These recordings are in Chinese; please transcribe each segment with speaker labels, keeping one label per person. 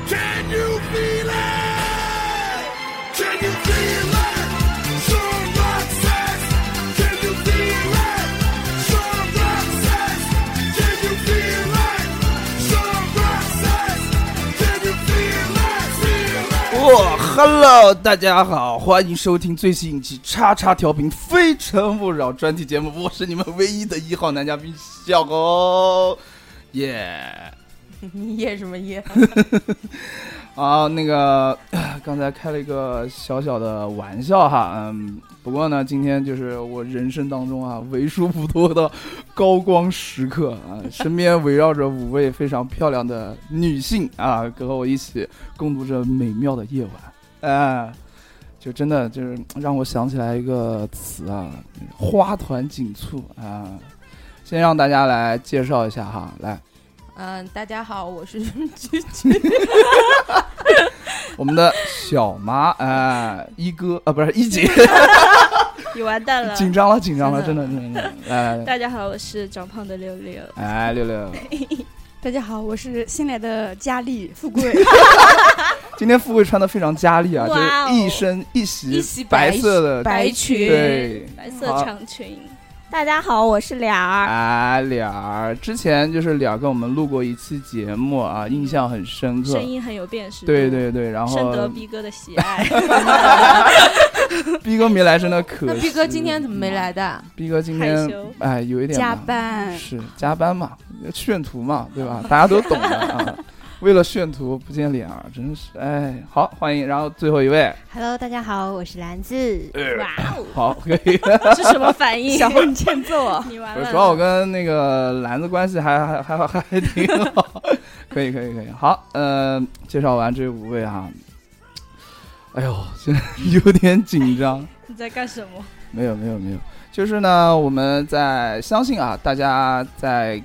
Speaker 1: Can you feel it? Can you feel it? Strong rock says, Can you feel it? Strong rock says, Can you feel it? Strong rock says, Can you feel it? Feel it.
Speaker 2: 哇哈喽，大家好，欢迎收听最新一期《叉叉调频非诚勿扰》专题节目，我是你们唯一的一号男嘉宾小狗，耶、
Speaker 3: 你耶什么 耶？
Speaker 2: 啊，那个 唉刚才开了一个小小的玩笑哈，嗯，不过呢，今天就是我人生当中啊为数不多的高光时刻啊，身边围绕着五位非常漂亮的女性啊，和我一起共度着美妙的夜晚，哎、就真的就是让我想起来一个词啊，花团锦簇啊。先让大家来介绍一下哈，来，
Speaker 3: 嗯，大家好，我是 居居。
Speaker 2: 我们的小麻哎、一哥啊，不是一姐，
Speaker 4: 你完蛋了！
Speaker 2: 紧张了，紧张了，真
Speaker 3: 真
Speaker 2: 的，真的，真的来来来，
Speaker 4: 大家好，我是长胖的六六。
Speaker 2: 哎，六六，
Speaker 5: 大家好，我是新来的佳丽富贵。
Speaker 2: 今天富贵穿的非常佳丽啊，就
Speaker 4: 哇哦
Speaker 2: 是一身一袭
Speaker 3: 一袭白
Speaker 2: 白色的，
Speaker 3: 白
Speaker 4: 裙
Speaker 2: 对
Speaker 4: 白色
Speaker 2: 好
Speaker 4: 长裙，
Speaker 3: 大家好，我是俩儿。
Speaker 2: 哎，俩儿之前就是俩儿跟我们录过一期节目啊，印象很深刻
Speaker 4: 声。音很有辨识度。
Speaker 2: 对，对对，然
Speaker 4: 深
Speaker 2: 后
Speaker 4: 得逼哥的喜爱。
Speaker 2: 逼哥没来，真的可惜。
Speaker 3: 那 逼哥今天怎么没？来的？
Speaker 2: 逼哥今
Speaker 4: 害
Speaker 2: 天
Speaker 4: 羞
Speaker 2: 哎，有一点
Speaker 5: 加
Speaker 2: 吧
Speaker 5: 班，
Speaker 2: 是加班嘛，炫图嘛，对吧？大家都懂的啊。为了炫图不见脸啊，真是哎。好，欢迎，然后最后一位，
Speaker 6: Hello，大家好，我是兰子。
Speaker 2: 哎
Speaker 4: 哇哦，
Speaker 2: 好，可以。
Speaker 4: 是什么反应？
Speaker 5: 小红你欠揍啊！
Speaker 4: 你完
Speaker 2: 我哦
Speaker 4: 了！
Speaker 2: 主要我跟那个篮子关系还还还还还挺好，可以可以可以。好，呃，介绍完这五位哈，哎呦，现在有点紧张。
Speaker 4: 你在干什么？
Speaker 2: 没有没有没有，就是呢，我们在相信啊，大家在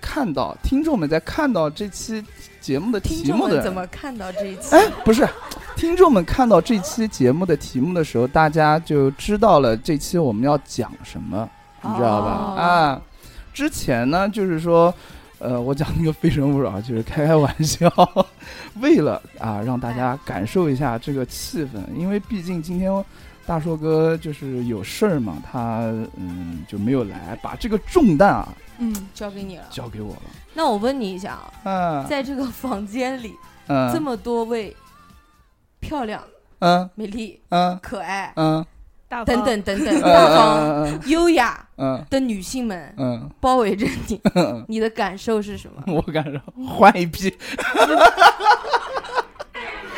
Speaker 2: 看到听众们在看到这期节目的
Speaker 3: 听
Speaker 2: 题
Speaker 3: 众
Speaker 2: 目的
Speaker 3: 们怎么看到这一期？
Speaker 2: 哎，不是，听众们看到这期节目的题目的时候，大家就知道了这期我们要讲什么，你知道吧？
Speaker 3: 哦
Speaker 2: 啊，之前呢，就是说，呃，我讲那个《非诚勿扰》，就是开开玩笑，为了啊让大家感受一下这个气氛，因为毕竟今天。大硕哥就是有事儿嘛，他嗯就没有来，把这个重担啊
Speaker 3: 嗯，交给你了。
Speaker 2: 交给我了。
Speaker 3: 那我问你一下啊，
Speaker 2: 嗯
Speaker 3: 在这个房间里，
Speaker 2: 嗯，
Speaker 3: 这么多位漂亮、
Speaker 2: 嗯
Speaker 3: 美丽、
Speaker 2: 嗯
Speaker 3: 可爱
Speaker 2: 嗯
Speaker 4: 大
Speaker 3: 等等等等
Speaker 2: 嗯
Speaker 3: 大方、
Speaker 2: 嗯
Speaker 3: 优雅
Speaker 2: 嗯
Speaker 3: 的女性们
Speaker 2: 嗯
Speaker 3: 包围着 你，
Speaker 2: 嗯，
Speaker 3: 你的感受是什么？
Speaker 2: 我感受换一批，
Speaker 4: 不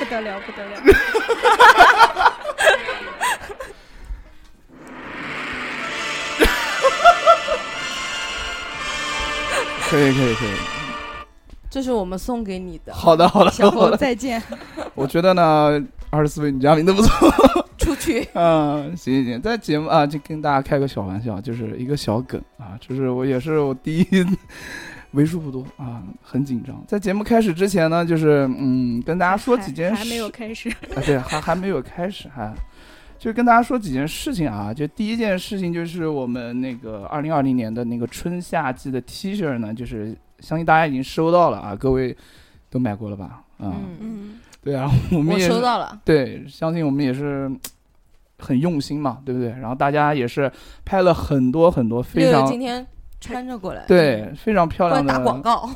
Speaker 4: 得了，不得 了！
Speaker 2: 可以可以可以，
Speaker 3: 这是我们送给你的。
Speaker 2: 好的好的
Speaker 5: 小
Speaker 2: 好
Speaker 5: 红
Speaker 2: 的，
Speaker 5: 再见。
Speaker 2: 我觉得呢，二十四位女嘉宾都不错，
Speaker 3: 出去，
Speaker 2: 嗯，行行行，在节目啊就跟大家开个小玩笑，就是一个小梗啊，就是我也是我第一。为数不多啊，很紧张。在节目开始之前呢，就是嗯，跟大家说几件
Speaker 4: 还
Speaker 2: 事，
Speaker 4: 还没有开始，
Speaker 2: 啊，对，还还没有开始，还就是跟大家说几件事情啊。就第一件事情就是我们那个二零二零年的那个春夏季的 T 恤呢，就是相信大家已经收到了啊，各位都买过了吧？啊、
Speaker 3: 嗯，
Speaker 5: 嗯，
Speaker 2: 对啊，我们
Speaker 3: 我
Speaker 2: 也
Speaker 3: 收
Speaker 2: 是
Speaker 3: 到了，
Speaker 2: 对，相信我们也是。很用心嘛，对不对？然后大家也是拍了很多很多非
Speaker 3: 六六
Speaker 2: 常
Speaker 3: 今天穿着过来，，
Speaker 2: 对非常漂
Speaker 3: 过来
Speaker 2: 亮
Speaker 3: 打广
Speaker 2: 的
Speaker 3: 告，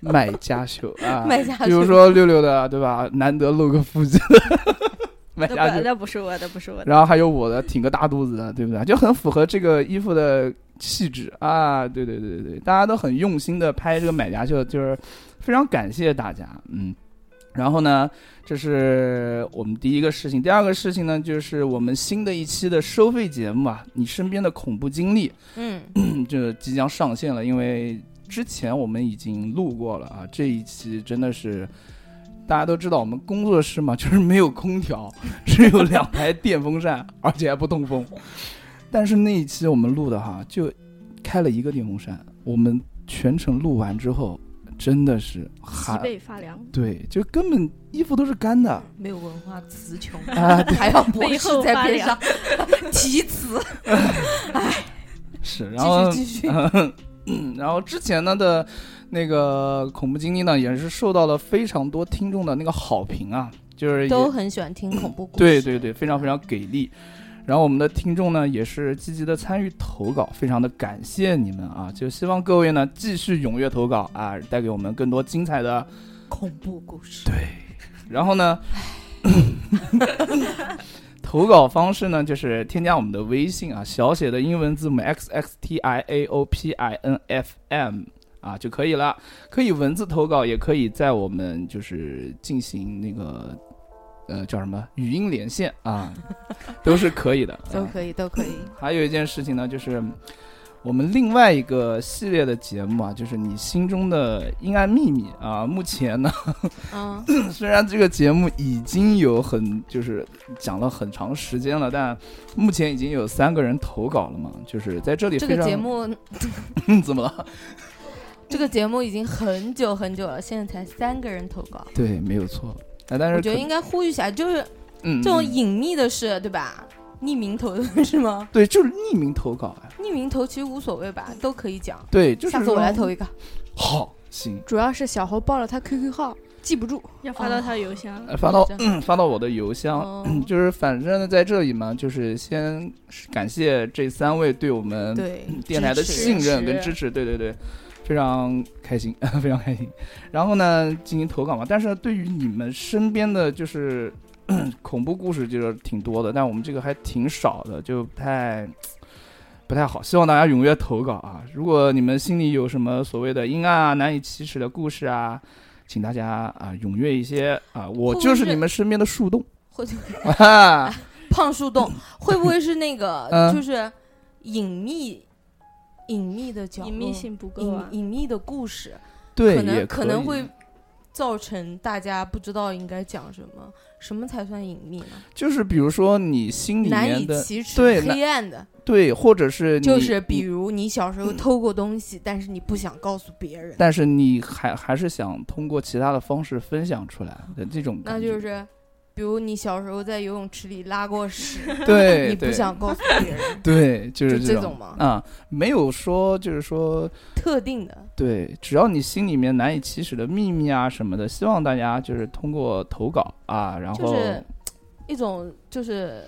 Speaker 2: 卖家秀啊，
Speaker 3: 卖家
Speaker 2: 比如
Speaker 3: 秀
Speaker 2: 说六六的对吧？难得露个腹肌的 卖
Speaker 4: 那
Speaker 2: 家秀
Speaker 4: 不，那不是我的，不是我的。
Speaker 2: 然后还有我的挺个大肚子的，对不对？就很符合这个衣服的气质啊！对对对对对，大家都很用心的拍这个买家秀，就是非常感谢大家，嗯。然后呢，这是我们第一个事情。第二个事情呢，就是我们新的一期的收费节目啊，你身边的恐怖经历，
Speaker 3: 嗯，
Speaker 2: 嗯这即将上线了，因为之前我们已经录过了啊，这一期真的是。大家都知道，我们工作室嘛， 就是没有空调， 只有两台电风扇，而且还不通风。 但是那一期我们录的哈，就开了一个电风扇，我们全程录完之后，真的是
Speaker 4: 脊
Speaker 2: 寒，
Speaker 4: 背发凉，
Speaker 2: 对，就根本衣服都是干的
Speaker 3: 没有文化，词穷，
Speaker 2: 啊，
Speaker 3: 还要博
Speaker 4: 背
Speaker 3: 士
Speaker 4: 后
Speaker 3: 在
Speaker 4: 发
Speaker 3: 边
Speaker 4: 凉
Speaker 3: 上 提词，
Speaker 2: 是。然后
Speaker 3: 继续继续，
Speaker 2: 嗯，然后之前呢的那个恐怖经历呢，也是受到了非常多听众的那个好评啊，就是也
Speaker 3: 都很喜欢听恐怖故
Speaker 2: 对
Speaker 3: 事。
Speaker 2: 对对，非常非常给力。然后我们的听众呢也是积极的参与投稿，非常的感谢你们啊！就希望各位呢继续踊跃投稿啊，带给我们更多精彩的。
Speaker 3: 恐怖故事。
Speaker 2: 然后 呢，投稿方式呢就是添加我们的微信啊，小写的英文字母 x x t i a o p i n f m 啊就可以了。可以文字投稿，也可以在我们就是进行那个呃叫什么语音连线 啊，都是可以的。
Speaker 3: 都
Speaker 2: 啊
Speaker 3: 可以，都可以。
Speaker 2: 还有一件事情呢，就是我们另外一个系列的节目啊，就是你心中的阴暗秘密啊。目前呢，
Speaker 3: 嗯，
Speaker 2: 虽然这个节目已经有很就是讲了很长时间了，但目前已经有三个人投稿了嘛，就是在这里
Speaker 3: 这
Speaker 2: 非
Speaker 3: 个
Speaker 2: 常
Speaker 3: 节目，
Speaker 2: 怎么了？
Speaker 3: 这个节目已经很久很久了，现在才三个人投稿。
Speaker 2: 对，没有错。啊，但是
Speaker 3: 我觉得
Speaker 2: 可
Speaker 3: 应该呼吁一下，就是
Speaker 2: 嗯
Speaker 3: 这种
Speaker 2: 嗯
Speaker 3: 隐秘的事，对吧？匿名投 是吗？
Speaker 2: 对就是匿名投稿啊，
Speaker 3: 匿名投其实无所谓吧，都可以讲。
Speaker 2: 哎对，嗯就是
Speaker 3: 下次我来
Speaker 2: 说
Speaker 3: 投一个，
Speaker 2: 好行。
Speaker 5: 主要是小猴报了他 QQ 号，记不住。
Speaker 4: 要发到他邮箱
Speaker 2: 呃，发到
Speaker 3: 嗯这样
Speaker 2: 发到我的邮箱，
Speaker 3: 哦
Speaker 2: 就是反正呢，在这里嘛，就是先感谢这三位对我们
Speaker 3: 对，
Speaker 2: 电台的
Speaker 3: 支持
Speaker 2: 信任跟支持，对对对，非常开心， 非常开心。然后呢，进行投稿嘛，但是对于你们身边的就是 恐怖故事，就是挺多的，但我们这个还挺少的，就不太。不太好，希望大家踊跃投稿啊！如果你们心里有什么所谓的阴暗啊、难以启齿的故事啊，请大家啊踊跃一些啊！我
Speaker 3: 会不会
Speaker 2: 就是
Speaker 3: 是
Speaker 2: 你们身边的树 洞。
Speaker 3: 或者
Speaker 2: 啊，
Speaker 3: 胖树洞会不会是那个
Speaker 2: 嗯
Speaker 3: 就是隐秘隐秘的角落
Speaker 4: 隐秘性不够啊
Speaker 3: 隐。隐秘的故事，
Speaker 2: 对，
Speaker 3: 可能
Speaker 2: 也
Speaker 3: 可
Speaker 2: 以
Speaker 3: 能会造成大家不知道应该讲什么，什么才算隐秘呢？
Speaker 2: 就是比如说你心里
Speaker 3: 难
Speaker 2: 面
Speaker 3: 以
Speaker 2: 的
Speaker 3: 启齿、
Speaker 2: 对
Speaker 3: 黑暗的，
Speaker 2: 对，或者是你
Speaker 3: 就是比
Speaker 2: 你嗯
Speaker 3: 如你小时候偷过东西，但是你不想告诉别人，
Speaker 2: 但是你还还是想通过其他的方式分享出来的这种
Speaker 3: 那
Speaker 2: 感觉，
Speaker 3: 就是。比如你小时候在游泳池里拉过屎，
Speaker 2: 对
Speaker 3: 你不
Speaker 2: 对
Speaker 3: 想告诉别人，
Speaker 2: 对，就是
Speaker 3: 就这
Speaker 2: 种
Speaker 3: 种吗
Speaker 2: 啊、没有说就是说
Speaker 3: 特定的
Speaker 2: 对，只要你心里面难以启齿的秘密啊什么的，希望大家就是通过投稿啊，然
Speaker 3: 就
Speaker 2: 后、
Speaker 3: 是一种就是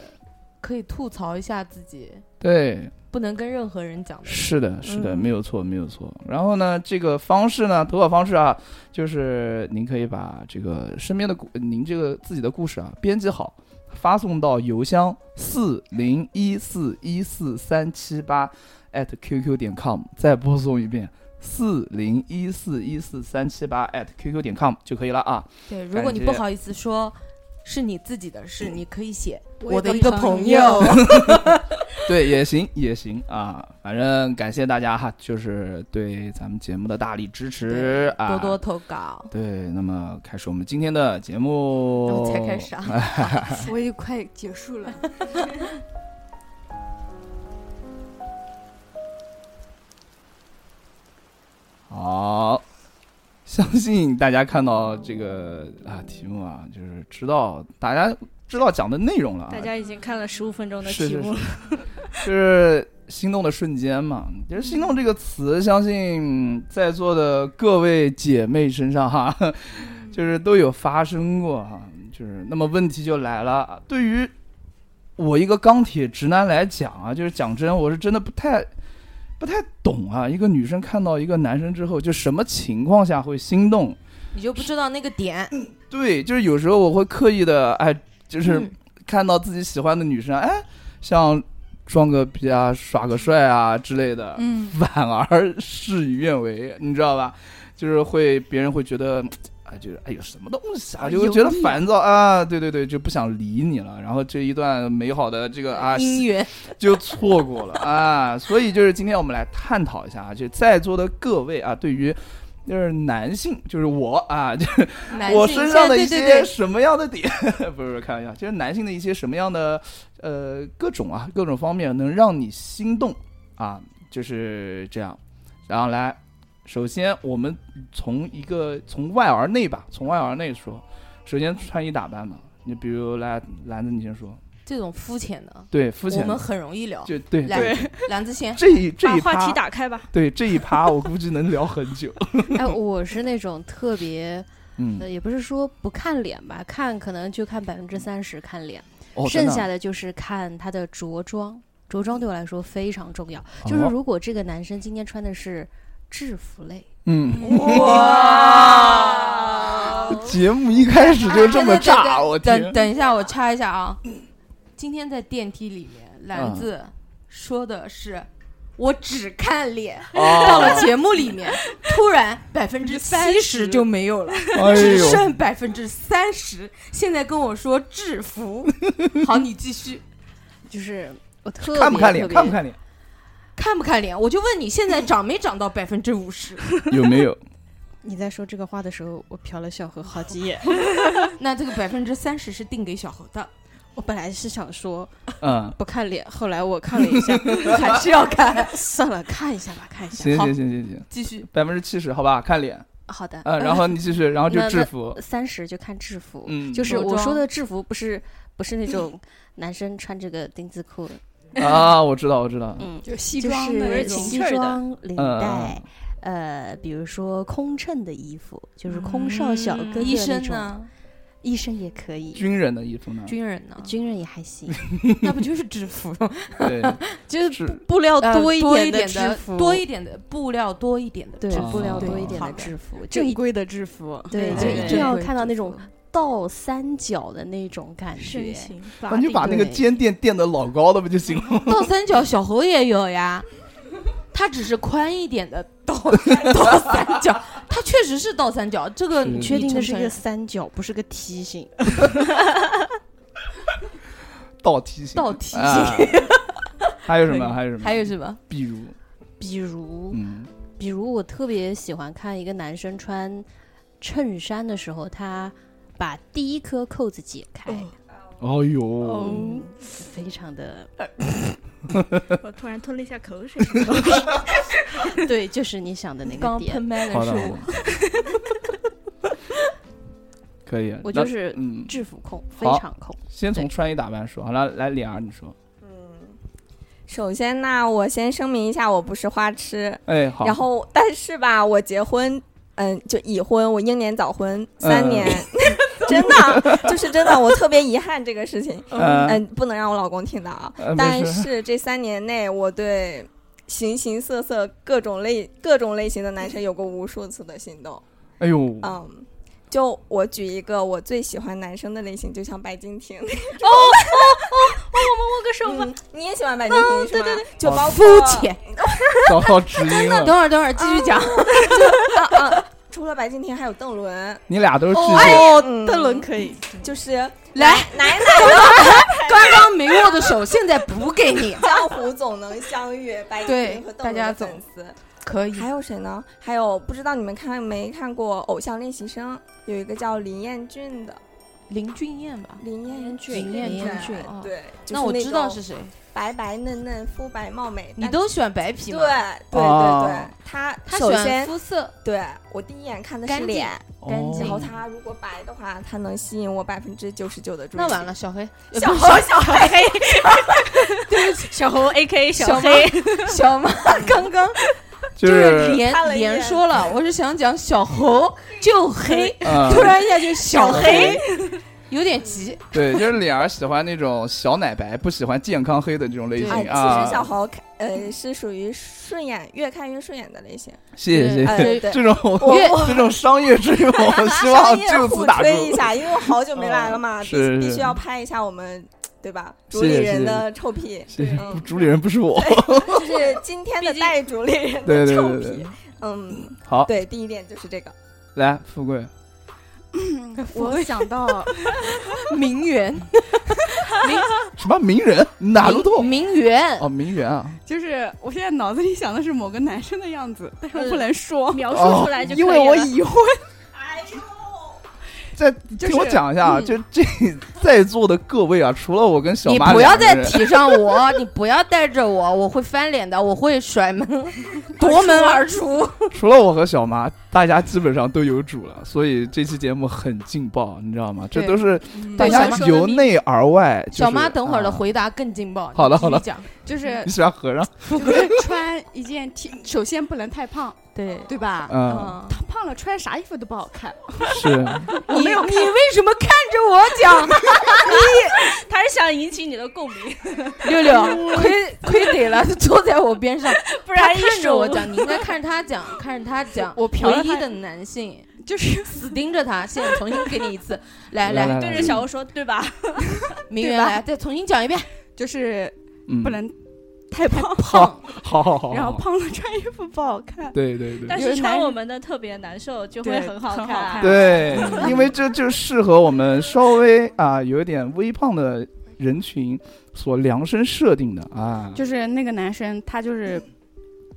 Speaker 3: 可以吐槽一下自己，
Speaker 2: 对，
Speaker 3: 不能跟任何人讲的。
Speaker 2: 是的，是的，
Speaker 3: 嗯
Speaker 2: 没有错，没有错。然后呢，这个方式呢，投稿方式啊，就是您可以把这个身边的故，您这个自己的故事啊，编辑好，发送到邮箱四零一四一四三七八 at qq 点 com，再播送一遍。四零一四一四三七八 at qq 点 com 就可以了啊。
Speaker 3: 对，如果你
Speaker 2: 感
Speaker 3: 不
Speaker 2: 觉
Speaker 3: 好意思说是你自己的事，你可以写
Speaker 4: 有
Speaker 3: 的一个朋
Speaker 4: 朋
Speaker 3: 友，
Speaker 2: 对，也行，也行啊。反正感谢大家哈，就是对咱们节目的大力支持啊，
Speaker 3: 多多投稿。
Speaker 2: 对，那么开始我们今天的节目。
Speaker 3: 然后才 开始啊，
Speaker 5: 我也快结束了。
Speaker 2: 好，相信大家看到这个啊题目啊，就是知道大家知道讲的内容了啊，
Speaker 4: 大家已经看了十五分钟的
Speaker 2: 是
Speaker 4: 题
Speaker 2: 是
Speaker 4: 目了，
Speaker 2: 就是心动的瞬间嘛。其实“心动”这个词，相信在座的各位姐妹身上哈， 就是都有发生过哈。就是那么问题就来了，对于我一个钢铁直男来讲啊，就是讲真，我是真的不太。不太懂啊，一个女生看到一个男生之后，就什么情况下会心动？
Speaker 3: 你就不知道那个点，
Speaker 2: 对，就是有时候我会刻意的，哎，就是
Speaker 3: 嗯
Speaker 2: 看到自己喜欢的女生，哎，像装个逼啊、耍个帅啊之类的，
Speaker 5: 嗯，
Speaker 2: 反而事与愿违，你知道吧？就是会别人会觉得，啊，就是哎呦什么东西啊，
Speaker 5: 啊
Speaker 2: 就会觉得
Speaker 5: 油腻
Speaker 2: 烦躁啊，对对对，就不想理你了。然后这一段美好的这个啊
Speaker 3: 姻缘
Speaker 2: 就错过了啊。所以就是今天我们来探讨一下啊，就在座的各位啊，对于。就是男性，就是我啊，就
Speaker 3: 男性
Speaker 2: 我身上的一
Speaker 3: 对对
Speaker 2: 些
Speaker 3: 对，
Speaker 2: 什么样的点， 不是不是开玩笑，就是男性的一些什么样的呃各种啊各种方面能让你心动啊，就是这样。然后来，首先我们从一个从外而内吧，从外而内说，首先穿衣打扮嘛，你比如来篮子，你先说，
Speaker 3: 这种肤浅的，
Speaker 2: 对，肤
Speaker 3: 我
Speaker 2: 浅
Speaker 3: 们
Speaker 2: 的，
Speaker 3: 很容易聊。
Speaker 2: 就对
Speaker 3: 来，兰子先，
Speaker 2: 这一这
Speaker 4: 把
Speaker 2: 一
Speaker 4: 话
Speaker 2: 趴
Speaker 4: 题，打开吧。
Speaker 2: 对这一趴，我估计能聊很久。
Speaker 6: 哎，我是那种特别，
Speaker 2: 嗯，
Speaker 6: 呃，也不是说不看脸吧，看可能就看百分之三十看脸，
Speaker 2: 哦
Speaker 6: 剩下
Speaker 2: 的
Speaker 6: 的就是看他的着装。着装对我来说非常重要，就
Speaker 2: 哦
Speaker 6: 是如果这个男生今天穿的是制服类，
Speaker 2: 嗯，
Speaker 4: 啊
Speaker 3: 哇！
Speaker 2: 节目一开始就
Speaker 3: 啊
Speaker 2: 这么炸，啊我
Speaker 3: 等
Speaker 2: 天！
Speaker 3: 等一下，我插一下啊。今天在电梯里面，兰子
Speaker 2: 嗯
Speaker 3: 说的是。我只看脸，
Speaker 2: 哦
Speaker 3: 到了节目里面，突然百分之七十就没有 了，
Speaker 2: 哎
Speaker 3: 只
Speaker 2: 呦，
Speaker 3: 剩百分之三十。现在跟我说 制服，好，你继续。
Speaker 6: 就是我特别
Speaker 2: 看不看脸？
Speaker 6: 特别
Speaker 2: 看不看脸？
Speaker 3: 看不看脸？我就问你，现在涨没涨到百分之五十？
Speaker 2: 有没 有？
Speaker 6: 你在说这个话的时候，我瞟了小何好几眼。
Speaker 3: 那这个百分之三十是定给小猴的，
Speaker 6: 我本来是想说
Speaker 2: 嗯，
Speaker 6: 不看脸，后来我看了一 下，
Speaker 3: 还是要看？
Speaker 6: 算了，看一下吧，看一下。
Speaker 2: 行
Speaker 3: 好
Speaker 2: 行行行行，
Speaker 3: 继续，
Speaker 2: 百分之七十，好吧，看脸。
Speaker 6: 好的，
Speaker 2: 嗯，然后你继续，然后就
Speaker 6: 那
Speaker 2: 制服。
Speaker 6: 三十就看制服，
Speaker 2: 嗯，
Speaker 6: 就是
Speaker 3: 着
Speaker 6: 我
Speaker 3: 装
Speaker 6: 说的制服，不是不是那种男生穿这个丁字裤，
Speaker 2: 啊，我知道，我知道。
Speaker 6: 嗯，
Speaker 5: 就西
Speaker 6: 就
Speaker 5: 装的那
Speaker 6: 是
Speaker 5: 种，
Speaker 6: 西
Speaker 4: 儿的
Speaker 6: 装、领
Speaker 2: 嗯
Speaker 6: 带，呃，比如说空乘的衣服，就是空少小哥哥
Speaker 3: 医
Speaker 6: 那
Speaker 3: 生嗯
Speaker 6: 种，
Speaker 3: 呢？
Speaker 6: 医生也可以，
Speaker 2: 军人的衣服呢？
Speaker 3: 军人呢？
Speaker 6: 军人也还行，
Speaker 3: 那不就是制服吗？
Speaker 2: 对，
Speaker 4: 就是
Speaker 2: 是
Speaker 4: 布料
Speaker 3: 呃
Speaker 4: 多一
Speaker 3: 多
Speaker 4: 点
Speaker 3: 点
Speaker 4: 制服，
Speaker 3: 多一点的布料，多一点的
Speaker 6: 对
Speaker 3: 制服
Speaker 2: 哦
Speaker 6: 布料
Speaker 2: 对
Speaker 6: 多一点
Speaker 3: 好
Speaker 6: 的
Speaker 3: 的
Speaker 6: 制服，就
Speaker 5: 正
Speaker 6: 一
Speaker 5: 规的制服，
Speaker 6: 对，
Speaker 4: 对
Speaker 6: 就
Speaker 4: 对
Speaker 6: 一
Speaker 4: 对
Speaker 6: 定要
Speaker 3: 正规
Speaker 6: 看到那
Speaker 3: 制服
Speaker 6: 种倒三角的那种感
Speaker 4: 身
Speaker 6: 觉。
Speaker 4: 形
Speaker 2: 那你把那个
Speaker 6: 对
Speaker 2: 肩垫垫的老高的不就行了？
Speaker 3: 倒三角小猴也有呀，它只是宽一点的倒倒三角，它确实是倒三角。这个
Speaker 2: 是
Speaker 3: 你
Speaker 6: 确定的是一
Speaker 3: 承
Speaker 6: 个
Speaker 3: 认
Speaker 6: 三角，不是个梯形。
Speaker 2: 倒梯形。
Speaker 3: 倒 梯
Speaker 2: 啊
Speaker 3: 形。
Speaker 2: 还有什
Speaker 3: 可
Speaker 2: 么？
Speaker 3: 以
Speaker 2: 还有什么？
Speaker 3: 还有什么？
Speaker 2: 比如，
Speaker 6: 比如，
Speaker 2: 嗯，
Speaker 6: 比如我特别喜欢看一个男生穿衬衫的时候，他把第一颗扣子解开，
Speaker 2: 哎呦，
Speaker 3: 哦
Speaker 6: 嗯，非常的
Speaker 4: 我突然吞了一下口水。 哦
Speaker 6: 对，就是你想的那个
Speaker 3: 刚喷
Speaker 6: 点。
Speaker 3: 麦的
Speaker 2: 好
Speaker 3: 是
Speaker 2: 的，好
Speaker 3: 我
Speaker 2: 的。可 以，
Speaker 6: 我
Speaker 2: 那
Speaker 6: 就是
Speaker 2: 嗯，
Speaker 6: 制服控，非
Speaker 2: 好
Speaker 6: 常控。
Speaker 2: 先从
Speaker 6: 对
Speaker 2: 穿衣打扮说，好了，来脸儿你说，
Speaker 7: 嗯首先呢，我先声明一下，我不是花痴。
Speaker 2: 哎，好，
Speaker 7: 然后，但是吧，我结婚，嗯，就已婚，我英年早婚
Speaker 2: 嗯
Speaker 7: 三年， 真的就是真的，我特别遗憾这个事情。
Speaker 2: 呃，
Speaker 7: 嗯，不能让我老公听到啊
Speaker 2: 呃没。
Speaker 7: 但
Speaker 2: 事
Speaker 7: 是这三年内，我对形形色色、各种类、各种类型的男生有过无数次的心动。
Speaker 2: 哎呦，
Speaker 7: 嗯，就我举一个我最喜欢男生的类型，就像白 敬亭。
Speaker 4: 哦我们握个手吧。
Speaker 7: 嗯，你也喜欢白敬
Speaker 3: 啊
Speaker 7: 亭是吗？对对对，就包括
Speaker 3: 肤浅。
Speaker 2: 找到 知音
Speaker 3: 等
Speaker 2: 了，
Speaker 3: 会儿，等会儿，继续讲。
Speaker 7: 啊啊！除了白敬亭，还有邓伦，
Speaker 2: 你俩都是巨蟹，
Speaker 4: 哦
Speaker 7: 嗯
Speaker 4: 可以，
Speaker 7: 就是
Speaker 3: 来，
Speaker 7: 奶奶
Speaker 3: 刚刚没握的手，现在补给你。
Speaker 7: 江湖总能相遇，白敬
Speaker 3: 对
Speaker 7: 亭和
Speaker 3: 大
Speaker 7: 邓
Speaker 3: 家
Speaker 7: 伦的
Speaker 3: 总
Speaker 7: 粉丝。
Speaker 3: 可以
Speaker 7: 还有谁呢？还有不知道你们看没看过《偶像练习生》，有一个叫林彦俊的，
Speaker 3: 林俊彦吧？
Speaker 7: 林彦俊，
Speaker 3: 林彦俊哦
Speaker 7: 对，就是
Speaker 3: 那我知道
Speaker 7: 种
Speaker 3: 是谁。
Speaker 7: 白白嫩嫩、肤白貌美，
Speaker 3: 你
Speaker 7: 但
Speaker 3: 都喜欢白
Speaker 7: 对
Speaker 3: 皮吗？
Speaker 7: 对对
Speaker 2: 哦
Speaker 7: 对，他
Speaker 3: 他喜
Speaker 7: 首
Speaker 3: 欢
Speaker 7: 先
Speaker 3: 肤色
Speaker 7: 对我第一眼看的
Speaker 3: 干
Speaker 7: 是
Speaker 3: 净
Speaker 7: 脸，
Speaker 3: 干净
Speaker 7: 然后
Speaker 2: 哦，
Speaker 7: 他如果白的话，他能吸引我百分之九十九的注意。
Speaker 3: 那完了，，小黑，呃
Speaker 7: 小
Speaker 3: 不
Speaker 7: 猴小黑
Speaker 4: 小猴 A K
Speaker 3: 小
Speaker 4: 小黑，
Speaker 3: 是 小马刚刚
Speaker 2: 就
Speaker 3: 就是
Speaker 2: 是，
Speaker 3: 连
Speaker 7: 看了一眼
Speaker 3: 连说了，我是想讲小猴就 黑，
Speaker 2: 嗯，
Speaker 3: 突然一下就小
Speaker 2: 黑
Speaker 3: 黑，有点急。
Speaker 2: 对，就是脸儿喜欢那种小奶白，不喜欢健康黑的这种类型
Speaker 3: 对
Speaker 7: 啊，其
Speaker 2: 啊
Speaker 7: 实。小猴看呃是属于顺眼，越看越顺眼的类型。
Speaker 2: 谢谢谢
Speaker 7: 哎
Speaker 2: 谢，
Speaker 7: 对
Speaker 2: 这种
Speaker 7: 我我
Speaker 2: 这种商业追捧，我希望
Speaker 7: 商业
Speaker 2: 就
Speaker 7: 互
Speaker 2: 此打住。
Speaker 7: 吹一下，因为我好久没来了嘛，
Speaker 2: 嗯
Speaker 7: 必
Speaker 2: 是
Speaker 7: 必
Speaker 2: 是
Speaker 7: 须要拍一下我们对吧？
Speaker 2: 谢
Speaker 7: 主理
Speaker 2: 谢
Speaker 7: 人的 臭屁，
Speaker 2: 谢谢，
Speaker 7: 嗯
Speaker 2: 主理人不是我。
Speaker 7: 就是今天的代主理人
Speaker 2: 对
Speaker 7: 的
Speaker 2: 对
Speaker 7: 臭
Speaker 2: 对对
Speaker 7: 屁。，嗯，
Speaker 2: 好，
Speaker 7: 对，第一点就是这个。
Speaker 2: 来，富贵，
Speaker 5: 我想到
Speaker 3: 名媛，
Speaker 2: 什么名人？哪路透？
Speaker 3: 名名媛，
Speaker 2: 哦，名媛啊！
Speaker 5: 就是我现在脑子里想的是某个男生的样子，但是我不能说，
Speaker 4: 描述出来就可以
Speaker 5: 因
Speaker 4: 了。
Speaker 5: 为我已婚。
Speaker 2: 再
Speaker 5: 就
Speaker 2: 听我
Speaker 5: 是
Speaker 2: 讲一下啊，
Speaker 5: 嗯
Speaker 2: 就这 在座的各位啊，除了我跟小
Speaker 3: 你
Speaker 2: 马，
Speaker 3: 不要再。提上我， 你不要带着我，我会翻脸的，我会甩门，夺门而出。
Speaker 2: 除了我和小妈，大家基本上都有主了，所以这期节目很劲爆，你知道吗？这
Speaker 3: 对
Speaker 2: 都是
Speaker 5: 嗯
Speaker 2: 大
Speaker 3: 对
Speaker 2: 家
Speaker 3: 小妈
Speaker 2: 由内而外。就是
Speaker 3: 小妈等会儿的
Speaker 2: 啊
Speaker 3: 回答更劲爆。
Speaker 2: 好的
Speaker 3: 你继续
Speaker 2: 好的
Speaker 3: 讲
Speaker 5: 就是
Speaker 2: 啊你喜欢和尚？
Speaker 5: 就是穿一件 T，首先不能太胖，
Speaker 3: 对，
Speaker 5: 对吧？
Speaker 2: 嗯，
Speaker 5: 他胖了穿啥衣服都不好看。
Speaker 2: 是
Speaker 3: 你你为什么看着我讲？
Speaker 4: 他是想引起你的共鸣，
Speaker 3: 六六，亏 亏得了， 坐在我边上，
Speaker 4: 不然一
Speaker 3: 看着
Speaker 4: 手
Speaker 3: 我讲，你应该看着他讲，看着他讲。
Speaker 5: 我瞟
Speaker 3: 唯
Speaker 5: 了
Speaker 3: 一
Speaker 5: 他
Speaker 3: 的男性
Speaker 5: 就是
Speaker 3: 死盯着他，现在重新给你一 次，来
Speaker 2: 来来来
Speaker 3: 来，
Speaker 4: 对着小欧说，对吧？
Speaker 3: 明
Speaker 5: 对
Speaker 3: 媛
Speaker 5: 吧
Speaker 3: 来，再重新讲一遍。
Speaker 5: 就是
Speaker 2: 嗯，
Speaker 5: 不能太胖，
Speaker 2: 好，好好好，
Speaker 5: 然后
Speaker 2: 好
Speaker 5: 胖了穿衣服不好看。
Speaker 2: 对对
Speaker 5: 嗯
Speaker 2: 对
Speaker 4: 但是穿我们的特别难受，就会
Speaker 5: 对
Speaker 4: 很好
Speaker 5: 很好
Speaker 4: 看。
Speaker 5: 看
Speaker 2: 对，因为这就适合我们稍微啊有一点微胖的人群所量身设定的啊，
Speaker 5: 就是那个男生，他就是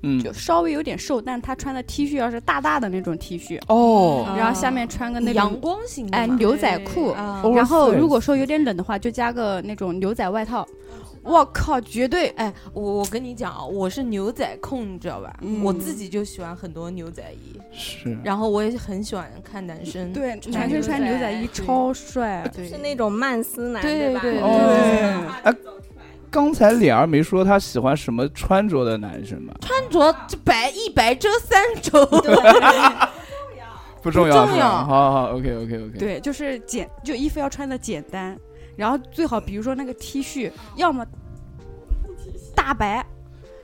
Speaker 2: 嗯
Speaker 5: 就稍微有点瘦，但他穿的 T 恤要是大大的那种 T 恤，
Speaker 2: 哦，
Speaker 5: 然后下面穿个那
Speaker 3: 阳
Speaker 5: 种
Speaker 3: 光型的
Speaker 5: 哎
Speaker 3: 嘛，
Speaker 5: 牛仔裤，
Speaker 3: 啊
Speaker 2: 哦
Speaker 5: 嗯然后
Speaker 2: 塞
Speaker 5: 如果说有点冷的话，就加个那种牛仔外套。我靠，绝对
Speaker 3: 哎，我我跟你讲啊，我是牛仔控，你知道吧？
Speaker 5: 嗯
Speaker 3: 我自己就喜欢很多牛仔衣，
Speaker 2: 是
Speaker 3: 然后我也很喜欢看男生。
Speaker 5: 对，
Speaker 3: 穿
Speaker 5: 男生穿
Speaker 4: 牛
Speaker 5: 牛
Speaker 4: 仔
Speaker 5: 仔衣
Speaker 3: 对
Speaker 5: 超帅。
Speaker 3: 对
Speaker 7: 是那种曼斯男，
Speaker 3: 对
Speaker 7: 吧？嗯
Speaker 3: 对
Speaker 2: 哦，哎，刚才脸儿没说他喜欢什么穿着的男生吧？
Speaker 3: 穿着这白一白遮三丑，
Speaker 2: 不重
Speaker 3: 不重
Speaker 2: 是吧
Speaker 3: 要
Speaker 2: 好好，OK OK OK，
Speaker 5: 对，就是简，就衣服要穿的简单，然后最好比如说那个 T 恤，要么大白，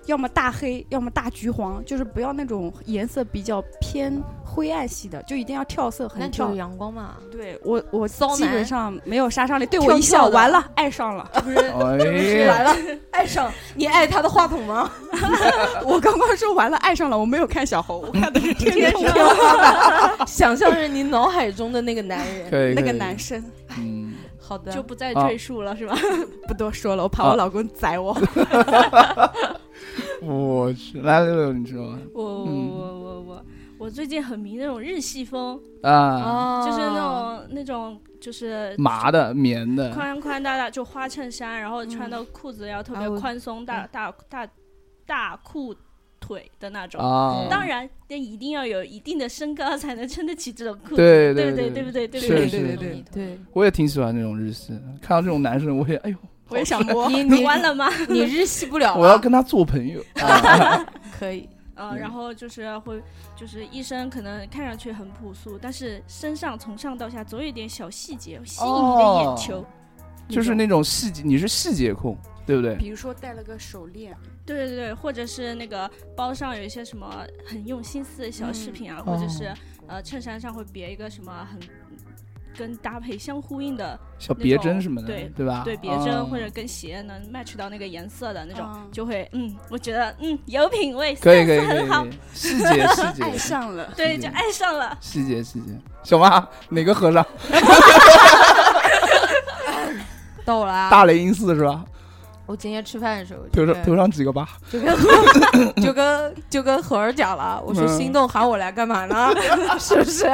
Speaker 5: 要么大黑，要么大橘黄，就是不要那种颜色比较偏灰暗系的，就一定要跳色，
Speaker 3: 那
Speaker 5: 很
Speaker 3: 就
Speaker 5: 跳
Speaker 3: 是。阳光嘛。
Speaker 5: 对我，我
Speaker 3: 骚
Speaker 5: 基
Speaker 3: 男
Speaker 5: 本上没有杀伤力。对
Speaker 3: 跳
Speaker 5: 我一
Speaker 3: 跳
Speaker 5: 笑，
Speaker 3: 的
Speaker 5: 完了，爱上了。
Speaker 2: 哎，
Speaker 3: 完了，爱上你爱他的话筒吗？
Speaker 5: 我刚刚说完了，爱上了，我没有看小猴，我看的是天空
Speaker 6: 哦
Speaker 3: 想象着你脑海中的那个男 人。
Speaker 2: 可以
Speaker 5: 那
Speaker 2: 可
Speaker 5: 个
Speaker 2: 以
Speaker 5: 男生，
Speaker 2: 嗯，
Speaker 3: 好的，
Speaker 4: 就不再
Speaker 5: 哦
Speaker 2: 啊
Speaker 4: 赘述了，是吧？
Speaker 5: 不多说了，我怕
Speaker 2: 啊
Speaker 5: 我老公宰我。
Speaker 2: 我去，来六六，你知道吗？
Speaker 4: 我我
Speaker 2: 嗯
Speaker 4: 我我我我最近很迷那种日系风，
Speaker 2: 啊，
Speaker 3: 啊
Speaker 4: 就是那
Speaker 5: 哦
Speaker 4: 种那种就是
Speaker 2: 麻的、棉的，
Speaker 4: 宽宽大大就花衬衫，然后穿的裤子要特别
Speaker 3: 啊我
Speaker 4: 宽松，大大大大裤腿的那种。
Speaker 2: 啊，
Speaker 4: 当然，但一定要有一定的身高才能撑得起这种裤子，
Speaker 2: 对
Speaker 4: 对
Speaker 2: 对对
Speaker 4: 不对？对不对？对不
Speaker 2: 是
Speaker 4: 对？
Speaker 2: 是
Speaker 5: 对
Speaker 2: 是
Speaker 5: 对，
Speaker 3: 对。
Speaker 2: 我也挺喜欢这种日系的，看到这种男生，我也哎呦，
Speaker 5: 我也想 摸，
Speaker 3: 你
Speaker 4: 你
Speaker 3: 你
Speaker 4: 完了吗？
Speaker 3: 你日系不了了，
Speaker 2: 我要跟他做朋 友。啊
Speaker 3: 可以
Speaker 4: 呃，
Speaker 2: 嗯
Speaker 4: 然后就是会，就是一身可能看上去很朴素，但是身上从上到下总有一点小细节吸引你的眼球。
Speaker 2: 就是那种细节，你是细节控，对不对？
Speaker 5: 比如说戴了个手链，
Speaker 4: 对对对，或者是那个包上有一些什么很用心思的小饰品啊，
Speaker 2: 嗯
Speaker 3: 哦
Speaker 4: 或者是、呃衬衫上会别一个什么很跟搭配相呼应的，
Speaker 2: 小
Speaker 4: 那
Speaker 2: 别
Speaker 4: 种
Speaker 2: 针什么的，
Speaker 4: 对
Speaker 2: 对吧？
Speaker 4: 对别针、
Speaker 3: 哦
Speaker 2: 啊
Speaker 4: 或者跟鞋能 match 到那个颜色的那种，
Speaker 5: 嗯
Speaker 4: 就会嗯，我觉得嗯有品味，
Speaker 2: 可以可以
Speaker 4: sense
Speaker 2: 可以
Speaker 4: 很好
Speaker 2: 可，以，细 节细节
Speaker 5: 爱上了。
Speaker 4: 对，就爱上
Speaker 3: 啊
Speaker 4: 了。
Speaker 2: 细节细节。小妈哪个和 尚？
Speaker 3: 到我了啊！
Speaker 2: 大雷音寺是吧？
Speaker 3: 我今天吃饭的时候
Speaker 2: 头
Speaker 3: 就
Speaker 2: 上
Speaker 3: 跟
Speaker 2: 头上几个疤？
Speaker 3: 就跟 就跟就跟何儿讲了，我说
Speaker 2: 嗯
Speaker 3: 心动喊我来干嘛呢？是不是？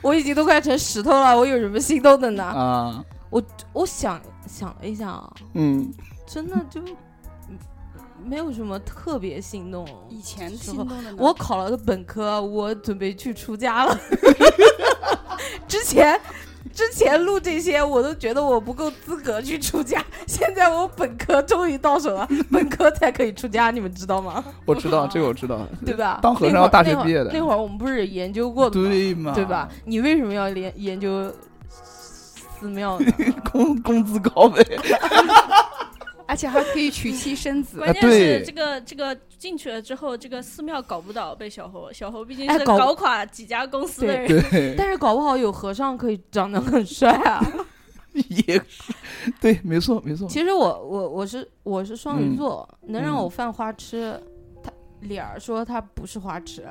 Speaker 3: 我已经都快成石头了，我有什么心动的呢？
Speaker 2: 啊，
Speaker 3: 我想想了一想啊，
Speaker 2: 嗯，
Speaker 3: 真的就嗯没有什么特别心动。
Speaker 5: 以前
Speaker 3: 时
Speaker 5: 心
Speaker 3: 候
Speaker 5: 动的呢
Speaker 3: 我考了个本科，我准备去出家了。 之前之前录这些，我都觉得我不够资格去出家。现在我本科终于到手了，本科才可以出家，你们知道吗？
Speaker 2: 我知道这个我知道，
Speaker 3: 对吧？
Speaker 2: 当和尚
Speaker 3: 那会儿
Speaker 2: 要大学毕业的
Speaker 3: 那会儿那会儿我们不是研究过的吗？
Speaker 2: 对嘛？
Speaker 3: 对吧？？你为什么要研研究 寺庙呢？
Speaker 2: 工工资高呗。
Speaker 5: 而且还可以娶妻生子。
Speaker 4: 关键
Speaker 2: 对
Speaker 4: 是这个、这个进去了之后，这个寺庙搞不倒被小猴，小猴毕竟
Speaker 3: 哎
Speaker 4: 是
Speaker 3: 搞
Speaker 4: 搞垮几家公司的
Speaker 3: 对
Speaker 4: 人，
Speaker 2: 对，
Speaker 3: 但是搞不好有和尚可以长得很帅啊。
Speaker 2: 也是，对，没错没错。
Speaker 3: 其实我我我是我是双鱼座，能让
Speaker 2: 嗯
Speaker 3: 我犯花痴，他脸儿说他不是花痴，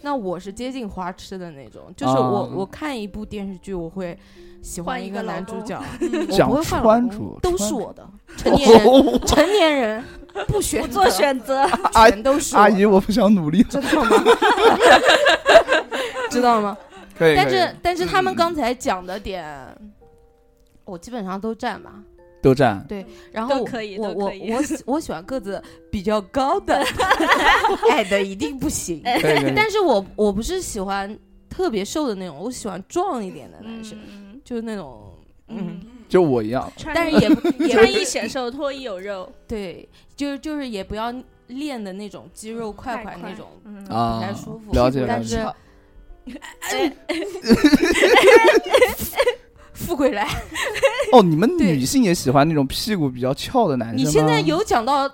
Speaker 3: 那我是接近花痴的那种，就是我、
Speaker 2: 啊
Speaker 3: 我看一部电视剧，我会喜欢
Speaker 4: 换一
Speaker 3: 个
Speaker 4: 个老
Speaker 3: 男主
Speaker 4: 公
Speaker 3: 角，我
Speaker 2: 讲
Speaker 3: 不会换老
Speaker 2: 穿
Speaker 3: 公
Speaker 2: 着，
Speaker 3: 都
Speaker 2: 穿
Speaker 3: 是
Speaker 2: 着
Speaker 3: 我 的成年人，
Speaker 2: 哦
Speaker 3: 成年人不选
Speaker 4: 不
Speaker 3: 择
Speaker 4: 做选择。
Speaker 2: 阿
Speaker 3: 全都是我
Speaker 2: 阿姨，我不想努力。
Speaker 3: 知道吗？ 知道吗？
Speaker 2: 可以，
Speaker 3: 但
Speaker 2: 可以嗯
Speaker 3: 是但是他们刚才讲的点，我基本上都占吧。
Speaker 2: 都占，
Speaker 3: 然后
Speaker 4: 都
Speaker 3: 我
Speaker 4: 可以
Speaker 3: 我
Speaker 4: 都
Speaker 3: 我
Speaker 4: 可以
Speaker 3: 我 喜我喜欢个子比较高的，矮的一定不行。
Speaker 4: 哎
Speaker 2: 可以可以。
Speaker 3: 但是我我不是喜欢特别瘦的那种，我喜欢壮一点的男生，
Speaker 4: 嗯
Speaker 3: 就是那种嗯，
Speaker 4: 嗯，
Speaker 2: 就我一样，
Speaker 4: 穿
Speaker 3: 但是也不也不
Speaker 4: 穿衣显瘦，脱衣有肉，
Speaker 3: 对，就就是也不要练的那种肌肉块块
Speaker 4: 块块
Speaker 3: 那种，
Speaker 4: 嗯
Speaker 2: 啊
Speaker 3: 不太舒服。
Speaker 2: 了解
Speaker 3: 但
Speaker 2: 了解
Speaker 3: 是，富贵来，
Speaker 2: 哦，你们
Speaker 3: 对
Speaker 2: 女性也喜欢那种屁股比较翘的男生吗？
Speaker 3: 你现在有讲到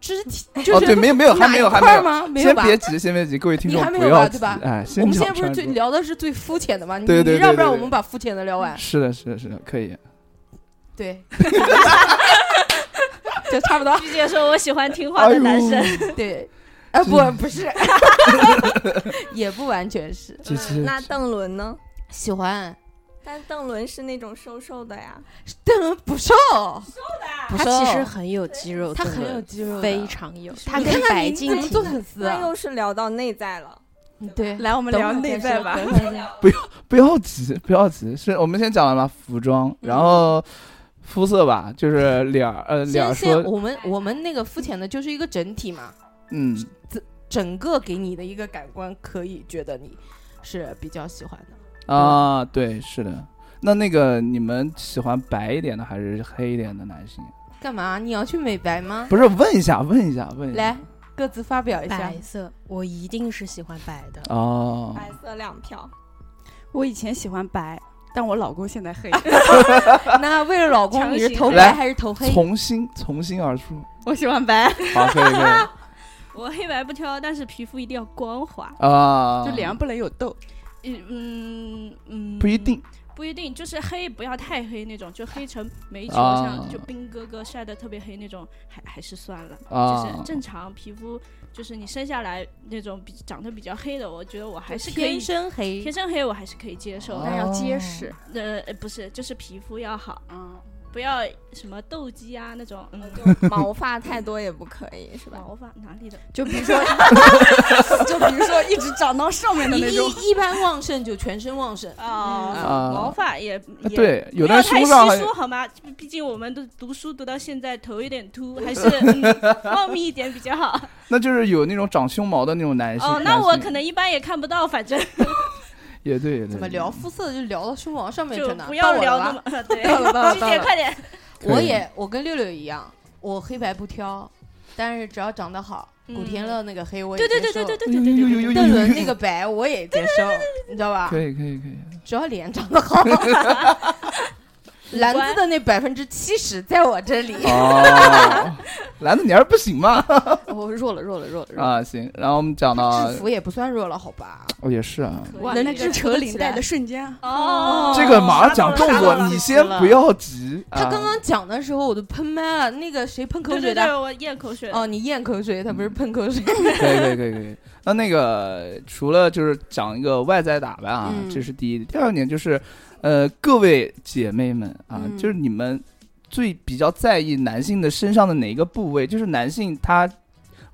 Speaker 3: 肢体， 就
Speaker 2: 哦，
Speaker 3: 是
Speaker 2: 对，没有没有，还
Speaker 3: 哪
Speaker 2: 没
Speaker 3: 一
Speaker 2: 有还没
Speaker 3: 块儿
Speaker 2: 有，
Speaker 3: 吗？没有
Speaker 2: 先
Speaker 3: 吧？
Speaker 2: 别急，先别急，各位听
Speaker 3: 你
Speaker 2: 众
Speaker 3: 还没
Speaker 2: 不
Speaker 3: 有吧
Speaker 2: 要
Speaker 3: 对
Speaker 2: 急，
Speaker 3: 吧
Speaker 2: 哎，
Speaker 3: 我
Speaker 2: 先
Speaker 3: 们现在
Speaker 2: 讲
Speaker 3: 不是
Speaker 2: 穿
Speaker 3: 最
Speaker 2: 着。
Speaker 3: 聊的是最肤浅的吗？你
Speaker 2: 对对对
Speaker 3: 你让
Speaker 2: 对
Speaker 3: 不让我
Speaker 2: 对
Speaker 3: 们把肤浅的聊完？
Speaker 2: 是的，是的，是的，可以。
Speaker 3: 对， 就差不多。
Speaker 4: 鞠姐说：“我喜欢听话的男
Speaker 2: 哎
Speaker 4: 生。
Speaker 3: 对，啊不不是，也不完全是
Speaker 2: 这是
Speaker 7: 那邓伦呢？
Speaker 3: 喜 欢
Speaker 7: 但邓伦是那种瘦瘦的呀，
Speaker 3: 邓伦不瘦，不
Speaker 6: 他
Speaker 3: 瘦
Speaker 6: 其实很有肌肉，
Speaker 3: 他
Speaker 6: 真的
Speaker 3: 很有肌肉的，
Speaker 6: 非常有，他
Speaker 3: 你
Speaker 6: 跟
Speaker 3: 看看
Speaker 6: 白
Speaker 3: 你
Speaker 6: 敬
Speaker 3: 怎么
Speaker 6: 亭
Speaker 3: 做粉丝
Speaker 7: 那
Speaker 3: 啊？
Speaker 7: 又是聊到内在了。
Speaker 3: 对，
Speaker 5: 来，我们
Speaker 3: 等
Speaker 5: 聊
Speaker 3: 会儿
Speaker 5: 内
Speaker 3: 再
Speaker 5: 在
Speaker 3: 说
Speaker 5: 吧。
Speaker 3: 等 会儿再
Speaker 2: 不要急，不要急。是我们先讲了嘛，服装，然
Speaker 4: 嗯
Speaker 2: 后肤色吧，就是脸儿，呃，脸儿
Speaker 3: 先先，
Speaker 2: 说，
Speaker 3: 我们我们那个肤浅的就是一个整体嘛，
Speaker 2: 嗯，
Speaker 3: 整个给你的一个感官，可以觉得你是比较喜欢的。
Speaker 2: 啊，对，是的。那那个你们喜欢白一点的还是黑一点的男性？
Speaker 3: 干嘛？你要去美白吗？
Speaker 2: 不是，问一下，问一下，问一下。
Speaker 3: 来，各自发表一下
Speaker 6: 白。色，我一定是喜欢白的。
Speaker 2: 哦，
Speaker 7: 白色两票，
Speaker 5: 我以前喜欢白，但我老公现在 黑，
Speaker 3: 那为了老公，
Speaker 4: 强
Speaker 3: 你是
Speaker 4: 行
Speaker 3: 投白
Speaker 2: 来
Speaker 3: 还是投黑？
Speaker 2: 从心从心而出，
Speaker 5: 我喜欢白，
Speaker 2: 好，可以可以
Speaker 4: 我黑白不挑，但是皮肤一定要光滑。
Speaker 2: 啊，
Speaker 5: 就脸上不能有痘。
Speaker 4: 嗯嗯，
Speaker 2: 不一定，
Speaker 4: 不一定，就是黑不要太黑那种，就黑成煤球
Speaker 2: 啊
Speaker 4: 像，就兵哥哥晒的特别黑那种，还还是算了。
Speaker 2: 啊
Speaker 4: 就是正常皮肤，就是你生下来那种比长得比较黑的，我觉得我还是可以
Speaker 3: 天生黑
Speaker 4: 天，生黑我还是可以接受，
Speaker 2: 哦
Speaker 4: 但是要
Speaker 5: 哦
Speaker 4: 结实。呃，不是，就是皮肤要好，
Speaker 5: 嗯，
Speaker 4: 不要什么痘肌啊那种，嗯，
Speaker 7: 就毛发太多也不可以，是吧？
Speaker 4: 毛发哪里的？
Speaker 5: 就比如说， 就比如说一直长到上面的
Speaker 3: 一
Speaker 5: 那种。
Speaker 3: 一一般旺盛就全身旺盛。
Speaker 4: 哦，
Speaker 2: 啊
Speaker 4: 毛发也也
Speaker 2: 对，有
Speaker 4: 不要
Speaker 2: 的
Speaker 4: 太
Speaker 2: 书
Speaker 4: 稀
Speaker 2: 上还
Speaker 4: 疏好吗？毕竟我们都读书读到现在，头有点秃，还是、嗯、茂密一点比较好。
Speaker 2: 那就是有那种长胸毛的那种男性。
Speaker 4: 哦，那
Speaker 2: 男
Speaker 4: 我
Speaker 2: 性
Speaker 4: 可能一般也看不到，反正
Speaker 2: 也对，也对。
Speaker 3: 怎么
Speaker 4: 啊
Speaker 3: 聊肤色就聊到胸毛上面去
Speaker 4: 就
Speaker 3: 呢？到
Speaker 4: 不要
Speaker 3: 我了
Speaker 4: 聊
Speaker 3: 吧
Speaker 4: 那么。对，
Speaker 5: 到了到了
Speaker 4: 鞠
Speaker 5: 到
Speaker 4: 姐
Speaker 5: 了
Speaker 4: 快点，
Speaker 2: 可以
Speaker 3: 我也我跟六六一样，我黑白不挑，但是只要长得好，古天乐那个黑我也
Speaker 4: 对对
Speaker 3: 接
Speaker 4: 对
Speaker 3: 受
Speaker 4: 对对对对对对对。
Speaker 3: 邓伦那个白我也接受，你知道吧？
Speaker 2: 可以可以可以，
Speaker 3: 只要脸长得好，蓝子的那百分之七十在我这里。
Speaker 2: 哦，蓝子你还是不行嘛
Speaker 6: 我弱了，弱了，弱了，弱了。
Speaker 2: 啊行，然后我们讲到
Speaker 3: 制服也不算弱了，好吧？
Speaker 2: 哦也是啊，
Speaker 5: 哇，
Speaker 3: 能
Speaker 5: 那
Speaker 3: 扯
Speaker 5: 只扯领带的瞬间啊，
Speaker 4: 哦，
Speaker 2: 这个马上讲动
Speaker 4: 杀到
Speaker 2: 作，
Speaker 4: 了
Speaker 2: 你先不要急。
Speaker 3: 他
Speaker 2: 啊
Speaker 3: 刚刚讲的时候我都喷麦了，那个谁喷口
Speaker 4: 对
Speaker 3: 水
Speaker 4: 对
Speaker 3: 的？
Speaker 4: 对，我咽口水。
Speaker 3: 哦，你咽口水，他不是喷口 水。
Speaker 2: 可以可以可以可以。那那个除了就是讲一个外在打扮啊，
Speaker 5: 嗯
Speaker 2: 这是第一点，第二点就是，呃，各位姐妹们啊，
Speaker 5: 嗯
Speaker 2: 就是你们最比较在意男性的身上的哪一个部位，就是男性他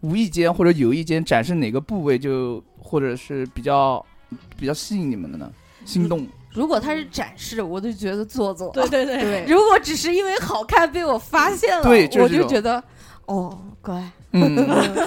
Speaker 2: 无意间或者有意间展示哪个部位就，或者是比较比较吸引你们的呢？心动
Speaker 3: 如果他是展示，我就觉得做作。
Speaker 4: 对对对，
Speaker 5: 对，
Speaker 3: 如果只是因为好看被我发现了，
Speaker 2: 对就是
Speaker 3: 我
Speaker 2: 这
Speaker 3: 就
Speaker 2: 种
Speaker 3: 觉得哦，乖，
Speaker 2: 嗯，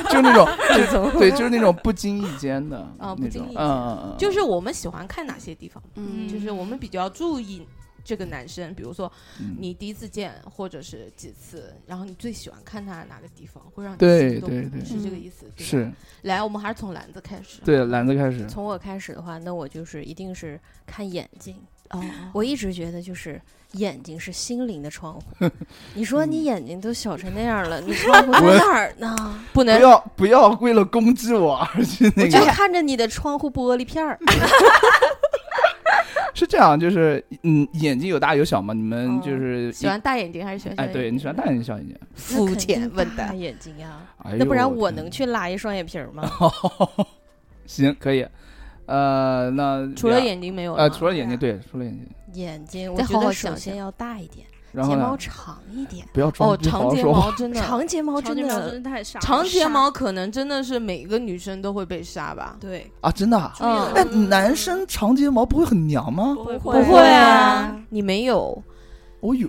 Speaker 2: 就是 那种，
Speaker 3: 这种
Speaker 2: 对，就是那种不经意间的
Speaker 3: 啊不
Speaker 2: 那
Speaker 3: 经
Speaker 2: 种嗯
Speaker 3: 意，间
Speaker 2: 嗯嗯，
Speaker 3: 就是我们喜欢看哪些地方，
Speaker 5: 嗯
Speaker 3: 就是我们比较注意这个男生，比如说
Speaker 2: 嗯
Speaker 3: 你第一次见或者是几次，然后你最喜欢看他哪个地方会让你
Speaker 2: 对
Speaker 3: 心动，
Speaker 2: 对对
Speaker 3: 是这个意思。对吧，
Speaker 2: 是
Speaker 3: 来，我们还是从篮子开始。
Speaker 2: 对篮子开始，
Speaker 6: 从我开始的话，那我就是一定是看眼睛。
Speaker 3: 哦，
Speaker 6: 我一直觉得就是眼睛是心灵 的窗户。你说你眼睛都小成那样了，你窗 户在
Speaker 2: 嗯我
Speaker 6: 哪儿 呢？
Speaker 3: 不能
Speaker 2: 不要不要为了攻击我而去那
Speaker 6: 我
Speaker 2: 个，
Speaker 6: 就看着你的窗户玻璃片儿。
Speaker 2: 是这样，就是嗯，眼睛有大有小嘛，你们就是、
Speaker 3: 喜欢大眼睛还是喜欢小
Speaker 2: 哎，
Speaker 3: 眼睛？
Speaker 2: 对你喜欢大眼睛小眼睛，
Speaker 6: 那
Speaker 3: 肤
Speaker 6: 肯
Speaker 3: 浅
Speaker 6: 定
Speaker 3: 问
Speaker 6: 大
Speaker 3: 的。
Speaker 6: 眼睛呀，
Speaker 2: 哎呦
Speaker 6: 那不然我
Speaker 2: 天
Speaker 6: 能去拉一双眼皮儿 吗？
Speaker 2: 行可以，呃，那
Speaker 3: 除了
Speaker 2: 两
Speaker 3: 眼睛没有了吗，
Speaker 2: 呃除了眼睛对，除了眼睛，
Speaker 6: 眼睛，我
Speaker 3: 再
Speaker 6: 觉
Speaker 3: 好好想
Speaker 6: 得首
Speaker 3: 想
Speaker 6: 先要大一点，
Speaker 2: 然后
Speaker 6: 睫
Speaker 2: 呢
Speaker 6: 毛，长一点，
Speaker 2: 不要装
Speaker 3: 哦，
Speaker 2: 逼，好
Speaker 3: 长
Speaker 2: 好
Speaker 3: 睫
Speaker 2: 说话，
Speaker 3: 毛 真的
Speaker 6: 长睫毛
Speaker 4: 长
Speaker 6: 真
Speaker 4: 睫毛
Speaker 6: 的
Speaker 4: 真的太傻了。
Speaker 3: 长睫毛可能真的是每个女生都会被杀吧。
Speaker 6: 对，
Speaker 2: 啊，真的啊、
Speaker 3: 嗯
Speaker 2: 哎，男生长睫毛不会很娘吗？
Speaker 4: 不会
Speaker 3: 不
Speaker 7: 不会
Speaker 3: 会啊，你没有，
Speaker 2: 我有，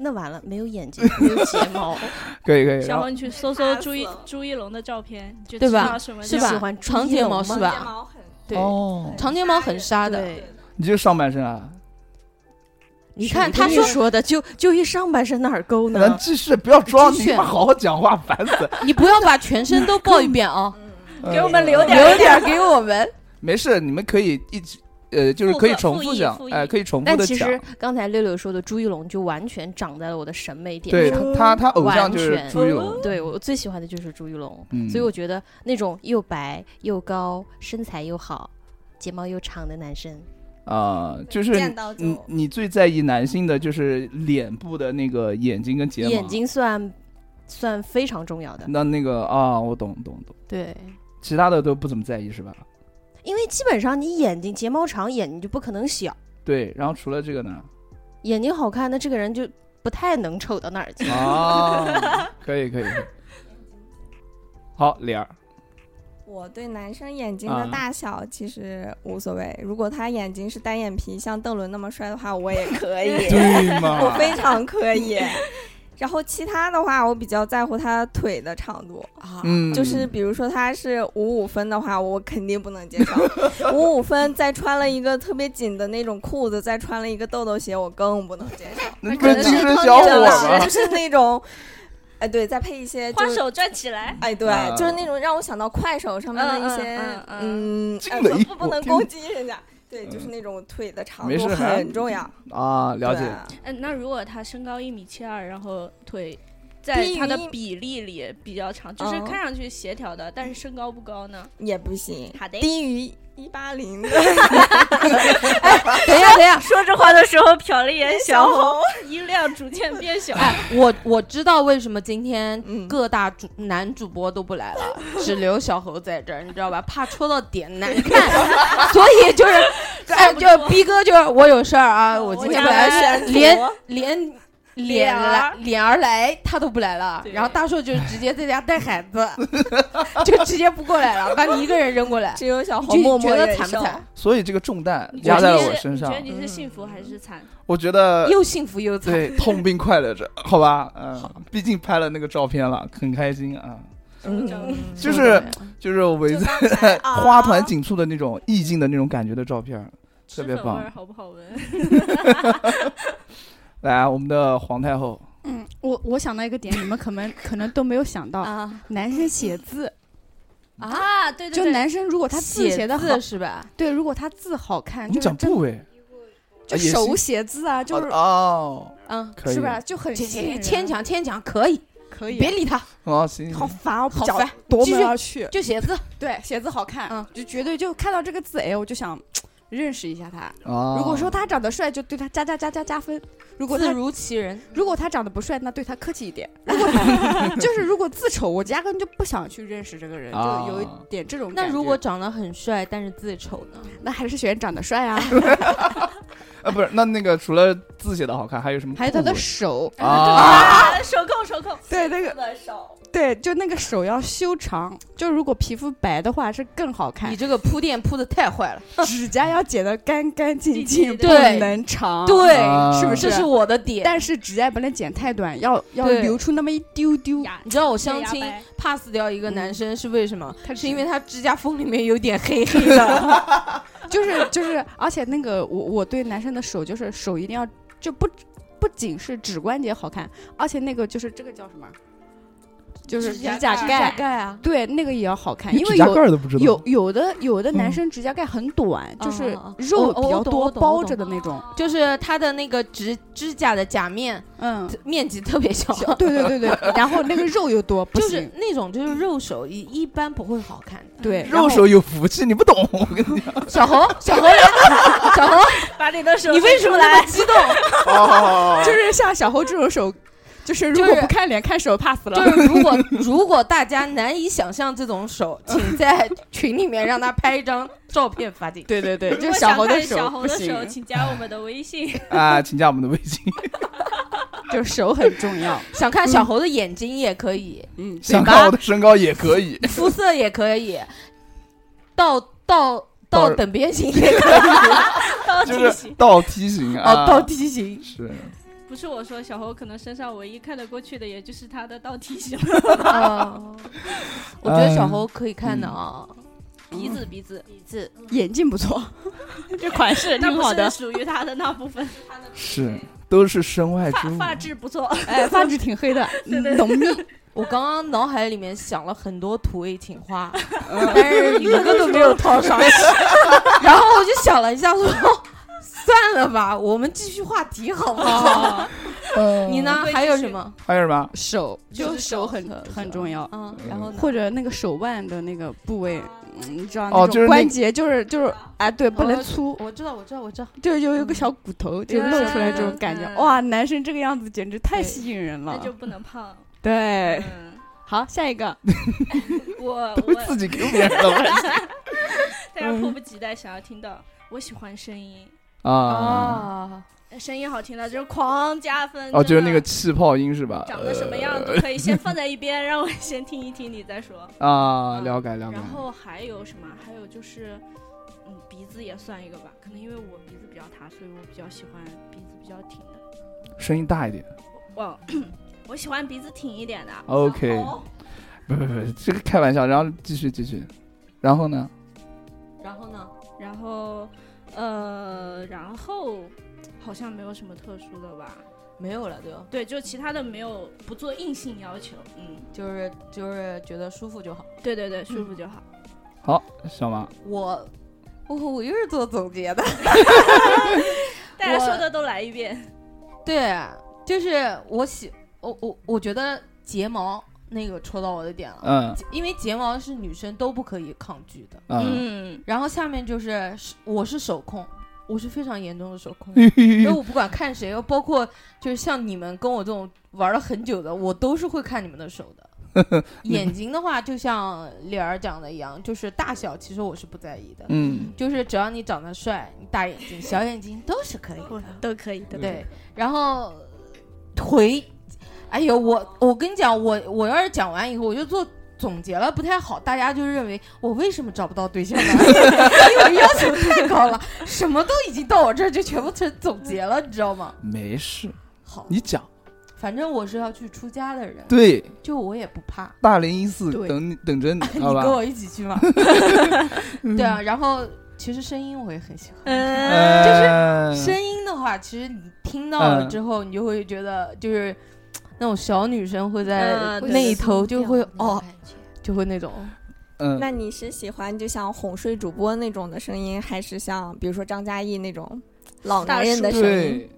Speaker 6: 那完了没有眼睛，没有睫 毛，
Speaker 2: 可以可以，然
Speaker 4: 小
Speaker 2: 后
Speaker 4: 红，你去搜搜朱一
Speaker 7: 吓死了
Speaker 4: 朱一龙的照片，你就
Speaker 3: 对
Speaker 4: 知
Speaker 3: 吧
Speaker 4: 道什么
Speaker 3: 是
Speaker 4: 叫
Speaker 3: 吧
Speaker 6: 喜？欢
Speaker 3: 长
Speaker 6: 朱一
Speaker 3: 睫
Speaker 6: 龙
Speaker 3: 毛
Speaker 6: 吗
Speaker 3: 是
Speaker 7: 睫
Speaker 3: 吧？
Speaker 7: 毛很
Speaker 3: 对，
Speaker 2: 哦，
Speaker 3: 长睫毛很沙的。
Speaker 6: 对，
Speaker 2: 你就上半身啊？
Speaker 6: 你
Speaker 3: 是
Speaker 6: 看
Speaker 3: 你
Speaker 6: 他
Speaker 3: 跟
Speaker 6: 说
Speaker 3: 你
Speaker 6: 说的，就就一上半身哪儿够
Speaker 2: 咱
Speaker 6: 呢？
Speaker 2: 继续，不要装，
Speaker 3: 继
Speaker 2: 你
Speaker 3: 续
Speaker 2: 妈好好讲话，烦死！
Speaker 3: 你不要把全身都报一遍啊，
Speaker 2: 给我们
Speaker 7: 留点
Speaker 3: 留点给我们。
Speaker 2: 嗯没事，你们可以一直呃，就是可以
Speaker 4: 复刻
Speaker 2: 重
Speaker 4: 复
Speaker 2: 复
Speaker 4: 议
Speaker 2: 讲
Speaker 4: 复，议
Speaker 2: 哎，可以重复
Speaker 6: 但
Speaker 2: 的
Speaker 6: 其
Speaker 2: 讲。
Speaker 6: 实刚才六六说的朱一龙就完全长在了我的审美点
Speaker 2: 对
Speaker 6: 上。
Speaker 2: 他，他他偶像
Speaker 6: 完
Speaker 2: 就是
Speaker 6: 全
Speaker 2: 朱一
Speaker 7: 哦
Speaker 2: 龙，
Speaker 6: 对我最喜欢的就是朱一龙，
Speaker 2: 嗯
Speaker 6: 所以我觉得那种又白又高、身材又好、睫毛又长的男生，
Speaker 2: 啊、就是
Speaker 7: 见到就
Speaker 2: 你你最在意男性的就是脸部的那个眼睛跟睫毛，
Speaker 6: 眼睛算算非常重要的，
Speaker 2: 那那个啊，我懂懂懂，
Speaker 3: 对，
Speaker 2: 其他的都不怎么在意是吧？
Speaker 6: 因为基本上你眼睛睫毛长，眼睛就不可能小，
Speaker 2: 对，然后除了这个呢，
Speaker 6: 眼睛好看，那这个人就不太能丑到哪儿去。
Speaker 2: 啊，可以可以，好脸儿，，
Speaker 7: 我对男生眼睛的大小其实无所谓，如果他眼睛是单眼皮，像邓伦那么帅的话，我也可以
Speaker 2: 对
Speaker 7: 我
Speaker 2: 嘛？
Speaker 7: 非常可以。然后其他的话，我比较在乎他腿的长度啊，
Speaker 2: 嗯
Speaker 7: 就是比如说他是五五分的话，我肯定不能接受。五五分再穿了一个特别紧的那种裤子，再穿了一个豆豆鞋，我更不能接受。
Speaker 2: 那不
Speaker 7: 可
Speaker 2: 是
Speaker 7: 能
Speaker 2: 精
Speaker 7: 是
Speaker 2: 神
Speaker 7: 康
Speaker 2: 小
Speaker 7: 健
Speaker 2: 伙
Speaker 7: 老师
Speaker 2: 儿吗？
Speaker 7: 就是那种，哎，对，再配一些就
Speaker 4: 花
Speaker 7: 是
Speaker 4: 手转起来，
Speaker 7: 哎，对
Speaker 2: 啊，
Speaker 7: 就是那种让我想到快手上面的一些，
Speaker 4: 嗯嗯
Speaker 7: 嗯，
Speaker 2: 惊
Speaker 7: 哎
Speaker 2: 雷
Speaker 7: 不不不
Speaker 2: 我
Speaker 7: 能
Speaker 2: 天嗯
Speaker 7: 攻击人家，对，就是那种腿的长
Speaker 2: 没事
Speaker 7: 度
Speaker 2: 还
Speaker 7: 很重要，
Speaker 2: 啊，了
Speaker 7: 对
Speaker 2: 解。
Speaker 4: 嗯，那如果他身高一米七二，然后腿在
Speaker 7: 低于
Speaker 4: 他的
Speaker 7: 一
Speaker 4: 比例里比较长，就是
Speaker 7: 哦
Speaker 4: 看上去协调的，但是身高不高呢？
Speaker 7: 也不行，
Speaker 4: 好的
Speaker 7: 低于一八零的
Speaker 3: 等一下，等一下，
Speaker 4: 说这话的时候瞟了一眼
Speaker 7: 小红，
Speaker 4: 音量逐渐变小。
Speaker 3: 哎，我我知道为什么今天
Speaker 7: 嗯
Speaker 3: 各大主男主播都不来了，只留小猴在这儿，你知道吧？怕戳到点难看，所以就是，哎，就逼哥就是我有事儿啊，我今天不
Speaker 7: 我
Speaker 3: 来
Speaker 7: 要，选
Speaker 3: 连
Speaker 7: 图
Speaker 3: 连。脸
Speaker 4: 脸儿
Speaker 3: 来脸儿来，他都不来了。
Speaker 4: 对
Speaker 3: 然后大硕就直接在家带孩子， 就直接不过来了，把你一个人扔过来。
Speaker 7: 只有小红
Speaker 3: 你
Speaker 7: 默
Speaker 3: 就
Speaker 7: 默
Speaker 3: 觉得
Speaker 7: 忍
Speaker 3: 惨不
Speaker 7: 受。
Speaker 3: 惨？
Speaker 2: 所以这个重担
Speaker 4: 你觉
Speaker 2: 压
Speaker 4: 得
Speaker 2: 在了
Speaker 4: 你
Speaker 2: 我
Speaker 4: 是
Speaker 2: 身上
Speaker 4: 你觉得，你是幸福还是惨？
Speaker 2: 我觉得
Speaker 3: 又幸福又惨。
Speaker 2: 对痛并快乐着，好吧？嗯，毕竟拍了那个照片了，很开心啊。
Speaker 7: 嗯，
Speaker 2: 就是
Speaker 4: 啊
Speaker 2: 就是围
Speaker 7: 就
Speaker 2: 在
Speaker 7: 刚 才啊
Speaker 2: 花团锦簇的那种意境的那种感觉的照片儿，特
Speaker 4: 脂
Speaker 2: 别
Speaker 4: 粉味儿
Speaker 2: 棒。
Speaker 4: 好不好闻？
Speaker 2: 来啊，我们的皇太后，
Speaker 5: 嗯，我我想到一个点，你们可能可能都没有想到，
Speaker 3: 啊
Speaker 5: 男生写字，
Speaker 4: 啊，对对
Speaker 5: 就
Speaker 4: 对，
Speaker 5: 男生如果他字写的好，
Speaker 3: 字是吧？
Speaker 5: 对，如果他字好看，
Speaker 2: 我们
Speaker 5: 就是
Speaker 2: 讲
Speaker 5: 真
Speaker 2: 部位，
Speaker 5: 就
Speaker 2: 啊也
Speaker 5: 手
Speaker 2: 行
Speaker 5: 写字啊，就
Speaker 2: 好
Speaker 5: 是
Speaker 2: 的哦，
Speaker 3: 嗯，
Speaker 2: 可以，
Speaker 5: 是吧，就很
Speaker 3: 这
Speaker 5: 吸引
Speaker 3: 这
Speaker 5: 人啊
Speaker 3: 牵强牵强可以，
Speaker 5: 可以，啊
Speaker 3: 别理他，
Speaker 2: 哦，行，
Speaker 5: 好烦哦，不
Speaker 3: 好
Speaker 5: 讲
Speaker 3: 烦啊
Speaker 5: 夺
Speaker 3: 继
Speaker 5: 门
Speaker 3: 续
Speaker 5: 而去。
Speaker 3: 就写字。
Speaker 5: 对，写字好看，
Speaker 3: 嗯
Speaker 5: 就绝对就看到这个字，哎，我就想认识一下他。
Speaker 2: 啊。
Speaker 5: 如果说他长得帅，就对他加加加加加分；如果
Speaker 3: 字
Speaker 5: 他
Speaker 3: 如其人，
Speaker 5: 如果他长得不帅，那对他客气一点。如果 他就是如果字丑，我压根就不想去认识这个人，
Speaker 2: 啊
Speaker 5: 就有一点这种感
Speaker 3: 那
Speaker 5: 觉。
Speaker 3: 如果长得很帅，但是字丑呢？
Speaker 5: 那还是选长得 帅啊，
Speaker 2: 啊，不是，那那个除了字写的好看，还有什么部位？
Speaker 5: 还有他的手，
Speaker 2: 啊，
Speaker 4: 啊，手控手控，
Speaker 5: 对那个
Speaker 4: 个手，
Speaker 5: 对，就那个手要修长。就如果皮肤白的话是更好看
Speaker 3: 你，这个铺垫铺的太坏了。
Speaker 5: 指甲要剪得干干净净，不
Speaker 3: 对
Speaker 5: 能长。，
Speaker 2: 啊
Speaker 3: 是不是？这是我的点。
Speaker 5: 但是指甲也不能剪太短，要要
Speaker 3: 对
Speaker 5: 留出那么一丢丢。
Speaker 3: 你知道我相亲 pass 掉一个男生是为什么？他嗯是因为他指甲缝里面有点 黑黑的。
Speaker 5: 就是就是，而且那个我我对男生的手就是手一定要就不不仅是指关节好看，而且那个就是这个叫什么，就是
Speaker 4: 指甲
Speaker 5: 甲
Speaker 4: 盖
Speaker 5: 盖，
Speaker 3: 盖啊，
Speaker 5: 对那个也要好看，
Speaker 2: 你
Speaker 5: 因为
Speaker 2: 指甲盖
Speaker 5: 有
Speaker 2: 儿都不知道。
Speaker 5: 有有的有的男
Speaker 2: 嗯
Speaker 5: 生指甲盖很短，就是
Speaker 3: 哦哦哦
Speaker 5: 肉
Speaker 3: 哦哦
Speaker 5: 比较
Speaker 3: 我懂
Speaker 5: 多
Speaker 3: 我懂
Speaker 5: 包
Speaker 3: 我懂
Speaker 5: 着的那种，
Speaker 3: 就是他的那个指指甲的甲面
Speaker 5: 嗯，
Speaker 3: 面积特别小，
Speaker 5: 对对对对，然后那个肉又多，不
Speaker 3: 就是
Speaker 5: 行，
Speaker 3: 那种就是肉手一一般不会好看的。
Speaker 5: 对，然
Speaker 2: 肉
Speaker 5: 后
Speaker 2: 手有福气，你不懂。我跟你讲，哦
Speaker 3: 小红，小红，小红，
Speaker 4: 把你的手
Speaker 3: 你为什么 那么激动？
Speaker 2: 好好好好
Speaker 5: 就是像小猴这种手，就是如果
Speaker 3: 啊就是
Speaker 5: 不看脸看手 pass 了，
Speaker 3: 就是如果如果大家难以想象这种 手，请在群里面让他拍一张照片发进去。
Speaker 5: 对对对，
Speaker 4: 如
Speaker 5: 就
Speaker 4: 果
Speaker 5: 是
Speaker 4: 想
Speaker 5: 猴的
Speaker 4: 看
Speaker 5: 手
Speaker 4: 小
Speaker 5: 不
Speaker 4: 红的手，
Speaker 5: 行，
Speaker 4: 请加我们的微信。
Speaker 2: 啊，请加我们的微信。
Speaker 5: 就是手很 重要，
Speaker 3: 想
Speaker 2: 嗯
Speaker 3: 看小猴的眼睛也可以，
Speaker 5: 嗯，
Speaker 2: 想看我的身高也可 以，
Speaker 3: 肤色也可以，到到到
Speaker 2: 到
Speaker 3: 等边形也可以，
Speaker 4: 到底
Speaker 2: 就是倒梯形啊，
Speaker 3: 哦，到梯 形。
Speaker 2: 是
Speaker 4: 不是我说，小猴可能身上唯一看得过去的，也就是他的倒梯形。
Speaker 2: 嗯
Speaker 3: 哦，我觉得小猴可以看的啊，
Speaker 4: 鼻子鼻子，
Speaker 6: 鼻子
Speaker 5: 眼镜不错，这款式
Speaker 4: 那
Speaker 5: 挺
Speaker 4: 不
Speaker 5: 好的
Speaker 4: 是，属于他的那部分，
Speaker 2: 是都是身外之
Speaker 4: 发
Speaker 2: 物。
Speaker 4: 发质不错，
Speaker 5: 哎，发质挺黑的，浓密，
Speaker 3: 我刚刚脑海里面想了很多土味情话，
Speaker 2: 嗯
Speaker 3: 但是一个都没有套上去。然后我就想了一下，说算了吧，我们继续话题好不好？
Speaker 2: 嗯
Speaker 3: 你？呢？还有什么？
Speaker 2: 还有什么？
Speaker 5: 手就
Speaker 3: 就是是
Speaker 5: 手很
Speaker 3: 手
Speaker 5: 很重要。
Speaker 3: 嗯，然后呢？
Speaker 5: 或者那个手腕的那个部位，嗯，你知道
Speaker 2: 哦
Speaker 5: 那
Speaker 2: 就是那
Speaker 5: 种关节，就是就是，哎，对，不能
Speaker 3: 哦
Speaker 5: 粗，
Speaker 3: 我知道，我知道，我嗯知道。
Speaker 5: 就是有有个小骨头就露出来这种感觉，
Speaker 4: 嗯
Speaker 5: 哇，男生这个样子简直太
Speaker 3: 对
Speaker 5: 吸引人
Speaker 4: 那
Speaker 5: 了。
Speaker 4: 就不能胖。
Speaker 5: 对，
Speaker 4: 嗯，
Speaker 5: 好，下一个，
Speaker 4: 我
Speaker 2: 都
Speaker 4: 呃我
Speaker 2: 自己给别人的 问题
Speaker 4: 大家迫不及待想要听到，我喜欢声音，呃
Speaker 2: 啊！
Speaker 3: 啊，
Speaker 4: 声音好听的就是狂加分。
Speaker 2: 哦，就是
Speaker 4: 哦真
Speaker 2: 那
Speaker 4: 的
Speaker 2: 个气泡音是吧？
Speaker 4: 长得什么样子可以先放在一边，让我先听一听你再说。
Speaker 2: 呃啊？了解了解
Speaker 4: 然。后还有什么？还有就是，嗯，鼻子也算一个吧。可能因为我鼻子比较塌，所以我比较喜欢鼻子比较挺的。
Speaker 2: 声音大一点。
Speaker 4: 我我喜欢鼻子挺一点的。
Speaker 2: OK
Speaker 4: 然后
Speaker 2: 不不不，这个开玩笑。然后继续继续。然后呢？
Speaker 3: 然后呢？
Speaker 4: 然后，呃，然后好像没有什么特殊的吧？
Speaker 3: 没有了，对吧？
Speaker 4: 对，就其他的没有，不做硬性要求。嗯，
Speaker 3: 就是就是觉得舒服就好。
Speaker 4: 对对对，舒服就好。
Speaker 2: 好，小马
Speaker 3: 我我我又是做总结的，
Speaker 4: 大家说的都来一遍。
Speaker 3: 对，就是我喜我我我觉得睫毛那个戳到我的点了，
Speaker 2: 嗯
Speaker 3: 因为睫毛是女生都不可以抗拒的。
Speaker 2: 嗯，，
Speaker 4: 嗯，
Speaker 3: 然后下面就是是我是手控，我是非常严重的手控因
Speaker 4: 嗯
Speaker 3: 为我不管看谁，包括就是像你们跟我这种玩了很久的，我都是会看你们的手的。眼睛的话，就像脸儿讲的一样，就是大小，其实我是不在意的，
Speaker 2: 嗯，
Speaker 3: 就是只要你长得帅，你大眼睛、小眼睛都是可以的。
Speaker 4: 都可以，
Speaker 2: 嗯
Speaker 4: 都可以。
Speaker 3: 对，然后腿，哎呦，我我跟你讲，我我要是讲完以后，我就做总结了，不太好，大家就认为我为什么找不到对象呢？ 因为要求太 高了，什么都已经到我这儿就全部成总结了，你知道吗？
Speaker 2: 没事，
Speaker 3: 好，
Speaker 2: 你讲。
Speaker 3: 反正我是要去出家的人，
Speaker 2: 对，
Speaker 3: 就我也不怕，
Speaker 2: 大零一四
Speaker 5: 对
Speaker 2: 等你等 着你，
Speaker 3: 你
Speaker 2: 好吧
Speaker 3: 跟？我一起 去嘛。对啊，然后其实声音我也很喜欢。
Speaker 4: 嗯，
Speaker 2: 呃，
Speaker 3: 声音的话，其实你听到了之后，你就会觉得就是那种小女生会在
Speaker 4: 嗯对
Speaker 3: 那一头就会哦，
Speaker 6: 感觉
Speaker 3: 就会那种
Speaker 2: 嗯，
Speaker 7: 那你是喜欢就像哄睡主播那种的声音，还是像比如说张嘉译那种老男人的声音？
Speaker 2: 对，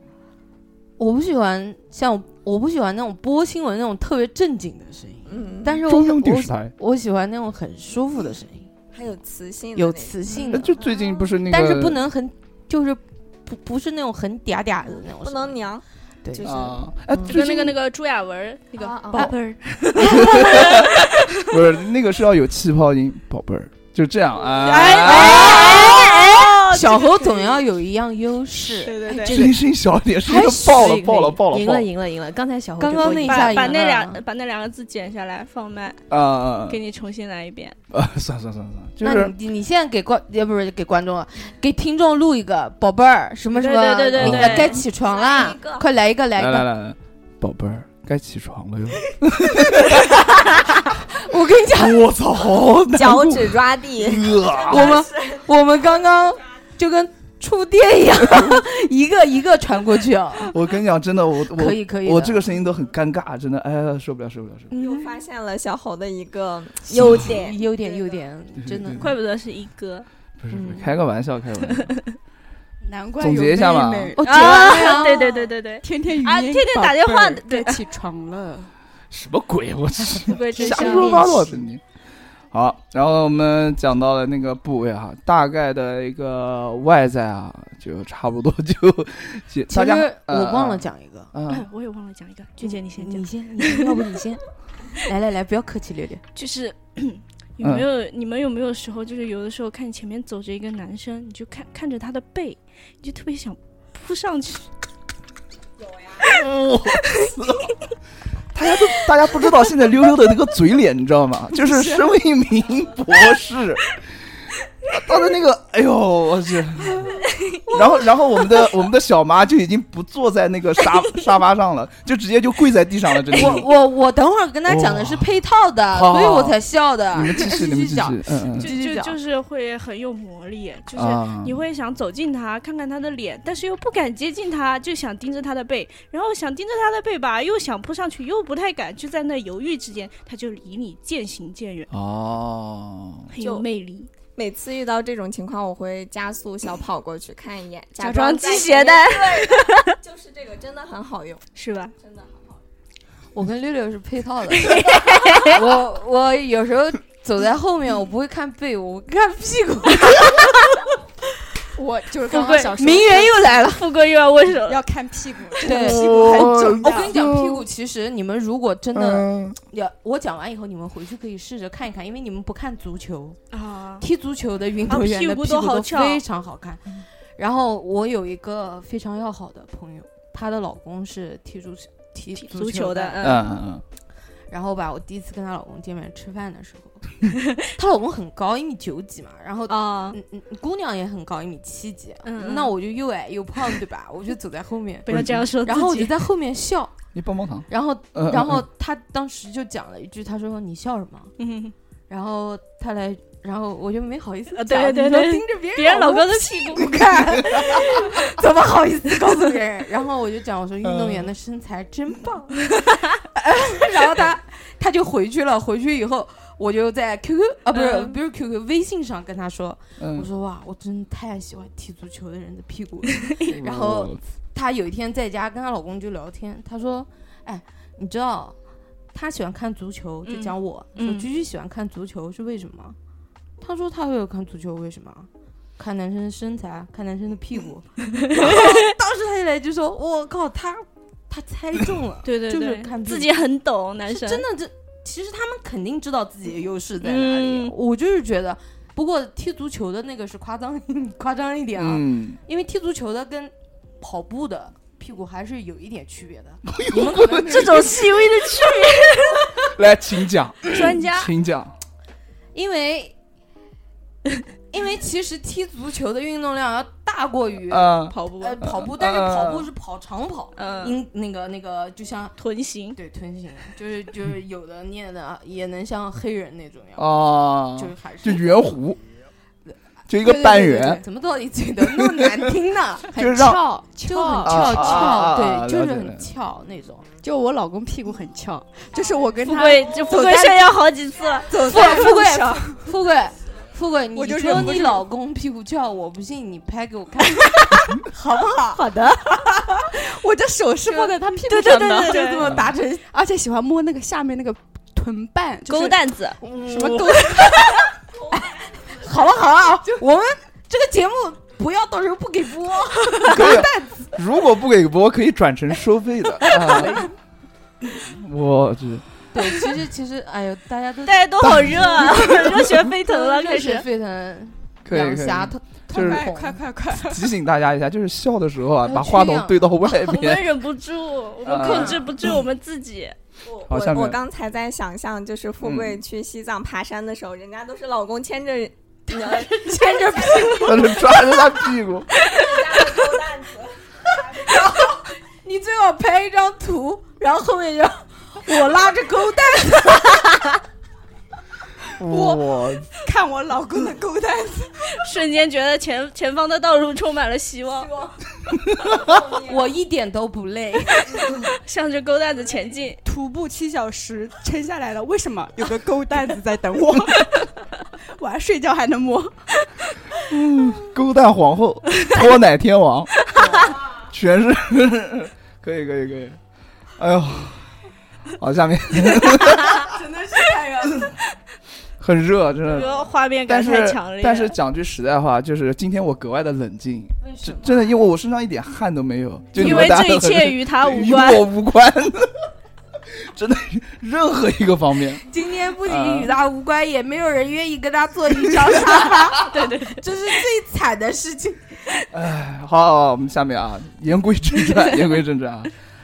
Speaker 3: 我不喜欢像我不喜欢那种播新闻那种特别正经的声音，
Speaker 7: 嗯，
Speaker 3: 但是我
Speaker 2: 中央电
Speaker 3: 我
Speaker 2: 视台。
Speaker 3: 我喜欢那种很舒服的声音，
Speaker 7: 还有磁性的那种，嗯
Speaker 3: 有磁性
Speaker 2: 呃
Speaker 3: 的，
Speaker 2: 就最近不是那个，
Speaker 3: 但是不能很就是不不是那种很嗲嗲的那种声音，
Speaker 7: 不能娘，
Speaker 3: 对
Speaker 7: 就是
Speaker 2: 啊，哎，
Speaker 3: 嗯
Speaker 4: 就
Speaker 2: 最
Speaker 4: 跟那
Speaker 2: 近
Speaker 4: 个那个朱亚文儿那个
Speaker 3: 啊啊
Speaker 4: 宝贝儿，
Speaker 2: 不是那个是要有气泡音，宝贝儿，就这样啊。
Speaker 3: 哎
Speaker 7: 哎
Speaker 3: 小猴总要有一样优势。哎
Speaker 7: 对对
Speaker 3: 这个
Speaker 7: 对，
Speaker 2: 声音声音小一点，声音
Speaker 3: 还
Speaker 2: 爆了
Speaker 3: 行
Speaker 2: 爆了爆了
Speaker 6: 赢
Speaker 2: 爆
Speaker 6: 了
Speaker 2: 了
Speaker 6: 赢了赢了，刚才小猴
Speaker 3: 刚
Speaker 6: 就说
Speaker 3: 刚那
Speaker 6: 赢
Speaker 3: 一下
Speaker 6: 了
Speaker 4: 把把那
Speaker 3: 赢了
Speaker 5: 啊
Speaker 4: 两把那两个字剪下来放慢，
Speaker 2: 啊啊！啊
Speaker 4: 给你重新来一遍。
Speaker 2: 啊，算算算算，就
Speaker 3: 那
Speaker 2: 是
Speaker 3: 你你现在给观也不是给观众了，给听众录一个宝贝儿什么什么，
Speaker 4: 对对对
Speaker 2: 对
Speaker 3: 你
Speaker 2: 对
Speaker 3: 该起床啦
Speaker 7: 来一个，
Speaker 3: 快来一个来
Speaker 2: 来
Speaker 3: 一
Speaker 2: 来
Speaker 3: 个，
Speaker 2: 来来，宝贝儿该起床了哟！
Speaker 3: 我跟 你讲，
Speaker 2: 我操，好难
Speaker 7: 脚
Speaker 2: 过，
Speaker 7: 趾抓地，
Speaker 2: 呃
Speaker 3: 我们我们刚刚就跟触电一样， 一个一个传过去啊，
Speaker 2: 我跟你讲，真的，我
Speaker 3: 可
Speaker 2: 我
Speaker 3: 以可以的，嗯
Speaker 2: 我这个声音都很尴尬，真的，哎呀，受不了受不了受不了！
Speaker 7: 又发现了小猴的一个优点。
Speaker 3: 优点优点
Speaker 2: 对对
Speaker 3: 真的
Speaker 2: 对
Speaker 4: 怪不得是一哥，
Speaker 2: 不是不是，
Speaker 3: 嗯
Speaker 2: 开个玩笑，开个 玩笑。
Speaker 5: 难怪
Speaker 2: 总结一下吧
Speaker 5: 有妹妹
Speaker 3: 哦，
Speaker 4: 啊 对对对
Speaker 3: 对，
Speaker 4: 对对，
Speaker 5: 天天语音
Speaker 4: 啊天天打电话
Speaker 5: 宝贝儿
Speaker 4: 对
Speaker 5: 该起床了，
Speaker 2: 什么鬼？我去！
Speaker 4: 不会真
Speaker 2: 瞎
Speaker 4: 香。
Speaker 2: 说八道的你。好，然后我们讲到了那个部位哈，大概的一个外在啊，就差不多就解。
Speaker 3: 其
Speaker 2: 大家
Speaker 3: 实我忘了
Speaker 2: 呃
Speaker 3: 讲一个，
Speaker 2: 嗯，
Speaker 4: 哎我也忘了讲一个，娟姐你先讲
Speaker 6: 你。先，你先，要不你先，
Speaker 3: 来来来，不要客气六六，
Speaker 4: 就是有没有、你们有没有时候，就是有的时候看前面走着一个男生，你就看看着他的背，你就特别想扑上去。
Speaker 2: 呃大家都大家不知道现在溜溜的那个嘴脸，你知道吗？就是身为一名博士，他的那个，哎呦，我去！然后，然后我们的我们的小妈就已经不坐在那个沙沙发上了，就直接就跪在地上了。真的，
Speaker 3: 我我我等会儿跟他讲的是配套的，
Speaker 2: 好好
Speaker 3: 所以我才笑的
Speaker 2: 你。们 继续，你们继续
Speaker 3: 讲，
Speaker 2: 嗯嗯
Speaker 4: 就
Speaker 3: 继续
Speaker 4: 就
Speaker 3: 讲
Speaker 4: 就是会很有魔力，就是
Speaker 2: 啊
Speaker 4: 你会想走近他，看看他的脸，但是又不敢接近他，就想盯着他的背，然后想盯着他的背吧，又想扑上去，又不太敢，就在那犹豫之间，他就离你渐行渐远，
Speaker 2: 哦，
Speaker 4: 很有
Speaker 7: 就
Speaker 4: 魅力。
Speaker 7: 每次遇到这种情况，我会加速小跑过去看一眼，
Speaker 5: 假
Speaker 7: 假
Speaker 5: 装
Speaker 7: 系
Speaker 5: 系
Speaker 7: 鞋
Speaker 5: 鞋
Speaker 7: 带。 对， 就是这个真的很好用，
Speaker 4: 是吧？
Speaker 7: 真的很好
Speaker 3: 我跟六六是配套 的，我我有时候走在后面，我不会看背，我看屁 股。
Speaker 5: 我就是
Speaker 4: 富
Speaker 5: 刚
Speaker 4: 贵
Speaker 5: 刚小时候
Speaker 3: 名媛又来了，
Speaker 4: 富哥又要握手了，
Speaker 5: 要看屁股，
Speaker 3: 对
Speaker 5: 屁股很重
Speaker 3: 我
Speaker 5: 要。
Speaker 4: 啊
Speaker 3: 跟你讲，屁股其实你们如果真的
Speaker 2: 嗯，
Speaker 3: 要，我讲完以后，你们回去可以试着看一看，因为你们不看足球，
Speaker 4: 啊，
Speaker 3: 踢足球的运动员的
Speaker 4: 啊屁
Speaker 3: 屁
Speaker 4: 股
Speaker 3: 股
Speaker 4: 都好
Speaker 3: 都
Speaker 4: 翘
Speaker 3: 非常好嗯看。然后我有一个非常要好的朋友，她的老公是踢足球踢
Speaker 4: 踢足球
Speaker 3: 的
Speaker 4: 的，，
Speaker 2: 嗯
Speaker 4: 嗯，
Speaker 2: 嗯
Speaker 3: 然后吧，我第一次跟她老公见面吃饭的时候， 她老公很高，一米九几嘛，然后
Speaker 4: 啊，
Speaker 3: 嗯嗯，姑娘也很高，一米七几，
Speaker 4: 嗯嗯
Speaker 3: 那我就又矮又胖，对吧？我就走在后 面，
Speaker 4: 不要这样说自
Speaker 3: 然后我就
Speaker 4: 己。
Speaker 3: 在后面笑，
Speaker 2: 嗯，你棒棒糖，
Speaker 3: 然后
Speaker 2: 嗯嗯
Speaker 3: 然后她当时就讲了一句，她说你笑什么？
Speaker 4: 嗯，
Speaker 3: 然后她来，然后我就没好意思
Speaker 4: 啊
Speaker 3: 讲，
Speaker 4: 对对
Speaker 3: 你说
Speaker 4: 对
Speaker 3: 盯着别人
Speaker 4: 别人老
Speaker 3: 老
Speaker 4: 公的屁股，
Speaker 3: 不看， 怎么好意思告诉别人？然后我就讲，我说运动员的身材真 棒。然后他他就回去了，回去以后我就在 QQ 啊，不是
Speaker 4: 嗯
Speaker 3: 不是 QQ，微信上跟他说，我
Speaker 2: 嗯，
Speaker 3: 说哇，我真的太喜欢踢足球的人的屁股了。
Speaker 2: 嗯
Speaker 3: 然后她有一天在家跟她老公就聊天，她说：“哎，你知道她喜欢看足球，就讲我、
Speaker 4: 嗯，
Speaker 3: 说居居喜欢看足球是为什么？”她说她会有看足球，为什么？看男生的身材，看男生的屁股。然后当时她一来就说：“我靠，她她猜中了
Speaker 4: 对对
Speaker 3: 就是
Speaker 4: 对，
Speaker 3: 看
Speaker 4: 自己很懂 男
Speaker 3: 是
Speaker 4: 生，
Speaker 3: 真的这其实他们肯定知道自己的优势在哪里。啊
Speaker 4: 嗯
Speaker 3: 我就是觉得。”不过踢足球的那个是夸张 夸张一点啊，
Speaker 2: 嗯，
Speaker 3: 因为踢足球的跟跑步的屁股还是有一点 区别的。
Speaker 2: 你们这种细微的区别，来，请讲，
Speaker 4: 专家
Speaker 2: 请讲，
Speaker 3: 因为因为其实踢足球的运动量要大过于、
Speaker 2: 嗯
Speaker 4: 跑步，
Speaker 3: 呃跑步，但是跑
Speaker 2: 呃
Speaker 3: 步是跑长跑，
Speaker 4: 嗯，
Speaker 3: 因、那个那个就像
Speaker 4: 臀型，
Speaker 3: 对臀型，就是就是有的念的也能像黑人那种样，
Speaker 2: 啊，
Speaker 3: 就是还是
Speaker 2: 就圆弧，就一
Speaker 3: 一
Speaker 2: 个半圆，
Speaker 3: 怎么到底嘴的那么难听呢？哦
Speaker 2: 就是
Speaker 5: 很
Speaker 2: 让
Speaker 5: 翘，
Speaker 3: 就
Speaker 2: 啊
Speaker 3: 很翘
Speaker 5: 翘。
Speaker 2: 啊啊
Speaker 3: 翘，
Speaker 2: 啊
Speaker 3: 对，
Speaker 2: 了
Speaker 3: 就是
Speaker 2: 解了
Speaker 3: 很
Speaker 2: 解
Speaker 3: 翘那种。
Speaker 5: 就我老公屁股很翘，就是我跟
Speaker 4: 富
Speaker 5: 他
Speaker 4: 贵就富贵炫耀好几次了，
Speaker 5: 走
Speaker 3: 富
Speaker 5: 在
Speaker 3: 富
Speaker 5: 路
Speaker 3: 贵
Speaker 5: 上
Speaker 3: 富贵，富贵，你
Speaker 5: 我就
Speaker 3: 说
Speaker 5: 忍不
Speaker 3: 你
Speaker 5: 住
Speaker 3: 老公屁股翘，我不信，你拍给我看，好不好？
Speaker 5: 好的，我的手是摸在他屁股上的，
Speaker 4: 对对
Speaker 2: 么达
Speaker 5: 成，而且喜欢摸那个下面那个臀瓣，就是
Speaker 4: 勾蛋子，
Speaker 5: 什么勾， 啊
Speaker 3: 好了好了，我们这个节目不要到时候不给播。
Speaker 2: 可以。如果不给播，可以转成收费 的。啊、我去，
Speaker 3: 对，其实其实，哎呦，大家都
Speaker 4: 大家都好热啊， 热血沸腾了，
Speaker 3: 热
Speaker 4: 开
Speaker 3: 血
Speaker 4: 始。
Speaker 3: 沸腾，
Speaker 2: 可以
Speaker 3: 两
Speaker 2: 可
Speaker 3: 颊
Speaker 2: 以。就
Speaker 3: 通通
Speaker 2: 是
Speaker 3: 红。
Speaker 5: 快快快！
Speaker 2: 提醒大家一下，就是笑的时候 啊，
Speaker 3: 哎
Speaker 2: 把话筒
Speaker 3: 这样
Speaker 2: 对到外
Speaker 4: 我
Speaker 2: 边
Speaker 4: 们。忍不住，我
Speaker 2: 啊
Speaker 4: 们控制不住我们自己。
Speaker 7: 用。
Speaker 2: 好嗯下面
Speaker 7: 我我刚才在想象，就是富贵去西藏爬山的时候，人家都是老公牵着。牵着屁
Speaker 2: 但是抓着他屁股，
Speaker 7: 股蛋子，
Speaker 3: 你最好拍一张图，然后后面就我拉着勾带。
Speaker 5: 我
Speaker 2: 我
Speaker 5: 看我老公的勾蛋子，
Speaker 4: 瞬间觉得前前方的道路充满了希望，
Speaker 3: 我一点都不累，
Speaker 4: 向着勾蛋子前进。
Speaker 5: 徒步七小时撑下来了，为什么有个勾蛋子在等我？ 晚上睡觉还能摸，
Speaker 2: 勾蛋皇后，脱奶天王，全是可以可以可以。哎呦，好，下面
Speaker 3: 真的是太远了。
Speaker 2: 很热，真
Speaker 4: 这
Speaker 2: 的。
Speaker 4: 个画面
Speaker 2: 嗯但
Speaker 4: 感太
Speaker 2: 是
Speaker 4: 强烈。
Speaker 2: 但是讲句实在话，就是今天我格外的冷静，
Speaker 3: 为什
Speaker 2: 真
Speaker 3: 么？
Speaker 2: 真的，因为我身上一点汗都没有，就你
Speaker 4: 因
Speaker 2: 们
Speaker 4: 为
Speaker 2: 大家
Speaker 4: 这一
Speaker 2: 都很
Speaker 4: 切与他无
Speaker 2: 与
Speaker 4: 关，
Speaker 2: 我无关，真的，任何一个方面，
Speaker 3: 今天不
Speaker 2: 啊
Speaker 3: 仅与他无关，也没有人愿意跟他坐一张沙发。对对， 这是最惨的事情。
Speaker 2: 哎，好好，好我们下面啊，言归正传，言归正传啊，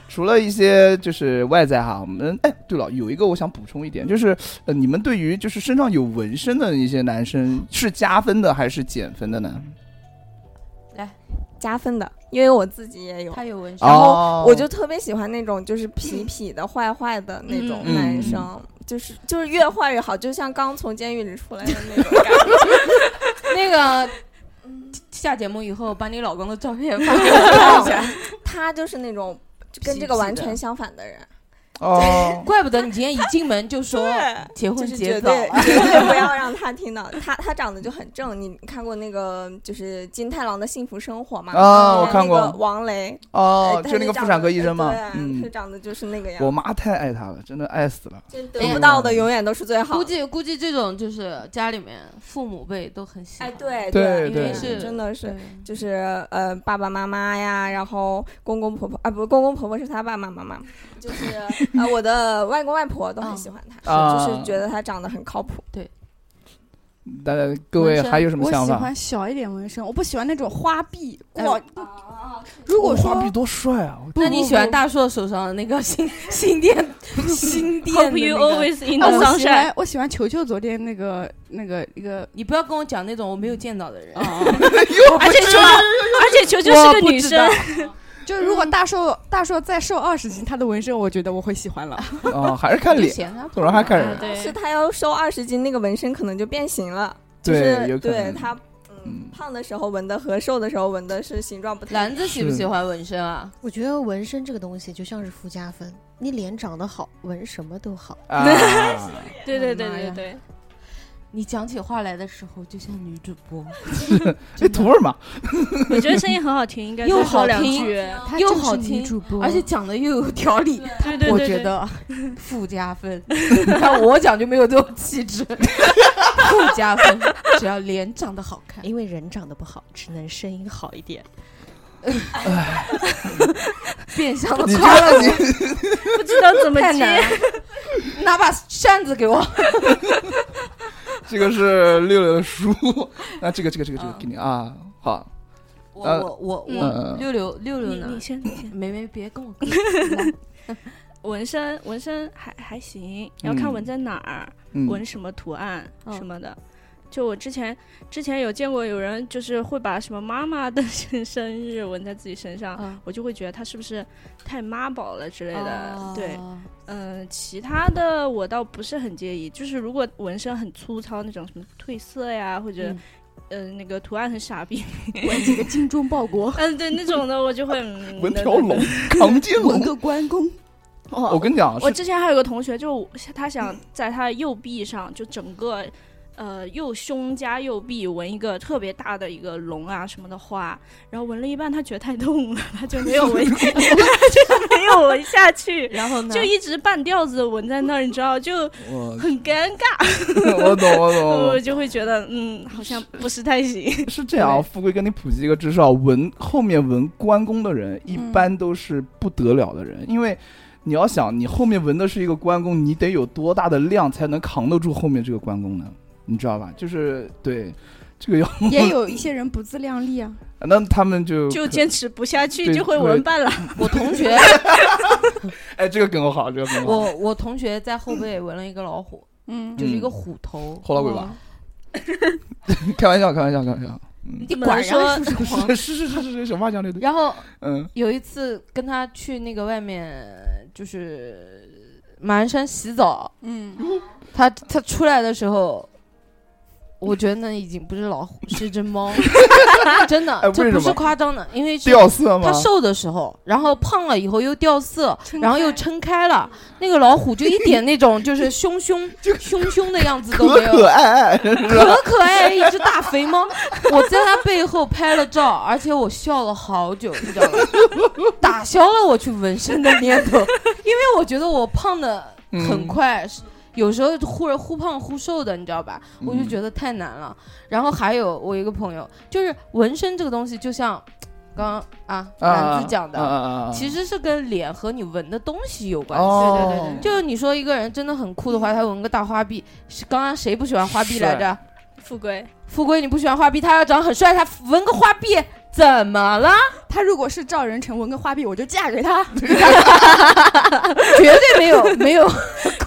Speaker 2: 除了一些就是外在哈，我们哎，对了，有一个我想补充一点，就是呃，你们对于就是身上有纹身的一些男生是加分的还是减分的呢？
Speaker 7: 加分的，因为我自己也有。
Speaker 3: 他有纹身
Speaker 7: 然
Speaker 2: 哦
Speaker 7: 后我就特别喜欢那种就是痞痞的、坏坏的那种
Speaker 2: 嗯
Speaker 7: 男生，就是就是越坏越好，就像刚从监狱里出来的那种感觉。
Speaker 3: 那个下节目以后，把你老公的照片发给我看一 下。
Speaker 7: 他就是那种就跟这
Speaker 3: 痞痞
Speaker 7: 个
Speaker 3: 的
Speaker 7: 完全相反的人，
Speaker 2: 哦，
Speaker 3: 怪不得你今天一进门就说结
Speaker 7: 就
Speaker 3: 婚
Speaker 7: 是
Speaker 3: 结
Speaker 7: 绝
Speaker 3: 早
Speaker 7: 对
Speaker 3: 了。
Speaker 7: 绝对不要让他听到。他他长得就很正，你看过那个就是金太郎的幸福生活吗？
Speaker 2: 啊我
Speaker 7: 里面
Speaker 2: 看过
Speaker 7: 那个王雷，
Speaker 2: 哦
Speaker 4: 哎
Speaker 7: 呃，
Speaker 2: 就那个妇产科医生嘛
Speaker 7: 对啊，
Speaker 2: 嗯
Speaker 7: 他，长得就是那个样
Speaker 2: 我
Speaker 7: 子，
Speaker 2: 妈太爱他了，真的爱死了。
Speaker 7: 就得不到的
Speaker 2: 嗯
Speaker 7: 永远都是最好的。
Speaker 3: 估计估计这种就是家里面父母辈都很喜欢。
Speaker 7: 哎，对
Speaker 2: 对
Speaker 7: 因
Speaker 2: 对
Speaker 7: 为是
Speaker 3: 对
Speaker 7: 真的是
Speaker 3: 对，
Speaker 7: 就是呃爸爸妈妈呀，然后公公婆婆啊，不，公公婆婆是他爸爸妈妈，就是嗯呃我的外公外婆都很喜欢他，
Speaker 2: 啊
Speaker 7: 就是觉得他长得很靠谱。
Speaker 2: 大家各位
Speaker 3: 纹身
Speaker 2: 还有什么
Speaker 5: 我
Speaker 2: 想
Speaker 5: 喜
Speaker 2: 法？
Speaker 5: 欢小一点纹身，我不喜欢那种花臂。
Speaker 3: 哎
Speaker 5: 我、如果
Speaker 2: 花臂
Speaker 5: 说
Speaker 2: 多帅啊！我
Speaker 3: 那你喜欢大硕手上的那个新新店新店的
Speaker 4: Hope
Speaker 3: 那
Speaker 4: you
Speaker 3: 个？
Speaker 4: always in
Speaker 5: 啊
Speaker 4: the
Speaker 5: 我
Speaker 4: sunshine。
Speaker 5: 喜欢我喜欢球球昨天那个那个一个
Speaker 3: 你不要跟我讲那种我没有见到的人。
Speaker 4: 而且球球，而且球球
Speaker 2: 我
Speaker 4: 是个
Speaker 2: 不
Speaker 4: 女
Speaker 2: 知
Speaker 4: 生
Speaker 2: 道，
Speaker 5: 就是如果
Speaker 3: 嗯
Speaker 5: 大硕、大硕再瘦二十斤，他的纹身我觉得我会喜欢了。
Speaker 2: 哦，还是看
Speaker 3: 就啊
Speaker 2: 脸，
Speaker 3: 嫌他
Speaker 2: 总是还看人。
Speaker 4: 对
Speaker 7: 是他要瘦二十斤，那个纹身可能就变形了，就
Speaker 2: 对，有
Speaker 7: 是
Speaker 2: 可
Speaker 7: 对
Speaker 2: 能。
Speaker 7: 他
Speaker 2: 嗯
Speaker 7: 嗯胖的时候纹的和瘦的时候纹的是形状不太一
Speaker 3: 篮
Speaker 7: 样。
Speaker 3: 子喜不喜欢纹身啊？
Speaker 8: 我觉得纹身这个东西就像是附加分，你脸长得好，纹什么都好。
Speaker 2: 啊，
Speaker 4: 对对对
Speaker 3: 妈
Speaker 4: 对
Speaker 3: 哎呀
Speaker 4: 对，
Speaker 3: 你讲起话来的时候就像女主播，
Speaker 2: 哎，徒儿嘛，
Speaker 4: 我觉得声音很好听，应该
Speaker 3: 又
Speaker 4: 多
Speaker 3: 好
Speaker 4: 说两
Speaker 3: 听
Speaker 4: 句。
Speaker 8: 她
Speaker 3: 又
Speaker 8: 就是
Speaker 3: 好
Speaker 8: 女
Speaker 3: 听
Speaker 8: 主播，
Speaker 3: 而且讲的又有条理，
Speaker 4: 对对
Speaker 3: 我
Speaker 4: 对
Speaker 3: 觉
Speaker 4: 对，
Speaker 3: 得附加 分。但我讲就没有这种气 质，附加分，只要脸长得好看。
Speaker 8: 因为人长得不好，只能声音好一点。
Speaker 3: 变相的
Speaker 2: 你这
Speaker 3: 夸
Speaker 2: 个你
Speaker 4: 不知道怎么
Speaker 3: 太难
Speaker 4: 接。
Speaker 3: 了，拿把扇子给我。
Speaker 2: 这个是六六的书， 那这个这个这个这个
Speaker 3: 嗯
Speaker 2: 给你啊，好，
Speaker 3: 我
Speaker 2: 呃
Speaker 3: 我我
Speaker 4: 嗯
Speaker 3: 我六六六六
Speaker 4: 你
Speaker 3: 呢
Speaker 4: 你？先你先
Speaker 3: 梅梅别跟我
Speaker 4: 纹身，纹身还还行，要
Speaker 2: 嗯
Speaker 4: 看纹在哪儿，
Speaker 2: 嗯，
Speaker 4: 纹什么图案
Speaker 3: 嗯
Speaker 4: 什么的。就我之前之前有见过有人就是会把什么妈妈的 生生日纹在自己身上，
Speaker 3: 嗯
Speaker 4: 我就会觉得他是不是太妈宝了之类的。对，
Speaker 3: 哦
Speaker 4: 嗯、其他的我倒不是很介意，就是如果纹身很粗糙那种什么褪色呀，或者、
Speaker 3: 嗯
Speaker 4: 呃那个图案很傻 逼，
Speaker 5: 纹几个精忠报 国，
Speaker 4: 嗯、对那种的我就会嗯
Speaker 2: 纹
Speaker 4: 对
Speaker 2: 条
Speaker 4: 对
Speaker 2: 龙，啊扛剑
Speaker 5: 纹
Speaker 2: 龙。
Speaker 5: 个关公。
Speaker 4: 哇
Speaker 2: 我跟你讲，
Speaker 4: 我
Speaker 2: 是
Speaker 4: 之前还有个同学，就他想在他的右臂上，就整个，呃，右胸加右臂纹一个特别大的一个龙啊什么的花，然后纹了一半，他觉得太痛了，他就没有纹，他就没有纹下 去，
Speaker 3: 然后呢？
Speaker 4: 就一直半吊子纹在那儿，你知道，就
Speaker 2: 我
Speaker 4: 很尴尬，
Speaker 2: 我懂我懂，我
Speaker 4: 我
Speaker 2: 懂
Speaker 4: 就会觉得，嗯，好像不是太行。
Speaker 2: 是这样啊。富贵跟你普及一个知识啊，纹后面纹关公的人一般都是不得了的人，因为你要想，你后面纹的是一个关公，你得有多大的量才能扛得住后面这个关公呢？你知道吧？就是对这个要，
Speaker 5: 也有一些人不自量力啊，
Speaker 2: 那他们就
Speaker 4: 就
Speaker 2: 可
Speaker 4: 坚持不下去，
Speaker 2: 对
Speaker 4: 就会
Speaker 2: 对
Speaker 4: 纹半拉。
Speaker 3: 我 同学，
Speaker 2: 哎，这个更好，这个更好，
Speaker 3: 我我同学在后背纹了一个老虎，
Speaker 5: 嗯，
Speaker 3: 就是一个虎头。
Speaker 2: 后老鬼吧。开玩笑，开玩笑，开玩笑。
Speaker 3: 你管人家是不是
Speaker 2: 是是是是是是，小发讲的对。
Speaker 3: 然后
Speaker 2: 嗯，
Speaker 3: 有一次跟他去那个外面，就是马鞍山洗澡，
Speaker 5: 嗯，
Speaker 3: 他他出来的时候，我觉得那已经不是老虎，是一只猫，真的
Speaker 2: 哎，为
Speaker 3: 这
Speaker 2: 什
Speaker 3: 不是
Speaker 2: 么
Speaker 3: 夸张的，因为是
Speaker 2: 掉色吗
Speaker 3: 他？瘦的时候，然后胖了以后又掉色，
Speaker 5: 撑开
Speaker 3: 然后又撑开了，那个老虎就一点那种就是凶凶凶凶的样子都
Speaker 2: 可
Speaker 3: 没有，
Speaker 2: 可爱爱，
Speaker 3: 可可爱爱一只大肥猫，我在它背后拍了照，而且我笑了好久，你知道吗？打消了我去纹身的念 头，因为我觉得我胖的很
Speaker 2: 嗯
Speaker 3: 快，是有时候忽忽胖忽瘦的，你知道吧？我就
Speaker 2: 嗯
Speaker 3: 觉得太难了。然后还有我一个朋友，就是纹身这个东西，就像刚刚啊
Speaker 2: 啊
Speaker 3: 男子讲的，
Speaker 2: 啊啊啊啊
Speaker 3: 其实是跟脸和你纹的东西有关系。
Speaker 2: 哦，嗯
Speaker 4: 对对对
Speaker 3: 就是你说一个人真的很酷的话，他纹个大花臂，是刚刚谁不喜欢花臂来着？
Speaker 4: 富贵，
Speaker 3: 富贵，你不喜欢花臂，他要长很帅，他纹个花臂，怎么了？
Speaker 5: 他如果是赵仁成文跟画壁，我就嫁给他。
Speaker 8: 绝对没有没有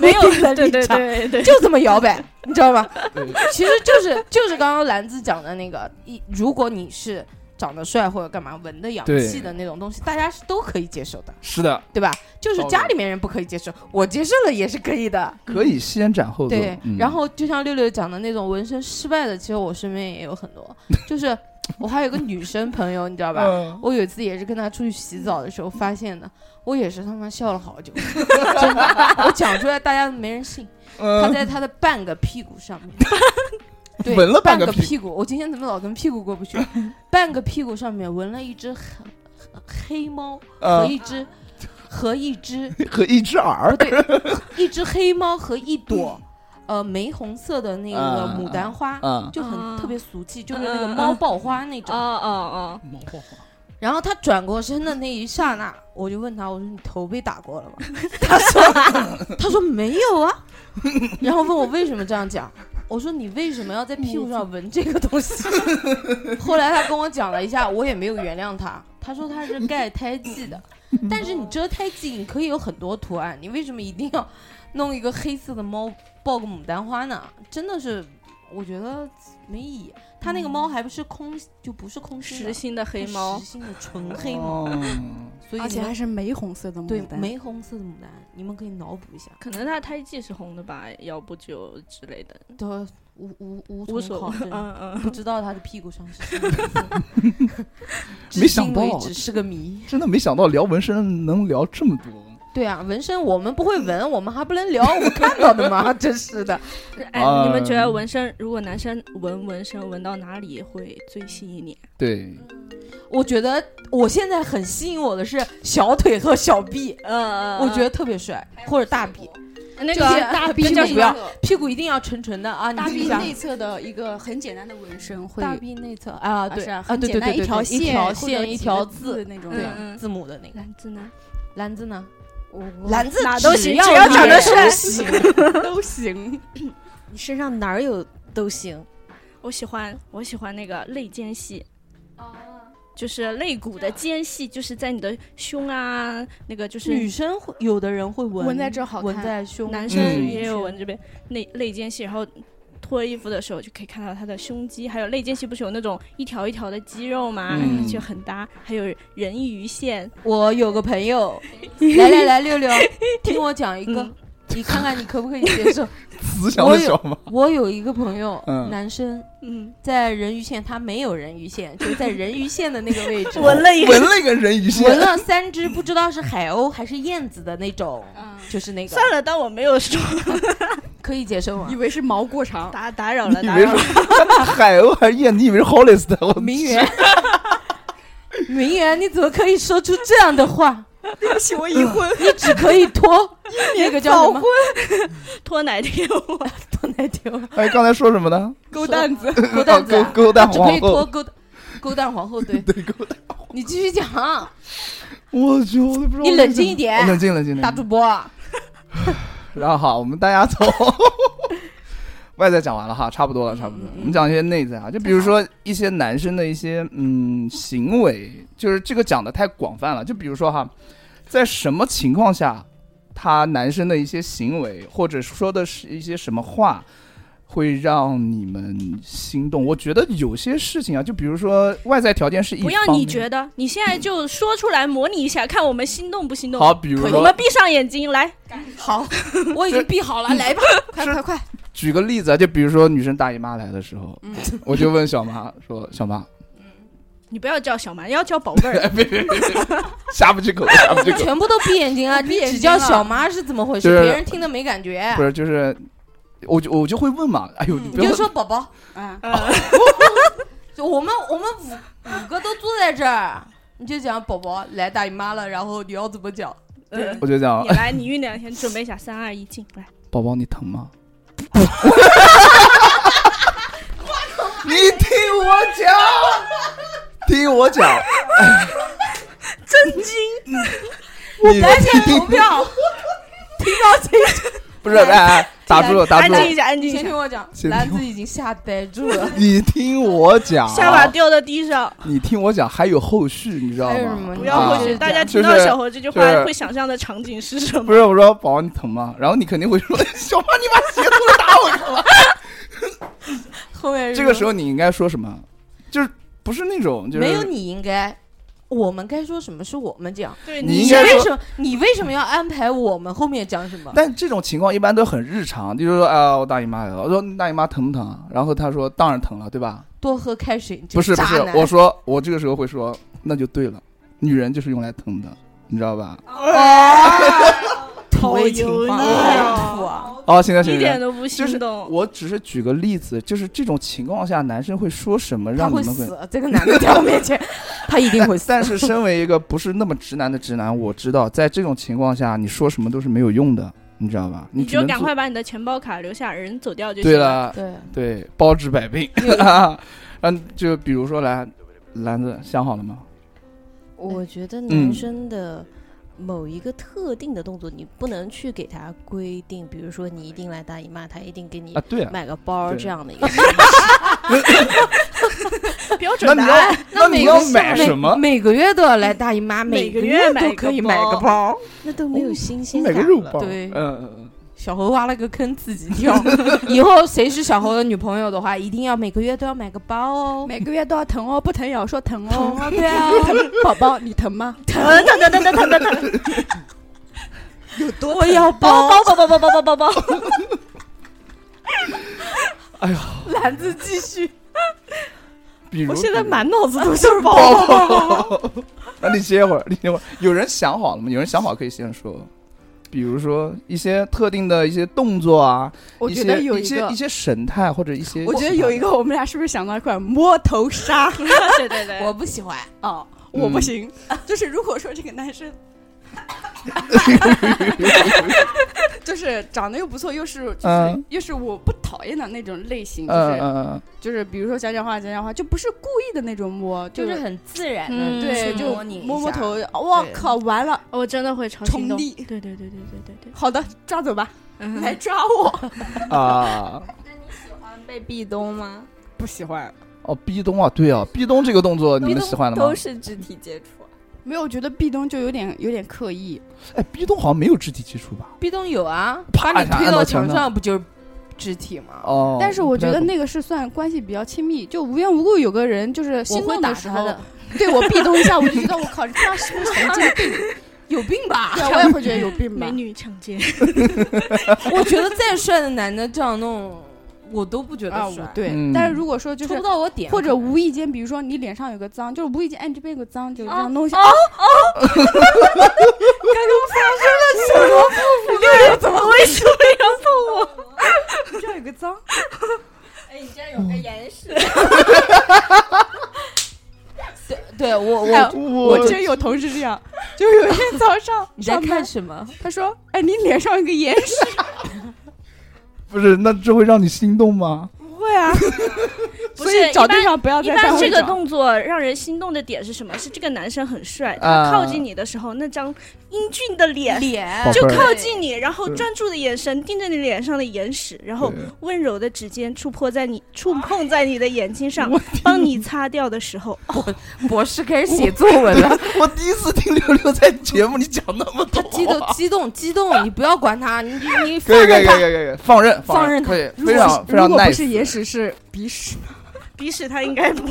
Speaker 4: 没有
Speaker 8: 固定的
Speaker 4: 对
Speaker 8: 立
Speaker 4: 对
Speaker 8: 场
Speaker 4: 对对，
Speaker 8: 就这么摇摆，你知道吧？
Speaker 3: 其实就是就是刚刚兰子讲的那个，一如果你是长得帅或者干嘛文的洋
Speaker 2: 对
Speaker 3: 气的那种东西，大家是都可以接受的，
Speaker 2: 是的，
Speaker 3: 对吧？就是
Speaker 2: 包容
Speaker 3: 家里面人不可以接受，我接受了也是可以的。
Speaker 2: 可以先斩后奏。
Speaker 3: 对，
Speaker 2: 嗯
Speaker 3: 然后就像六六讲的那种纹身失败的，其实我身边也有很 多，就是我还有一个女生朋友，你知道吧？
Speaker 2: 嗯
Speaker 3: 我有一次也是跟她出去洗澡的时候发现的，我也是他妈笑了好 久，真的，我讲出来大家没人信。她
Speaker 2: 嗯，
Speaker 3: 在她的半个屁股 上面，对，
Speaker 2: 纹了半
Speaker 3: 半
Speaker 2: 个屁
Speaker 3: 屁股。我今天怎么老跟屁股 过不去？半个屁股上面纹了一只黑黑猫和
Speaker 2: 呃，
Speaker 3: 一只和一只
Speaker 2: 和一只耳
Speaker 3: 不，对，一只黑猫和一朵呃玫红色的那个
Speaker 2: 嗯
Speaker 3: 牡丹花，
Speaker 2: 嗯，
Speaker 3: 就很
Speaker 4: 嗯
Speaker 3: 特别俗气，就是那个
Speaker 4: 啊嗯嗯
Speaker 3: 猫爆花那
Speaker 4: 哦
Speaker 3: 种。
Speaker 4: 哦
Speaker 2: 嗯
Speaker 3: 然后他转过身的那一刹那，我就问他，我说你头被打过了吗？他说，他说没有啊。然后问我为什么这样讲，我说你为什么要在屁股上纹这个东西？后来他跟我讲了一下，我也没有原谅他。他说他是盖胎记的，但是你遮胎记你可以有很多图案，你为什么一定要弄一个黑色的猫抱个牡丹花呢？真的是，我觉得没意义。他那个猫还不是空，就不是空
Speaker 4: 哦，
Speaker 3: 心
Speaker 4: 实
Speaker 3: 的。
Speaker 4: 心的黑猫
Speaker 3: 实，心的纯黑猫，
Speaker 2: 嗯
Speaker 3: 所以
Speaker 5: 而且
Speaker 3: 你们
Speaker 5: 还是玫红色的
Speaker 3: 对
Speaker 5: 牡丹。
Speaker 3: 玫红色的牡丹，你们可以脑补一下，
Speaker 4: 可能它胎记是红的吧，腰部就之类的，
Speaker 3: 都无无无
Speaker 4: 无
Speaker 3: 无
Speaker 4: 所
Speaker 3: 从考证，
Speaker 4: 谓。嗯嗯，
Speaker 3: 不知道他的屁股上是什么颜色，
Speaker 2: 没想到
Speaker 3: 至今为止是个谜。
Speaker 2: 真的没想到聊纹身能聊这么多。
Speaker 3: 对啊，纹身我们不会纹，我们还不能聊我们看到的吗？真是的，
Speaker 4: 哎，
Speaker 2: 啊
Speaker 4: 你们觉得纹身，如果男生纹纹身纹到哪里会最吸引你？
Speaker 2: 对，
Speaker 3: 我觉得我现在很吸引我的是小腿和小臂，
Speaker 4: 呃
Speaker 3: 我觉得特别帅，或者大臂，
Speaker 4: 那
Speaker 3: 这些
Speaker 4: 个
Speaker 3: 大
Speaker 5: 臂
Speaker 3: 真的
Speaker 5: 内
Speaker 3: 不要
Speaker 5: 侧
Speaker 3: 屁股一定要纯纯的啊！你
Speaker 5: 大
Speaker 3: 自己
Speaker 5: 臂
Speaker 3: 想
Speaker 5: 内侧的一个很简单的纹身会
Speaker 3: 大臂内侧啊，对
Speaker 5: 是啊
Speaker 3: 啊，
Speaker 5: 很
Speaker 3: 对
Speaker 5: 简
Speaker 3: 对
Speaker 5: 单
Speaker 3: 对，
Speaker 5: 一条
Speaker 3: 线、
Speaker 5: 线
Speaker 3: 一条
Speaker 5: 或者
Speaker 3: 线、
Speaker 5: 几
Speaker 3: 一
Speaker 5: 个
Speaker 3: 条
Speaker 5: 字
Speaker 3: 字
Speaker 5: 那种
Speaker 3: 对
Speaker 5: 的
Speaker 4: 嗯
Speaker 3: 字母的那个
Speaker 4: 男子呢？
Speaker 3: 篮子呢？
Speaker 8: 来，
Speaker 3: 篮子
Speaker 4: 哪都
Speaker 3: 只
Speaker 4: 行只要
Speaker 3: 你
Speaker 4: 长得帅
Speaker 3: 都行
Speaker 5: 都行。
Speaker 8: 你身上哪儿有都行。
Speaker 4: 我喜欢我喜欢那个肋间隙，就是肋骨的间隙，就是在你的胸啊，那个就是
Speaker 3: 女生会有的人会纹
Speaker 5: 纹在这儿好看
Speaker 3: 纹在胸，
Speaker 4: 男
Speaker 2: 嗯
Speaker 4: 生也有纹这边肋肋间隙，然后脱衣服的时候就可以看到他的胸肌，还有肋间隙不是有那种一条一条的肌肉嘛，
Speaker 2: 嗯
Speaker 4: 然后就很搭，还有人鱼线，
Speaker 3: 我有个朋 友，来来来，六六，听我讲一个，
Speaker 5: 嗯
Speaker 3: 你看看你可不可以接 受？
Speaker 2: 慈祥的小马，
Speaker 3: 我有一个朋友，
Speaker 2: 嗯
Speaker 3: 男生
Speaker 4: 嗯，
Speaker 3: 在人鱼线，他没有人鱼线，就在人鱼线的那个 位置
Speaker 4: 纹了一个
Speaker 2: 纹了一个人鱼线
Speaker 3: 纹，了三只，不知道是海鸥还是燕子的那种，
Speaker 5: 嗯
Speaker 3: 就是那个
Speaker 4: 算了，当我没有说，
Speaker 3: 可以接受吗
Speaker 5: 以？为是毛过长，
Speaker 4: 打打扰了，
Speaker 2: 你以
Speaker 4: 打
Speaker 2: 为
Speaker 4: 扰
Speaker 2: 是
Speaker 4: 了，
Speaker 2: 海鸥还是燕？你以为是 Hollis 的？我
Speaker 3: 名媛， 名媛，你怎么可以说出这样的话？
Speaker 5: 对不起，我已婚。
Speaker 3: 你只可以 脱，那个叫什么？
Speaker 4: 脱奶贴我。
Speaker 3: 脱奶丢，
Speaker 2: 哎，刚才说什么呢？
Speaker 5: 勾蛋 子，
Speaker 3: 勾蛋子、
Speaker 2: 啊
Speaker 3: 啊，
Speaker 2: 勾勾蛋
Speaker 3: 只可
Speaker 2: 皇
Speaker 3: 以脱
Speaker 2: 后，
Speaker 3: 勾蛋勾蛋皇后。对，
Speaker 2: 对勾蛋。
Speaker 3: 你继续讲啊，
Speaker 2: 我去，我都不知道为什么。
Speaker 3: 你冷静一点
Speaker 2: 我冷静冷静。冷静
Speaker 3: 大主播啊，
Speaker 2: 然后好，我们大家从 外在讲完了哈，差不多了，差不多
Speaker 4: 嗯
Speaker 2: 了。我们讲一些内在啊，就比如说一些男生的一些嗯行为，就是这个讲的太广泛了。就比如说哈，在什么情况下，他男生的一些行为或者说的是一些什么话。会让你们心动。我觉得有些事情啊，就比如说外在条件是一
Speaker 4: 不要
Speaker 2: 方
Speaker 4: 你
Speaker 2: 面
Speaker 4: 觉得，你现在就说出来，模拟一下，看我们心动不心动。
Speaker 2: 好，，比如
Speaker 4: 我
Speaker 2: 说
Speaker 4: 们闭上眼睛来，
Speaker 3: 好， 我已经闭好了，来吧，快快快，
Speaker 2: 举个例子啊，就比如说女生大姨妈来的时候，
Speaker 5: 嗯
Speaker 2: 我就问小妈说：“小妈，
Speaker 4: 你不要叫小蛮，要叫宝贝儿。
Speaker 2: 别别别， 下不去口，下不去口。
Speaker 3: 全部都闭眼睛啊！你只叫小妈是怎么回
Speaker 2: 就
Speaker 3: 事？
Speaker 2: 是
Speaker 3: 别人听的没感觉
Speaker 2: 不。是，就是我就我就会问嘛，哎呦，你
Speaker 4: 嗯
Speaker 2: 不
Speaker 3: 你
Speaker 2: 要
Speaker 3: 就说宝宝，
Speaker 5: 啊，
Speaker 3: 就我们我们五五个都坐在这儿，你就讲宝宝来大姨妈了，然后你要怎 么讲？
Speaker 4: 嗯，
Speaker 2: 我就讲哎
Speaker 4: 你，来，你酝酿一下，你准备一下，三二一，进 来。
Speaker 2: 宝宝你疼吗？你听我讲，听我讲，嗯 震惊！我赶紧投票，听到这不是哎，哎打住了，打
Speaker 4: 安
Speaker 2: 住了
Speaker 4: 静，一下，安静一
Speaker 3: 先
Speaker 4: 下
Speaker 3: 听，我讲，
Speaker 2: 先听我
Speaker 3: 篮子已经吓呆住了。
Speaker 2: 你听我讲，
Speaker 4: 下巴掉到地上。
Speaker 2: 你听我讲，还有后续，你知道
Speaker 3: 还有什么
Speaker 2: 吗？
Speaker 4: 不要
Speaker 2: 啊
Speaker 4: 后续，大家
Speaker 2: 就是
Speaker 4: 听到小猴这句
Speaker 2: 就
Speaker 4: 话
Speaker 2: 是
Speaker 4: 会想象的场景是什么？
Speaker 2: 不是我说保安你疼吗？然后你肯定会说 小马你把鞋脱了打我干嘛？
Speaker 3: 后面
Speaker 2: 这个时
Speaker 3: 候
Speaker 2: 候你应该说什么？就是不是那种 就是
Speaker 3: 没有你应该，我们该说什么是我们讲，
Speaker 4: 对
Speaker 2: 你
Speaker 4: 你
Speaker 2: 应
Speaker 3: 你
Speaker 2: 该
Speaker 3: 为
Speaker 2: 说
Speaker 3: 什么你为什么要安排我们后面讲什么？
Speaker 2: 但这种情况一般都很日常，就是说啊、我大姨妈来了，我说你大姨妈疼不疼啊？然后她说当然疼了，对吧？
Speaker 3: 多喝开水，你这
Speaker 2: 不是不
Speaker 3: 渣
Speaker 2: 是
Speaker 3: 男，
Speaker 2: 我说我这个时候会说那就对了，女人就是用来疼的，你知道吧？
Speaker 3: 土味情
Speaker 4: 油腻
Speaker 3: 话，
Speaker 2: 哎
Speaker 4: 啊
Speaker 3: 土啊！
Speaker 2: 哦，行了行
Speaker 4: 一
Speaker 2: 了行
Speaker 4: 点
Speaker 2: 了，
Speaker 4: 都不
Speaker 2: 就是
Speaker 4: 心动。
Speaker 2: 我只是举个例子，就是这种情况下男生会说什么
Speaker 3: 他
Speaker 2: 让你
Speaker 3: 会
Speaker 2: 们会
Speaker 3: 死，这个男的在我面 前，他一定会死。
Speaker 2: 但是身为一个不是那么直男的直男，我知道在这种情况下，你说什么都是没有用的，你知道吧？
Speaker 4: 你
Speaker 2: 只能
Speaker 4: 就赶
Speaker 2: 做
Speaker 4: 快把你的钱包卡留下，人走掉就行
Speaker 2: 对。了，
Speaker 3: 对，
Speaker 2: 对，包治百病
Speaker 3: 因为
Speaker 2: 啊。嗯，就比如说来，篮子想好了吗？
Speaker 6: 我觉得
Speaker 2: 嗯
Speaker 6: 男生的某一个特定的动作，你不能去给他规定，比如说你一定来大姨妈，他一定给你
Speaker 2: 啊，对啊，
Speaker 6: 买个包儿
Speaker 2: 对
Speaker 6: 这 样的一个。
Speaker 4: 标
Speaker 2: 那
Speaker 4: 准
Speaker 2: 你
Speaker 4: 答
Speaker 2: 要
Speaker 4: 案。
Speaker 2: 那你
Speaker 3: 每
Speaker 2: 要
Speaker 3: 个是
Speaker 2: 买什么？
Speaker 3: 每个月都要来大姨妈，每
Speaker 4: 个
Speaker 3: 月
Speaker 4: 月买
Speaker 3: 都
Speaker 4: 一
Speaker 3: 可
Speaker 4: 个
Speaker 3: 以买个
Speaker 4: 包
Speaker 3: 包。
Speaker 6: 那都没有新鲜
Speaker 2: 嗯买
Speaker 6: 感
Speaker 2: 个肉
Speaker 6: 了
Speaker 2: 包，
Speaker 3: 对
Speaker 2: 嗯嗯嗯，
Speaker 3: 小猴挖了个坑自己跳， 以后谁是小猴的女朋友的话，一定要每个月都要买个包哦。
Speaker 5: 每个月都要疼哦，不疼也要说疼
Speaker 3: 疼
Speaker 5: 哦。
Speaker 3: 哦，对啊，
Speaker 5: 宝宝，你疼 吗？
Speaker 4: 疼疼疼疼疼疼疼！
Speaker 3: 我要
Speaker 4: 包
Speaker 3: 啊包。
Speaker 4: 包包包包包包包包！
Speaker 3: 篮子继续，
Speaker 2: 比如
Speaker 4: 我现在满脑 子都是包
Speaker 2: 包
Speaker 4: 包包包。
Speaker 2: 包。那你歇会儿，你歇会儿。有人想好了吗？有人想好可以先说。比如说一些特定的一些动作啊，
Speaker 5: 我
Speaker 2: 一
Speaker 5: 觉
Speaker 2: 些
Speaker 5: 得有
Speaker 2: 一
Speaker 5: 一
Speaker 2: 些
Speaker 5: 个
Speaker 2: 一，些神态或者一些，
Speaker 5: 我觉得有一个，我们俩是不是想到一块儿摸头杀？
Speaker 4: 对对对，
Speaker 3: 我不喜欢。
Speaker 5: 哦，我不
Speaker 2: 嗯
Speaker 5: 行，就是如果说这个男 生就是长得又不错，又是就是、
Speaker 2: 嗯
Speaker 5: 又是我不讨厌的那种类型，就
Speaker 2: 嗯
Speaker 5: 是、
Speaker 2: 嗯
Speaker 5: 就是比如说讲讲话讲讲话，就不是故意的那种摸，就
Speaker 3: 就是
Speaker 5: 是
Speaker 3: 很自然的、
Speaker 4: 嗯
Speaker 5: 对，就
Speaker 3: 摸你一
Speaker 5: 摸摸
Speaker 3: 下
Speaker 5: 头，我
Speaker 3: 对
Speaker 5: 靠，完了，
Speaker 4: 我真的会超心
Speaker 5: 冲
Speaker 4: 动。
Speaker 5: 力，
Speaker 4: 对对对对对对对。
Speaker 5: 好的，抓走吧，
Speaker 4: 嗯
Speaker 5: 来抓我，
Speaker 2: 嗯啊，
Speaker 7: 被壁咚吗？
Speaker 5: 不喜欢，
Speaker 2: 哦，壁咚啊，对啊，壁咚这个动作你们喜欢了吗
Speaker 7: 都？是肢体接触。啊
Speaker 5: 没有，我觉得壁咚就有点有点刻意，
Speaker 2: 哎，壁咚好像没有肢体接触吧？
Speaker 3: 壁咚有啊，
Speaker 2: 啪
Speaker 3: 把
Speaker 2: 一
Speaker 3: 你
Speaker 2: 下
Speaker 3: 推
Speaker 2: 按到
Speaker 3: 到
Speaker 2: 墙
Speaker 3: 墙
Speaker 2: 上
Speaker 3: 上不就是肢体吗？
Speaker 2: 哦，
Speaker 5: 但是我觉得
Speaker 2: 不太懂
Speaker 5: 那个是算关系比较亲密，就无缘无故有个人就是
Speaker 3: 我
Speaker 5: 心
Speaker 3: 会
Speaker 5: 动
Speaker 3: 打
Speaker 5: 时
Speaker 3: 他
Speaker 5: 候，
Speaker 3: 的，
Speaker 5: 对我壁咚一下，我就觉得我靠，你这样是不是神经病？
Speaker 3: 有病吧？
Speaker 5: 对，我也会觉得有病吧
Speaker 4: 美。女强奸，
Speaker 3: 我觉得再帅的男的这样弄，我都不觉
Speaker 5: 啊，
Speaker 3: 得
Speaker 5: 我
Speaker 3: 帅，
Speaker 5: 对
Speaker 2: 嗯，
Speaker 5: 但是如果说就
Speaker 3: 戳不
Speaker 5: 是
Speaker 3: 到我点，
Speaker 5: 或者无意间，比如说你脸上有个脏，就是无意间哎这边有个脏，就这样弄一下， 这样有个脏，
Speaker 7: 哎，你这有个眼屎，
Speaker 3: 对我
Speaker 5: 哎
Speaker 3: 我
Speaker 5: 我真有同 事这样，就是有一天早上
Speaker 3: 你在
Speaker 5: 上
Speaker 3: 看
Speaker 5: 班，
Speaker 3: 什么？
Speaker 5: 他说哎你脸上有个眼屎，
Speaker 2: 不是，那这会让你心动吗？
Speaker 5: 不会啊，
Speaker 4: 不
Speaker 5: 所
Speaker 4: 是
Speaker 5: 以找
Speaker 4: 一般
Speaker 5: 对象不要
Speaker 4: 一
Speaker 5: 再上
Speaker 4: 般这
Speaker 5: 会
Speaker 4: 个
Speaker 5: 找。
Speaker 4: 动作让人心动的点是什么？是这个男生很帅，
Speaker 2: 啊
Speaker 4: 他靠近你的时候，那张英俊的脸
Speaker 3: 脸
Speaker 2: 宝
Speaker 4: 就
Speaker 2: 贝儿
Speaker 4: 靠近你，然后
Speaker 2: 对
Speaker 4: 专注的眼神盯着你脸上的眼屎，然后
Speaker 2: 对
Speaker 4: 温柔的指尖触碰在你 触碰在你的眼睛上，帮你擦掉的时候， 哦
Speaker 3: 博士开始写作文了，
Speaker 2: 我第一次听六六在节目里讲那么多
Speaker 3: 他 激动激动激动，你不要管他，你你你
Speaker 2: 可
Speaker 3: 放
Speaker 2: 以可以可以
Speaker 3: 任他，
Speaker 2: 可以可以，放任
Speaker 3: 放任
Speaker 2: 可以，
Speaker 5: 如
Speaker 2: 非
Speaker 5: 果
Speaker 2: 常
Speaker 5: 是
Speaker 2: 非常
Speaker 5: 如果不是
Speaker 2: nice
Speaker 5: 眼屎是鼻屎，
Speaker 4: 鼻屎他应该 不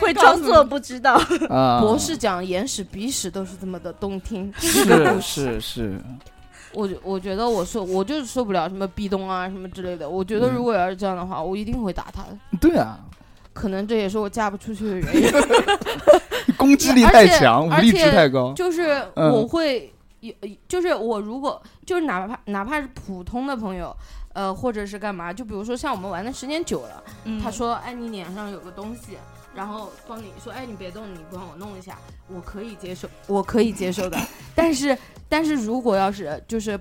Speaker 4: 会装作不知道。
Speaker 2: 啊
Speaker 3: 博士讲眼屎鼻屎都是这么的动听，
Speaker 2: 是是是，
Speaker 3: 我我觉得我受我就是受不了什么壁咚啊什么之类的，我觉得
Speaker 2: 嗯
Speaker 3: 如果要是这样的话，我一定会打他的。
Speaker 2: 对啊，
Speaker 3: 可能这也是我嫁 不出去的原因，
Speaker 2: 攻击力
Speaker 3: 而
Speaker 2: 太
Speaker 3: 且
Speaker 2: 强，无
Speaker 3: 而
Speaker 2: 力值
Speaker 3: 且
Speaker 2: 太高，
Speaker 3: 就是
Speaker 2: 嗯
Speaker 3: 我会有，就是我如果就是哪怕哪怕是普通的朋友，呃，或者是干嘛，就比如说像我们玩的时间久了，
Speaker 5: 嗯
Speaker 3: 他
Speaker 4: 嗯
Speaker 3: 说，哎，你脸上有个东西，然后帮你说，哎，你别动，你帮我弄一下，我可以接受，我可以接 受的。但是，但是如果要是就是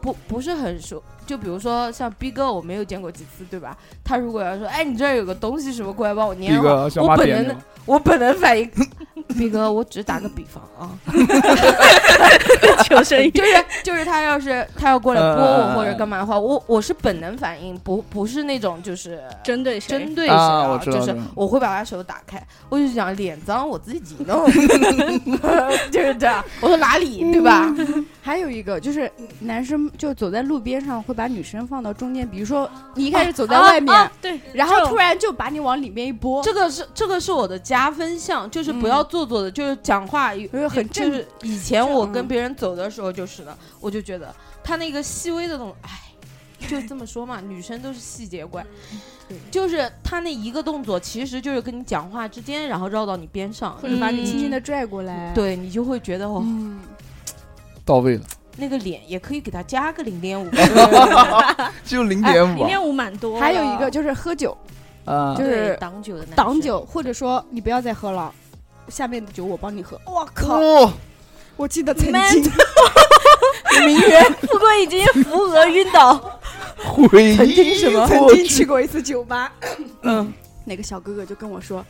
Speaker 3: 不不是很熟，就比如说像逼哥，我没有见过几次，对吧？他如果要说，哎，你这儿有个东西什么，过来帮我
Speaker 2: 一
Speaker 3: 粘好，
Speaker 2: 个小
Speaker 3: 我
Speaker 2: 马
Speaker 3: 本
Speaker 2: 点
Speaker 3: 能的
Speaker 2: 你，
Speaker 3: 我本能反应，逼哥，我只打个比方啊，
Speaker 4: 求求生 欲
Speaker 3: 就。是就是他要是他要过来
Speaker 2: 嗯嗯
Speaker 3: 拨我或
Speaker 2: 嗯
Speaker 3: 者
Speaker 2: 嗯
Speaker 3: 干嘛的话，我我是本能反应，不不是那种就是
Speaker 4: 针对谁？
Speaker 3: 针对谁
Speaker 2: 啊我知道
Speaker 3: 就
Speaker 2: 知
Speaker 3: 是
Speaker 2: 道
Speaker 3: 我会把他手打开，我就想脸脏我自己 弄， 就是这样。我说哪里对吧？
Speaker 5: 还有一个就是男生就走在路边上会把女生放到中间，比如说你一开始走在
Speaker 3: 啊
Speaker 5: 外面，
Speaker 3: 啊
Speaker 4: 对，
Speaker 5: 然
Speaker 3: 这
Speaker 5: 后
Speaker 3: 种
Speaker 5: 突然就把你往里面一拨，
Speaker 3: 这个是这个是我的加分项，就是不
Speaker 5: 嗯
Speaker 3: 要做作的，就是讲话有
Speaker 5: 就是很
Speaker 3: 就
Speaker 5: 正
Speaker 3: 是以前我跟
Speaker 5: 嗯
Speaker 3: 别人走的时候就是的，我就觉得他那个细微的动作，哎，就这么说嘛，女生都是细节怪。
Speaker 5: 嗯
Speaker 3: 就是他那一个动作，其实就是跟你讲话之间，然后绕到你边上，
Speaker 5: 或者把你轻轻
Speaker 4: 嗯
Speaker 5: 的拽过来。，
Speaker 3: 对你就会觉得哦，
Speaker 5: 嗯，
Speaker 2: 到位了，
Speaker 3: 那个脸也可以给他加个零点五，
Speaker 2: 就零点五
Speaker 4: 哎零点五蛮多。
Speaker 5: 还有一个，就是喝酒，
Speaker 2: 啊
Speaker 5: 就，
Speaker 6: 对
Speaker 5: 是
Speaker 6: 挡酒的男
Speaker 5: 挡
Speaker 6: 生，
Speaker 5: 酒，或者说你不要再喝了，下面的酒我帮你喝。
Speaker 7: 我靠，
Speaker 2: 哦，
Speaker 5: 我记得曾
Speaker 7: Man
Speaker 5: 经，
Speaker 7: 名媛，富贵已经扶额晕 倒。
Speaker 2: 回忆
Speaker 5: 曾
Speaker 2: 过
Speaker 5: 经
Speaker 2: 去
Speaker 5: 去过一次酒吧，嗯， 那个小哥哥就跟我说，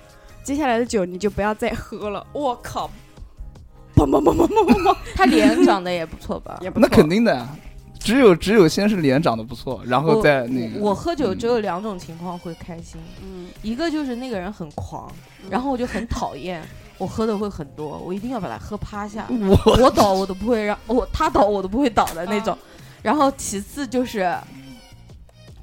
Speaker 5: 接下来的酒你就不要再喝了。我靠，砰砰砰砰砰砰砰，
Speaker 3: 他脸长得也不错吧？
Speaker 5: 也不
Speaker 2: 那
Speaker 5: 错
Speaker 2: 肯定的呀，只有只有先是脸长得不错，然后
Speaker 3: 我
Speaker 2: 再那个，嗯
Speaker 3: 我我喝酒只有两种情况会开心，
Speaker 5: 嗯，
Speaker 3: 一个就是那个人很狂，然后我就很讨厌，我喝的会很多，我一定要把他喝趴下，
Speaker 2: 我
Speaker 3: 我倒我都不会让我他倒我都不会倒的
Speaker 5: 嗯
Speaker 3: 那种。然后其次就是，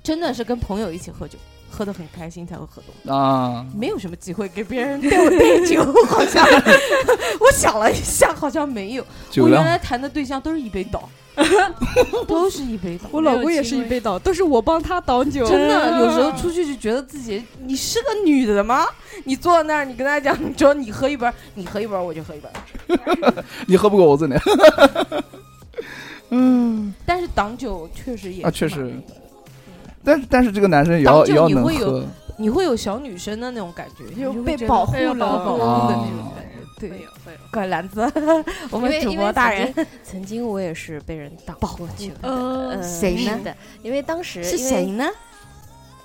Speaker 3: 真的是跟朋友一起喝酒，喝的很开心才会喝多，
Speaker 2: 啊，
Speaker 3: 没有什么机会给别 人带我带酒，好像 我想了一下，好像没有。
Speaker 2: 酒
Speaker 3: 我原
Speaker 2: 量
Speaker 3: 来谈的对象都是一杯倒， 都是一杯倒。
Speaker 5: 我老公也是一杯倒，都是我帮他挡酒。嗯
Speaker 3: 真的，有时候出去就觉得自己，你是个女的吗？你坐在那儿，你跟他讲，你说你喝一本儿，你喝一本儿，我就喝一本儿。
Speaker 2: 你喝不过我这脸， 嗯
Speaker 3: 但是挡酒确实也
Speaker 2: 啊
Speaker 3: 是
Speaker 2: 确
Speaker 3: 蛮
Speaker 2: 实
Speaker 3: 那个
Speaker 2: 但但是这个男生也要
Speaker 3: 挡酒
Speaker 2: 也要
Speaker 3: 你
Speaker 2: 能
Speaker 3: 会有
Speaker 2: 喝，
Speaker 3: 你会有小女生的那种感觉，你
Speaker 5: 就
Speaker 3: 就会
Speaker 5: 被
Speaker 3: 觉得
Speaker 5: 保护
Speaker 4: 被保护
Speaker 5: 了，哦
Speaker 2: 了
Speaker 3: 的那种感觉。
Speaker 4: 会
Speaker 3: 对
Speaker 4: 有，会有
Speaker 3: 怪篮子，我
Speaker 6: 因
Speaker 3: 们
Speaker 6: 为
Speaker 3: 主
Speaker 6: 因为
Speaker 3: 播大
Speaker 6: 曾
Speaker 3: 人
Speaker 6: 经 曾经我也是被人挡过去了。
Speaker 4: 呃，
Speaker 6: 呃
Speaker 3: 谁呢
Speaker 6: 是的，因为当时因为
Speaker 3: 呢？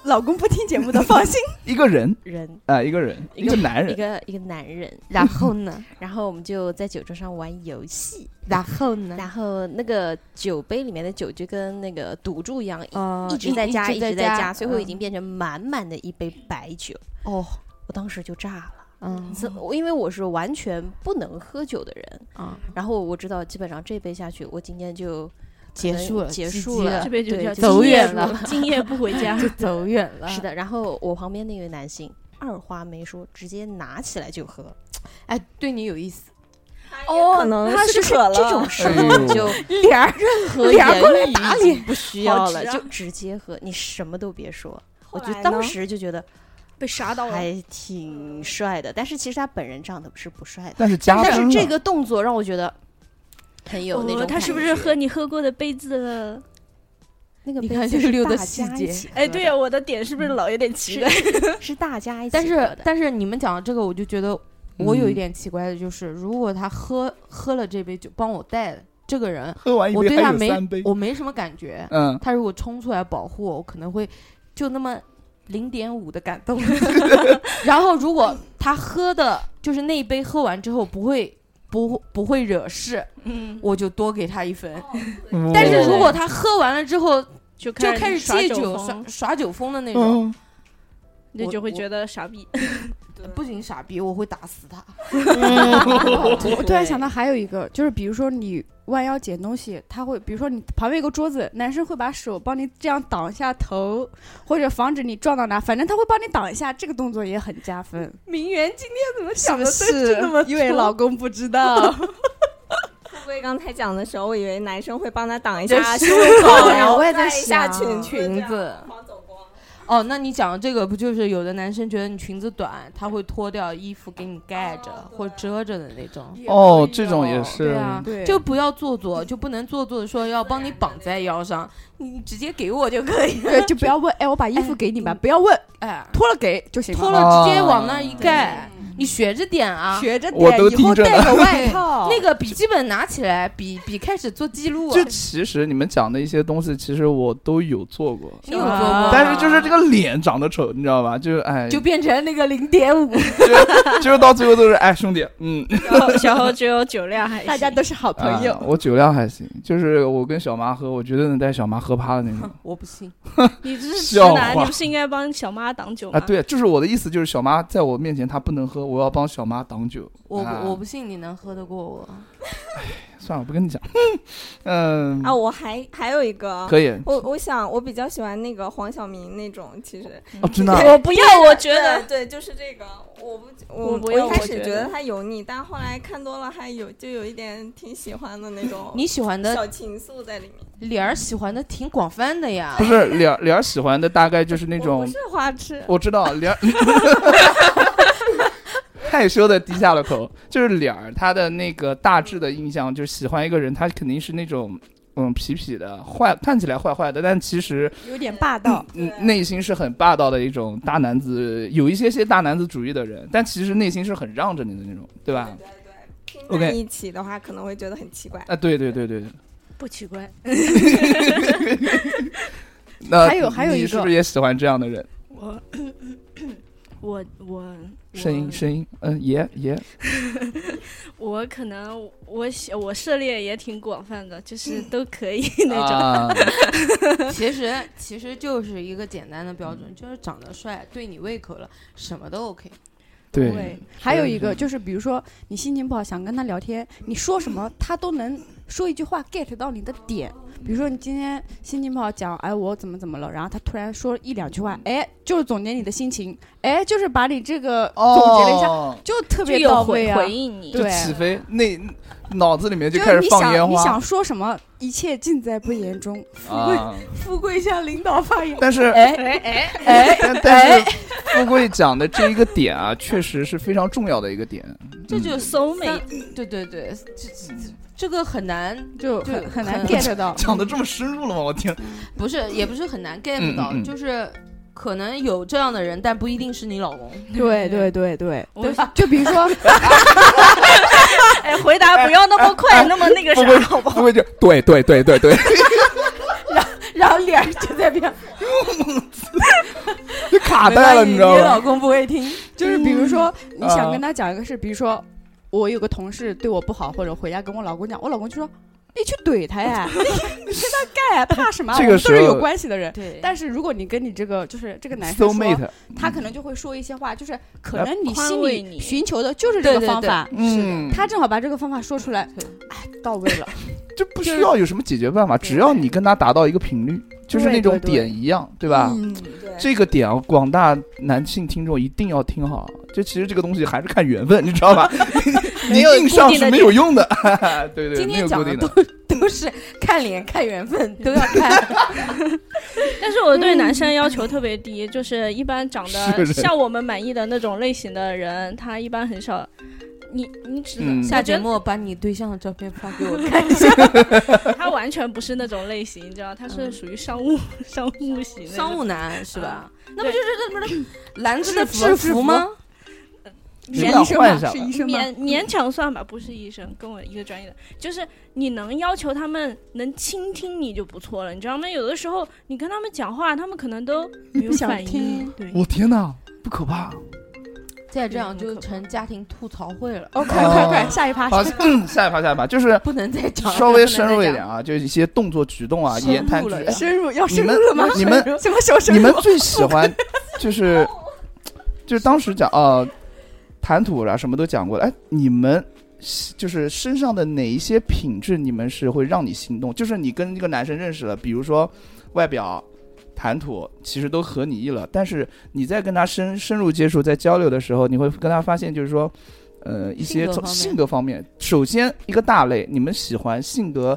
Speaker 5: 老公不听节目的，放心。
Speaker 2: 一个人
Speaker 6: 人
Speaker 2: 啊，一个人，一个
Speaker 3: 呃
Speaker 2: 男
Speaker 6: 一
Speaker 2: 人，
Speaker 6: 个一个男人，
Speaker 3: 然后呢？
Speaker 6: 然后我们就在酒桌上玩游戏，
Speaker 3: 然后呢？
Speaker 6: 然后那个酒杯里面的酒就跟那个赌注一样，一
Speaker 3: 呃
Speaker 6: 一直在加，
Speaker 3: 一
Speaker 6: 一直在加，最后已
Speaker 3: 嗯
Speaker 6: 经变成满满的一杯白酒。
Speaker 3: 哦，
Speaker 6: 我当时就炸了。
Speaker 3: 嗯
Speaker 6: 这我因为我是完全不能喝酒的人，
Speaker 3: 啊，
Speaker 6: 然后我知道基本上这杯下去，我今天就可
Speaker 3: 结
Speaker 6: 能
Speaker 3: 束了，
Speaker 6: 结
Speaker 3: 唧
Speaker 6: 束
Speaker 3: 唧
Speaker 6: 了，
Speaker 4: 这边就
Speaker 6: 对
Speaker 4: 叫
Speaker 6: 就
Speaker 3: 走
Speaker 4: 今夜
Speaker 3: 远
Speaker 4: 不
Speaker 3: 了，
Speaker 4: 今夜不回家。
Speaker 3: 就走远
Speaker 2: 嗯
Speaker 3: 了。
Speaker 6: 是，的。然后我旁边那位男性二话没说，直接拿起来就喝。
Speaker 3: 哎，对你有意 思，
Speaker 7: 哦，可能
Speaker 6: 他
Speaker 7: 是
Speaker 6: 就是
Speaker 7: 渴了。
Speaker 6: 这种时候
Speaker 2: 哎呦
Speaker 6: 就
Speaker 3: 脸儿
Speaker 6: 任何
Speaker 3: 脸
Speaker 6: 言
Speaker 3: 儿过来
Speaker 6: 语
Speaker 3: 打
Speaker 6: 已
Speaker 3: 脸
Speaker 6: 经不需要
Speaker 4: 好
Speaker 6: 了，
Speaker 4: 直啊
Speaker 6: 就直接喝，你什么都别说。我
Speaker 7: 后
Speaker 6: 就
Speaker 7: 来呢
Speaker 6: 当时就觉得
Speaker 4: 被杀到了，
Speaker 6: 还挺帅的，但是其实他本人长得是不帅的，
Speaker 2: 但是加
Speaker 6: 但
Speaker 2: 分
Speaker 6: 是
Speaker 2: 了
Speaker 6: 这个动作让我觉得很有那种
Speaker 4: 哦
Speaker 6: 感觉、
Speaker 4: 他是不是喝你喝过的杯子了？
Speaker 6: 那个
Speaker 3: 你
Speaker 6: 杯
Speaker 3: 看
Speaker 6: 子
Speaker 3: 这六
Speaker 6: 大
Speaker 3: 的
Speaker 6: 家
Speaker 3: 细
Speaker 6: 一
Speaker 3: 节
Speaker 6: 起
Speaker 4: 哎，
Speaker 6: 喝
Speaker 4: 对
Speaker 6: 的
Speaker 4: 呀，我的点是不是老有点奇怪？
Speaker 6: 是大家一起
Speaker 3: 但
Speaker 6: 喝
Speaker 3: 是
Speaker 6: 的
Speaker 3: 但是你们讲的这个，我就觉得我有一
Speaker 2: 嗯
Speaker 3: 点奇怪的就是，如果他喝喝了这杯酒，帮我带的这个人，
Speaker 2: 喝完一
Speaker 3: 我
Speaker 2: 杯
Speaker 3: 对他
Speaker 2: 还有
Speaker 3: 没
Speaker 2: 三杯，
Speaker 3: 我没什么感觉，
Speaker 2: 嗯，
Speaker 3: 他如果冲出来保护我，我可能会就那么零点五的感动。 然后如果他喝的，就是那一杯喝完之后不会不不会惹事，
Speaker 4: 嗯，
Speaker 3: 我就多给他一分。但是如果他喝完了之后
Speaker 4: 就
Speaker 3: 就
Speaker 4: 开
Speaker 3: 开始
Speaker 4: 耍
Speaker 3: 借
Speaker 4: 酒
Speaker 3: 酒
Speaker 4: 疯
Speaker 3: 耍耍酒疯的那种，
Speaker 2: 嗯，
Speaker 4: 那
Speaker 3: 我
Speaker 4: 就会
Speaker 3: 我
Speaker 4: 觉得傻逼。
Speaker 3: 不仅傻逼，我会打死他。
Speaker 4: 嗯
Speaker 5: 我突啊然 想到还有一个，就是比如说你弯腰捡东西，他会，比如说你旁边有个桌子，男生会把手帮你这样挡一下头，或者防止你撞到哪，反正他会帮你挡一下，这个动作也很加分。
Speaker 3: 名媛今天怎么
Speaker 5: 想的是
Speaker 3: 那么
Speaker 5: 因为老公不知道，
Speaker 7: 富贵刚才讲的时候，我以为男生会帮他挡一
Speaker 3: 这
Speaker 7: 下
Speaker 3: 是
Speaker 7: 胸 口，
Speaker 3: 对
Speaker 7: 然后
Speaker 3: 我也在
Speaker 7: 在一下
Speaker 3: 想
Speaker 7: 裙裙
Speaker 3: 裙
Speaker 7: 子
Speaker 3: 子，哦，那你讲的这个不就是有的男生觉得你裙子短，他会脱掉衣服给你盖着、
Speaker 4: 哦
Speaker 3: 或者遮着的那种。
Speaker 2: 哦，这种也是，
Speaker 3: 对啊，
Speaker 5: 对
Speaker 3: 就不要做作，就不能做作的说要帮你绑在腰上，你直接给我就可以了。
Speaker 5: 对， 就不要问，哎，我把衣服给你吧，不要问，
Speaker 3: 哎，
Speaker 5: 脱了给就行了。
Speaker 3: 脱了直接往那儿一盖，你学着点啊。
Speaker 5: 学着
Speaker 2: 我都
Speaker 5: 哎点，以
Speaker 2: 盯
Speaker 5: 后
Speaker 2: 着呢
Speaker 5: 带个外套。
Speaker 3: 那个笔记本拿起来，比比开始做记录，啊
Speaker 2: 就其实你们讲的一些东西，其实我都有做过，
Speaker 3: 你有做过，
Speaker 2: 但是就是这个脸长得丑，你知道吧？就是哎，
Speaker 3: 啊就变成那个零点五，
Speaker 2: 就是到最后都是哎兄弟，嗯，
Speaker 4: 然后然后只有酒量还行
Speaker 5: 大家都是好朋友
Speaker 2: 啊，我酒量还行，就是我跟小妈喝，我绝对能带小妈喝趴的 那种。
Speaker 3: 我不信。
Speaker 4: 你这是直
Speaker 2: 笑
Speaker 4: 男，
Speaker 2: 话
Speaker 4: 你不是应该帮小妈挡酒吗？
Speaker 2: 啊， 对，就是我的意思，就是小妈在我面前她不能喝，我要帮小妈挡酒。
Speaker 3: 我
Speaker 2: 啊
Speaker 3: 不我不信你能喝得过我，
Speaker 2: 哎算了，我不跟你讲。嗯，
Speaker 5: 哦
Speaker 7: 啊，我还还有一个，
Speaker 2: 可以
Speaker 7: 我我想我比较喜欢那个黄晓明那种，其实
Speaker 2: 哦，真的啊
Speaker 4: 我不要，我觉得
Speaker 7: 对，对 就是这个，我不
Speaker 4: 啊我
Speaker 7: 我
Speaker 4: 不要
Speaker 7: 一开
Speaker 4: 我
Speaker 7: 始
Speaker 4: 觉
Speaker 7: 觉得
Speaker 4: 得
Speaker 7: 他油腻，但后来看多了还有就有一点挺喜欢的那种
Speaker 3: 你喜欢的
Speaker 7: 小情愫在里面。
Speaker 3: 脸儿喜欢的挺广泛的 呀
Speaker 2: 不。是脸儿脸儿喜欢的大概就是那
Speaker 7: 我
Speaker 2: 种
Speaker 7: 不，是花痴，
Speaker 2: 我知道脸儿害羞的低下了口，就是脸儿他的那个大致的印象，就是喜欢一个人，他肯定是那种。嗯，痞痞的，坏，看起来坏坏的，但其实
Speaker 5: 有点霸道。
Speaker 2: 嗯
Speaker 7: 对
Speaker 2: 内心是很霸道的一种大男子，有一些些大男子主义的人，但其实内心是很让着你的那种，对吧？
Speaker 7: 拼
Speaker 2: OK
Speaker 7: 在一起的话可能会觉得很奇怪。
Speaker 2: 啊，对对对对对。
Speaker 4: 不奇怪。
Speaker 2: 那
Speaker 5: 还有还有一
Speaker 2: 你
Speaker 5: 个
Speaker 2: 是不是也喜欢这样的人？
Speaker 4: 我我我
Speaker 2: 声音
Speaker 4: 我
Speaker 2: 声音，嗯，爷 爷，
Speaker 4: 我可能我喜我涉猎也挺广泛的，就是都可以那种。
Speaker 2: 啊，
Speaker 3: 其实其实就是一个简单的标准，就是长得帅，对你胃口了，什么都 OK。
Speaker 2: 对
Speaker 4: 对，
Speaker 5: 还有一个就是，比如说你心情不好，想跟他聊天，你说什么他都能说一句话 get 到你的点。比如说你今天心情不好，讲哎我怎么怎么了，然后他突然说一两句话，哎就是总结你的心情，哎就是把你这个总结了一下，
Speaker 2: 哦，
Speaker 5: 就特
Speaker 4: 就
Speaker 5: 别到
Speaker 4: 有
Speaker 5: 位
Speaker 4: 回
Speaker 5: 啊。
Speaker 4: 回应你，
Speaker 2: 就
Speaker 5: 对
Speaker 2: 起飞，那脑子里面就
Speaker 5: 就
Speaker 2: 开
Speaker 5: 是
Speaker 2: 始
Speaker 5: 你
Speaker 2: 放烟
Speaker 5: 想你
Speaker 2: 花
Speaker 5: 想说什么，一切尽在不言中。
Speaker 2: 啊。
Speaker 5: 富贵向领导发言。
Speaker 2: 但是，哎哎哎，但是富贵讲的这一个点啊，确实是非常重要的一个点。
Speaker 3: 这
Speaker 2: 嗯
Speaker 3: 就
Speaker 4: 搜美
Speaker 3: 对对对，这这这这个很难，
Speaker 5: 就
Speaker 3: 就
Speaker 5: 很很难
Speaker 3: 很
Speaker 5: get 到，
Speaker 2: 讲的这么深入了吗？我天，
Speaker 3: 不是也不是很难
Speaker 2: 嗯
Speaker 3: get 到
Speaker 2: 嗯，嗯
Speaker 3: 就是可能有这样的人，但不一定是你老公。
Speaker 5: 对对对对，
Speaker 4: 我
Speaker 5: 对就比如说，
Speaker 4: 哎，回答不要那么快，那么那个
Speaker 2: 富贵
Speaker 4: 啥，好不好？
Speaker 2: 富贵就对对对对对，
Speaker 5: 然后脸就在边，
Speaker 2: 就卡
Speaker 3: 没
Speaker 2: 带
Speaker 3: 关
Speaker 2: 了，
Speaker 3: 系
Speaker 2: 你知道
Speaker 3: 你
Speaker 2: 吗
Speaker 3: 老？公不会听，
Speaker 5: 就是比如说你
Speaker 2: 啊
Speaker 5: 想跟他讲一个事，比如说我有个同事对我不好，或者回家跟我老公讲，我老公就说你去怼他呀， 你你跟他干呀，怕什么啊？
Speaker 2: 这
Speaker 5: 我
Speaker 2: 个
Speaker 5: 们都是
Speaker 2: 时候
Speaker 5: 有关系的人。
Speaker 3: 对
Speaker 5: 但是如果你跟你这个就是这个男生
Speaker 2: soul
Speaker 5: 说，
Speaker 2: mate，
Speaker 5: 他可能就会说一些话，就是可能你
Speaker 4: 宽
Speaker 5: 心
Speaker 4: 慰
Speaker 5: 里
Speaker 4: 你
Speaker 5: 寻求的就是这个
Speaker 3: 对对
Speaker 5: 方法，
Speaker 2: 嗯，
Speaker 5: 他正好把这个方法说出来，哎，到位了。
Speaker 2: 就不需要有什么解决办法，只要你跟他达到一个频率，就是那种点一样，对吧？
Speaker 5: 嗯，
Speaker 7: 对，
Speaker 2: 这个点啊，广大男性听众一定要听好。就其实这个东西还是看缘分，你知道 吧？你硬上是没有用的。 对对，
Speaker 3: 今
Speaker 2: 没
Speaker 3: 天
Speaker 2: 有
Speaker 3: 讲
Speaker 2: 固
Speaker 3: 的
Speaker 2: 定
Speaker 3: 都
Speaker 2: 的。
Speaker 3: 都是看脸、看缘分，都要看。
Speaker 4: 但是我对男生要求特别低，就是一般长
Speaker 2: 是
Speaker 4: 得
Speaker 2: 是
Speaker 4: 像我们满意的那种类型的人，他一般很少。你你只
Speaker 2: 嗯
Speaker 4: 能
Speaker 3: 下
Speaker 4: 下
Speaker 3: 节
Speaker 4: 觉
Speaker 3: 目把你对象的照片发给我看。
Speaker 4: 得他完全不是那种类型，你知道，他是属于商 务商务型的
Speaker 3: 商务男是吧？那不
Speaker 4: 对
Speaker 3: 就是这不是啊蓝色的
Speaker 5: 制服
Speaker 3: 制服吗？
Speaker 2: 你
Speaker 4: 免
Speaker 2: 们俩换一下
Speaker 5: 是医生吗？
Speaker 4: 勉勉强算吧，不是医生，跟我一个专业的，就是你能要求他们能倾听你就不错了，你知道吗？有的时候你跟他们讲话，他们可能都没有
Speaker 5: 不想
Speaker 4: 反应
Speaker 5: 听。
Speaker 4: 对，
Speaker 2: 我天哪，不可怕。
Speaker 3: 再这样
Speaker 4: 对很
Speaker 3: 就
Speaker 4: 可怕
Speaker 3: 成家庭吐槽会了，
Speaker 5: 哦，快快快，下一趴
Speaker 2: 好，嗯下一趴，下一趴，就是
Speaker 3: 不能再讲了，
Speaker 2: 稍微
Speaker 3: 不能再
Speaker 2: 深入一
Speaker 3: 讲
Speaker 2: 点。啊，就是一些动作、举动啊、
Speaker 3: 深入
Speaker 2: 言谈举
Speaker 3: 了
Speaker 2: 止
Speaker 3: 呀。
Speaker 5: 深入要
Speaker 2: 你
Speaker 5: 深入
Speaker 2: 们
Speaker 5: 了吗？
Speaker 2: 你们
Speaker 5: 什么时候深
Speaker 2: 你
Speaker 5: 入
Speaker 2: 们？最喜 欢就是就是当时讲啊，谈吐啦什么都讲过了。哎，你们喜就是身上的哪一些品质，你们是会让你心动？就是你跟这个男生认识了，比如说外表。谈吐其实都合你意了，但是你在跟他深深入接触、在交流的时候，你会跟他发现，就是说，呃，一些
Speaker 3: 性格
Speaker 2: 从
Speaker 3: 方面
Speaker 2: 性格方面，首先一个大类，你们喜欢性格，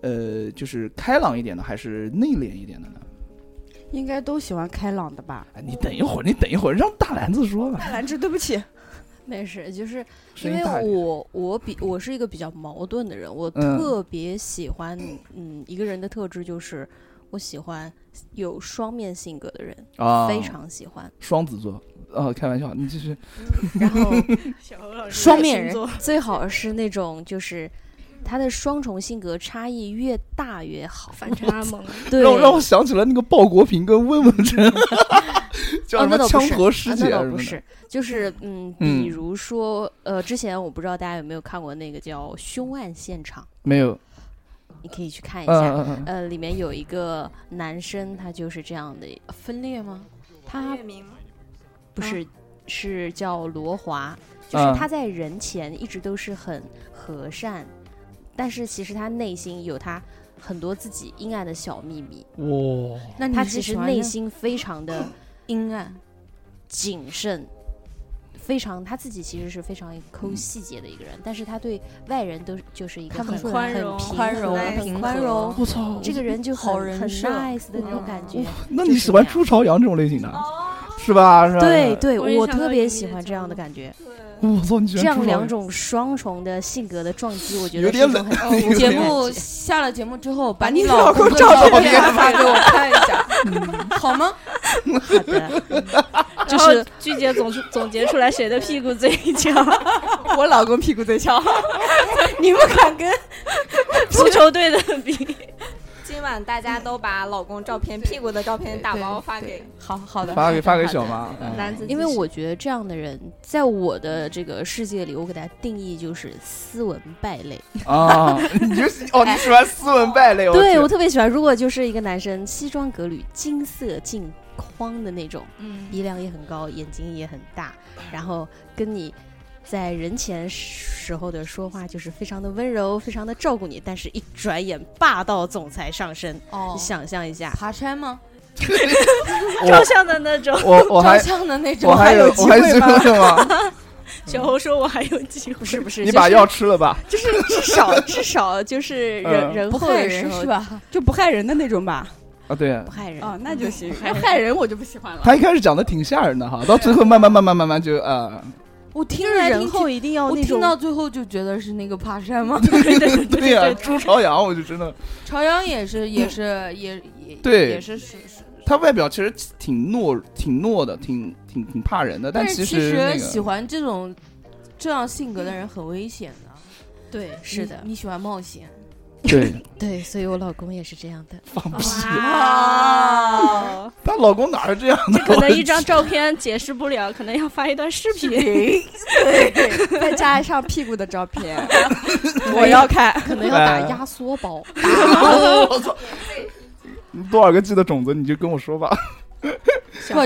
Speaker 2: 呃，就是开朗一点的，还是内敛一点的呢？
Speaker 5: 应该都喜欢开朗的吧？
Speaker 2: 哎，你等一会儿，你等一会儿，让大篮子说吧。
Speaker 5: 兰芝，对不起，
Speaker 6: 没事，就是
Speaker 2: 声
Speaker 6: 因
Speaker 2: 音
Speaker 6: 为
Speaker 2: 大一点。
Speaker 6: 我我比我是一个比较矛盾的人，我
Speaker 2: 嗯
Speaker 6: 特别喜欢嗯一个人的特质就是我喜欢有双面性格的人，
Speaker 2: 啊，
Speaker 6: 非常喜欢。
Speaker 2: 双子座啊，开玩笑，你继续
Speaker 6: 然 后
Speaker 4: 小何老师
Speaker 6: 双面
Speaker 4: 星座
Speaker 6: 人最好是那种就是他的双重性格差异越大越好。
Speaker 4: 反差萌，
Speaker 6: 对，
Speaker 2: 让我让我想起了那个鲍国平跟温文 成， 叫
Speaker 6: 哦，
Speaker 2: 什
Speaker 6: 那
Speaker 2: 么
Speaker 6: 倒不
Speaker 2: 枪
Speaker 6: 是，
Speaker 2: 河师
Speaker 6: 啊
Speaker 2: 姐
Speaker 6: 那
Speaker 2: 什
Speaker 6: 倒
Speaker 2: 么
Speaker 6: 不
Speaker 2: 的
Speaker 6: 是，就是嗯，
Speaker 2: 嗯
Speaker 6: 比如说呃，之前我不知道大家有没有看过那个叫《凶案现场
Speaker 2: 没有，》，
Speaker 6: 你可以去看一
Speaker 2: 嗯
Speaker 6: 下。
Speaker 2: 嗯嗯嗯，
Speaker 6: 呃，里面有一个男生，他就是这样的，
Speaker 3: 分裂吗？
Speaker 6: 他
Speaker 7: 名吗
Speaker 6: 不是、
Speaker 3: 嗯
Speaker 6: 是叫罗华，就
Speaker 2: 嗯
Speaker 6: 是他在人前一直都是很和善，但是其实他内心有他很多自己阴暗的小秘密，
Speaker 2: 嗯哇，
Speaker 3: 哦那你
Speaker 6: 他
Speaker 3: 是
Speaker 6: 其实
Speaker 3: 喜欢
Speaker 6: 内
Speaker 3: 那
Speaker 6: 心非常的
Speaker 3: 阴暗，
Speaker 6: 谨慎，非常他自己其实是非常抠细节的一个人，但是他对外人都是就是一个
Speaker 3: 看不
Speaker 6: 很
Speaker 3: 出来
Speaker 4: 宽
Speaker 6: 很
Speaker 4: 容
Speaker 6: 平
Speaker 3: 哦宽
Speaker 6: 和
Speaker 3: 容
Speaker 6: 很
Speaker 3: 平
Speaker 6: 宽
Speaker 3: 和
Speaker 6: 容。
Speaker 2: 我操！
Speaker 6: 这个人就很
Speaker 3: 好人
Speaker 6: 很
Speaker 3: 设嗯
Speaker 6: nice 的那种感觉，
Speaker 2: 那
Speaker 6: 就
Speaker 2: 你
Speaker 6: 是
Speaker 2: 喜欢
Speaker 6: 那样
Speaker 2: 朱朝阳这种类型的，是吧？是吧？
Speaker 6: 对，对，
Speaker 4: 我也
Speaker 6: 我
Speaker 4: 想
Speaker 6: 特
Speaker 4: 到
Speaker 6: 别
Speaker 4: 你
Speaker 6: 喜
Speaker 4: 这
Speaker 6: 欢这
Speaker 4: 种
Speaker 6: 样的感觉。
Speaker 2: 我操，你喜
Speaker 6: 这
Speaker 2: 欢朱
Speaker 6: 样
Speaker 2: 朝
Speaker 6: 两
Speaker 2: 阳
Speaker 6: 种双重的性格的撞击，我觉
Speaker 2: 有
Speaker 6: 得是一
Speaker 2: 点冷
Speaker 6: 种很
Speaker 2: 有
Speaker 3: 节
Speaker 2: 点
Speaker 3: 目下了节目之后，把
Speaker 5: 你
Speaker 3: 你
Speaker 5: 老
Speaker 3: 公
Speaker 5: 公
Speaker 3: 的
Speaker 5: 照
Speaker 3: 照
Speaker 5: 片
Speaker 3: 发给我看一下，好吗？
Speaker 6: 好的，
Speaker 4: 然后鞠姐总是总结出来谁的屁股最翘，
Speaker 5: 我老公屁股 最翘，
Speaker 4: 你不敢跟足球队的比。
Speaker 7: 今晚大家都把老公照片、屁股的照片打包发给
Speaker 3: 好好的，
Speaker 2: 发给发给
Speaker 3: 好的
Speaker 2: 小嗯妈，
Speaker 7: 男子，
Speaker 6: 因为我觉得这样的人，在我的这个世界里，我给他定义就是斯文败类。
Speaker 2: 嗯啊，你就喜哦，你喜欢斯文败类，
Speaker 6: 对
Speaker 2: 去
Speaker 6: 我特别喜欢，如果就是一个男生西装革履、金色镜框的那种，
Speaker 3: 嗯，
Speaker 6: 鼻梁也很高，眼睛也很大，然后跟你。在人前时候的说话就是非常的温柔，非常的照顾你，但是一转眼霸道总裁上身，
Speaker 3: 哦
Speaker 6: 你，想象一下，
Speaker 3: 爬山吗？
Speaker 4: 照相的那种。
Speaker 2: 我我
Speaker 3: 照
Speaker 2: 还
Speaker 3: 相的那种，
Speaker 2: 我还有
Speaker 3: 机
Speaker 2: 我还
Speaker 3: 会
Speaker 2: 是
Speaker 3: 吗？
Speaker 2: 吗？
Speaker 4: 小侯说：“我还有机会。”
Speaker 6: 不是不是，
Speaker 2: 你
Speaker 6: 就
Speaker 2: 把
Speaker 6: 是
Speaker 2: 药吃了吧？
Speaker 6: 就是至少至 少就是人、
Speaker 2: 嗯
Speaker 6: 人
Speaker 3: 不
Speaker 6: 后
Speaker 3: 害
Speaker 6: 的时
Speaker 3: 人
Speaker 6: 候
Speaker 3: 是吧？
Speaker 5: 就不害人的那种吧？
Speaker 2: 啊，对
Speaker 6: 不。害人。
Speaker 5: 哦，那就行。
Speaker 4: 害人
Speaker 5: 害人我就不喜欢了。
Speaker 2: 他一开始讲的挺吓人的哈，到最后慢慢慢慢慢慢就啊，
Speaker 3: 我听
Speaker 6: 就是
Speaker 3: 来
Speaker 6: 人
Speaker 3: 听去，
Speaker 6: 后一定要
Speaker 3: 我
Speaker 6: 那
Speaker 3: 听
Speaker 6: 种
Speaker 3: 到最后就觉得是那个爬山吗？
Speaker 2: 对呀，
Speaker 6: 啊
Speaker 2: 朱朝阳，我就真的，
Speaker 3: 朝阳也是，也是，也也
Speaker 2: 对
Speaker 3: 也是属属
Speaker 2: 他外表其实挺懦挺懦的，挺挺挺怕人的，但
Speaker 3: 是其
Speaker 2: 实那
Speaker 3: 喜
Speaker 2: 个
Speaker 3: 欢这种这样性格的人很危险的。
Speaker 6: 对，是的
Speaker 3: 你，你喜欢冒险
Speaker 2: 对
Speaker 6: 对，所以我老公也是这 样的。
Speaker 2: 放不下。
Speaker 6: 哦
Speaker 4: 哇，
Speaker 2: 她老公哪是这样的？
Speaker 4: 可能一张照片解释不了，可能要发一段视频。
Speaker 5: 再加上屁股的照 片，我要看。
Speaker 6: 可能要打
Speaker 2: 哎
Speaker 6: 压缩包，
Speaker 2: 我操！ 多少个 G 的种子，你就跟我说 吧。
Speaker 3: 不？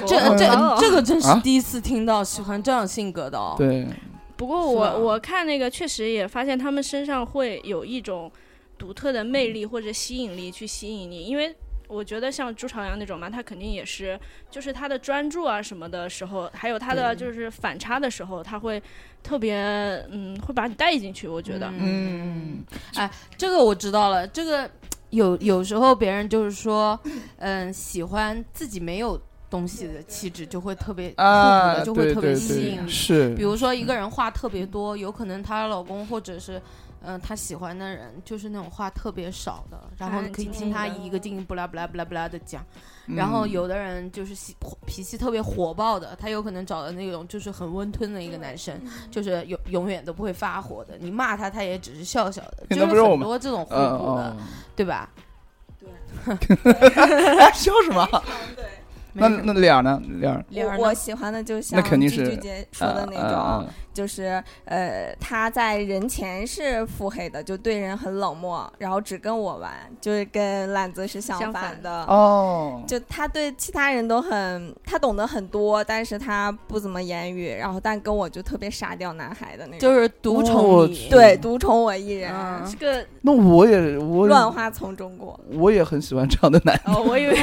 Speaker 3: 这
Speaker 4: 嗯
Speaker 2: 猴
Speaker 4: 哦
Speaker 3: 这这个真是
Speaker 2: 啊嗯
Speaker 3: 第一次听到喜欢这样性格的哦。
Speaker 2: 对，
Speaker 4: 不过
Speaker 3: 是吧
Speaker 4: 我我看那个确实也发现他们身上会有一种独特的魅力或者吸引力去吸引你，因为我觉得像朱朝阳那种嘛，他肯定也是，就是他的专注啊什么的时候，还有他的
Speaker 6: 对
Speaker 4: 就是反差的时候，他会特别嗯会把你带进去，我觉得。
Speaker 3: 嗯，哎，这个我知道了。这个有有时候别人就是说，嗯，喜欢自己没有东西的气质，就会特别互补
Speaker 2: 啊，
Speaker 4: 嗯
Speaker 3: 的，就会
Speaker 2: 对
Speaker 3: 特
Speaker 2: 对
Speaker 3: 别吸引
Speaker 2: 对，
Speaker 3: 你。
Speaker 2: 是
Speaker 3: 比如说一个人话特别多，有可能她老公或者是。嗯，她喜欢的人就是那种话特别少的，然后
Speaker 4: 啊
Speaker 3: 你可以
Speaker 4: 静
Speaker 3: 听
Speaker 4: 静
Speaker 3: 她
Speaker 4: 的
Speaker 3: 一个劲不啦不啦不啦不啦的讲，
Speaker 2: 嗯
Speaker 3: 然后有的人就是喜脾气特别火爆的，他有可能找的那种就是很温吞的一个男生，就是永永远都不会发火的，你骂他他也只是笑笑的，
Speaker 2: 那
Speaker 3: 就是
Speaker 2: 不是我
Speaker 3: 很
Speaker 2: 们
Speaker 3: 多这种互
Speaker 2: 嗯嗯
Speaker 3: 补的，
Speaker 2: 嗯
Speaker 3: 对吧？
Speaker 2: 哎，笑什么？那
Speaker 3: 没什么
Speaker 2: 那俩呢？俩儿
Speaker 3: 俩人
Speaker 7: 我
Speaker 3: 呢
Speaker 7: 我喜欢的就像
Speaker 2: 那肯定
Speaker 7: 鞠
Speaker 2: 是
Speaker 7: 鞠姐说的那
Speaker 2: 啊啊
Speaker 7: 种，
Speaker 2: 啊
Speaker 7: 就是呃，他在人前是腹黑的，就对人很冷漠，然后只跟我玩，就是跟懒子是相
Speaker 4: 相
Speaker 7: 反
Speaker 4: 反
Speaker 3: 啊
Speaker 7: 的。
Speaker 2: 哦，
Speaker 7: 就他对其他人都很，他懂得很多，但是他不怎么言语，然后但跟我就特别傻屌男孩的那种，
Speaker 3: 就是独
Speaker 2: 我
Speaker 3: 宠你，
Speaker 2: 去
Speaker 7: 对，独宠我一人，
Speaker 3: 嗯
Speaker 4: 这个
Speaker 2: 哦那我也我
Speaker 7: 乱花丛中过。
Speaker 2: 我也很喜欢这样的男。
Speaker 4: 哦，我以为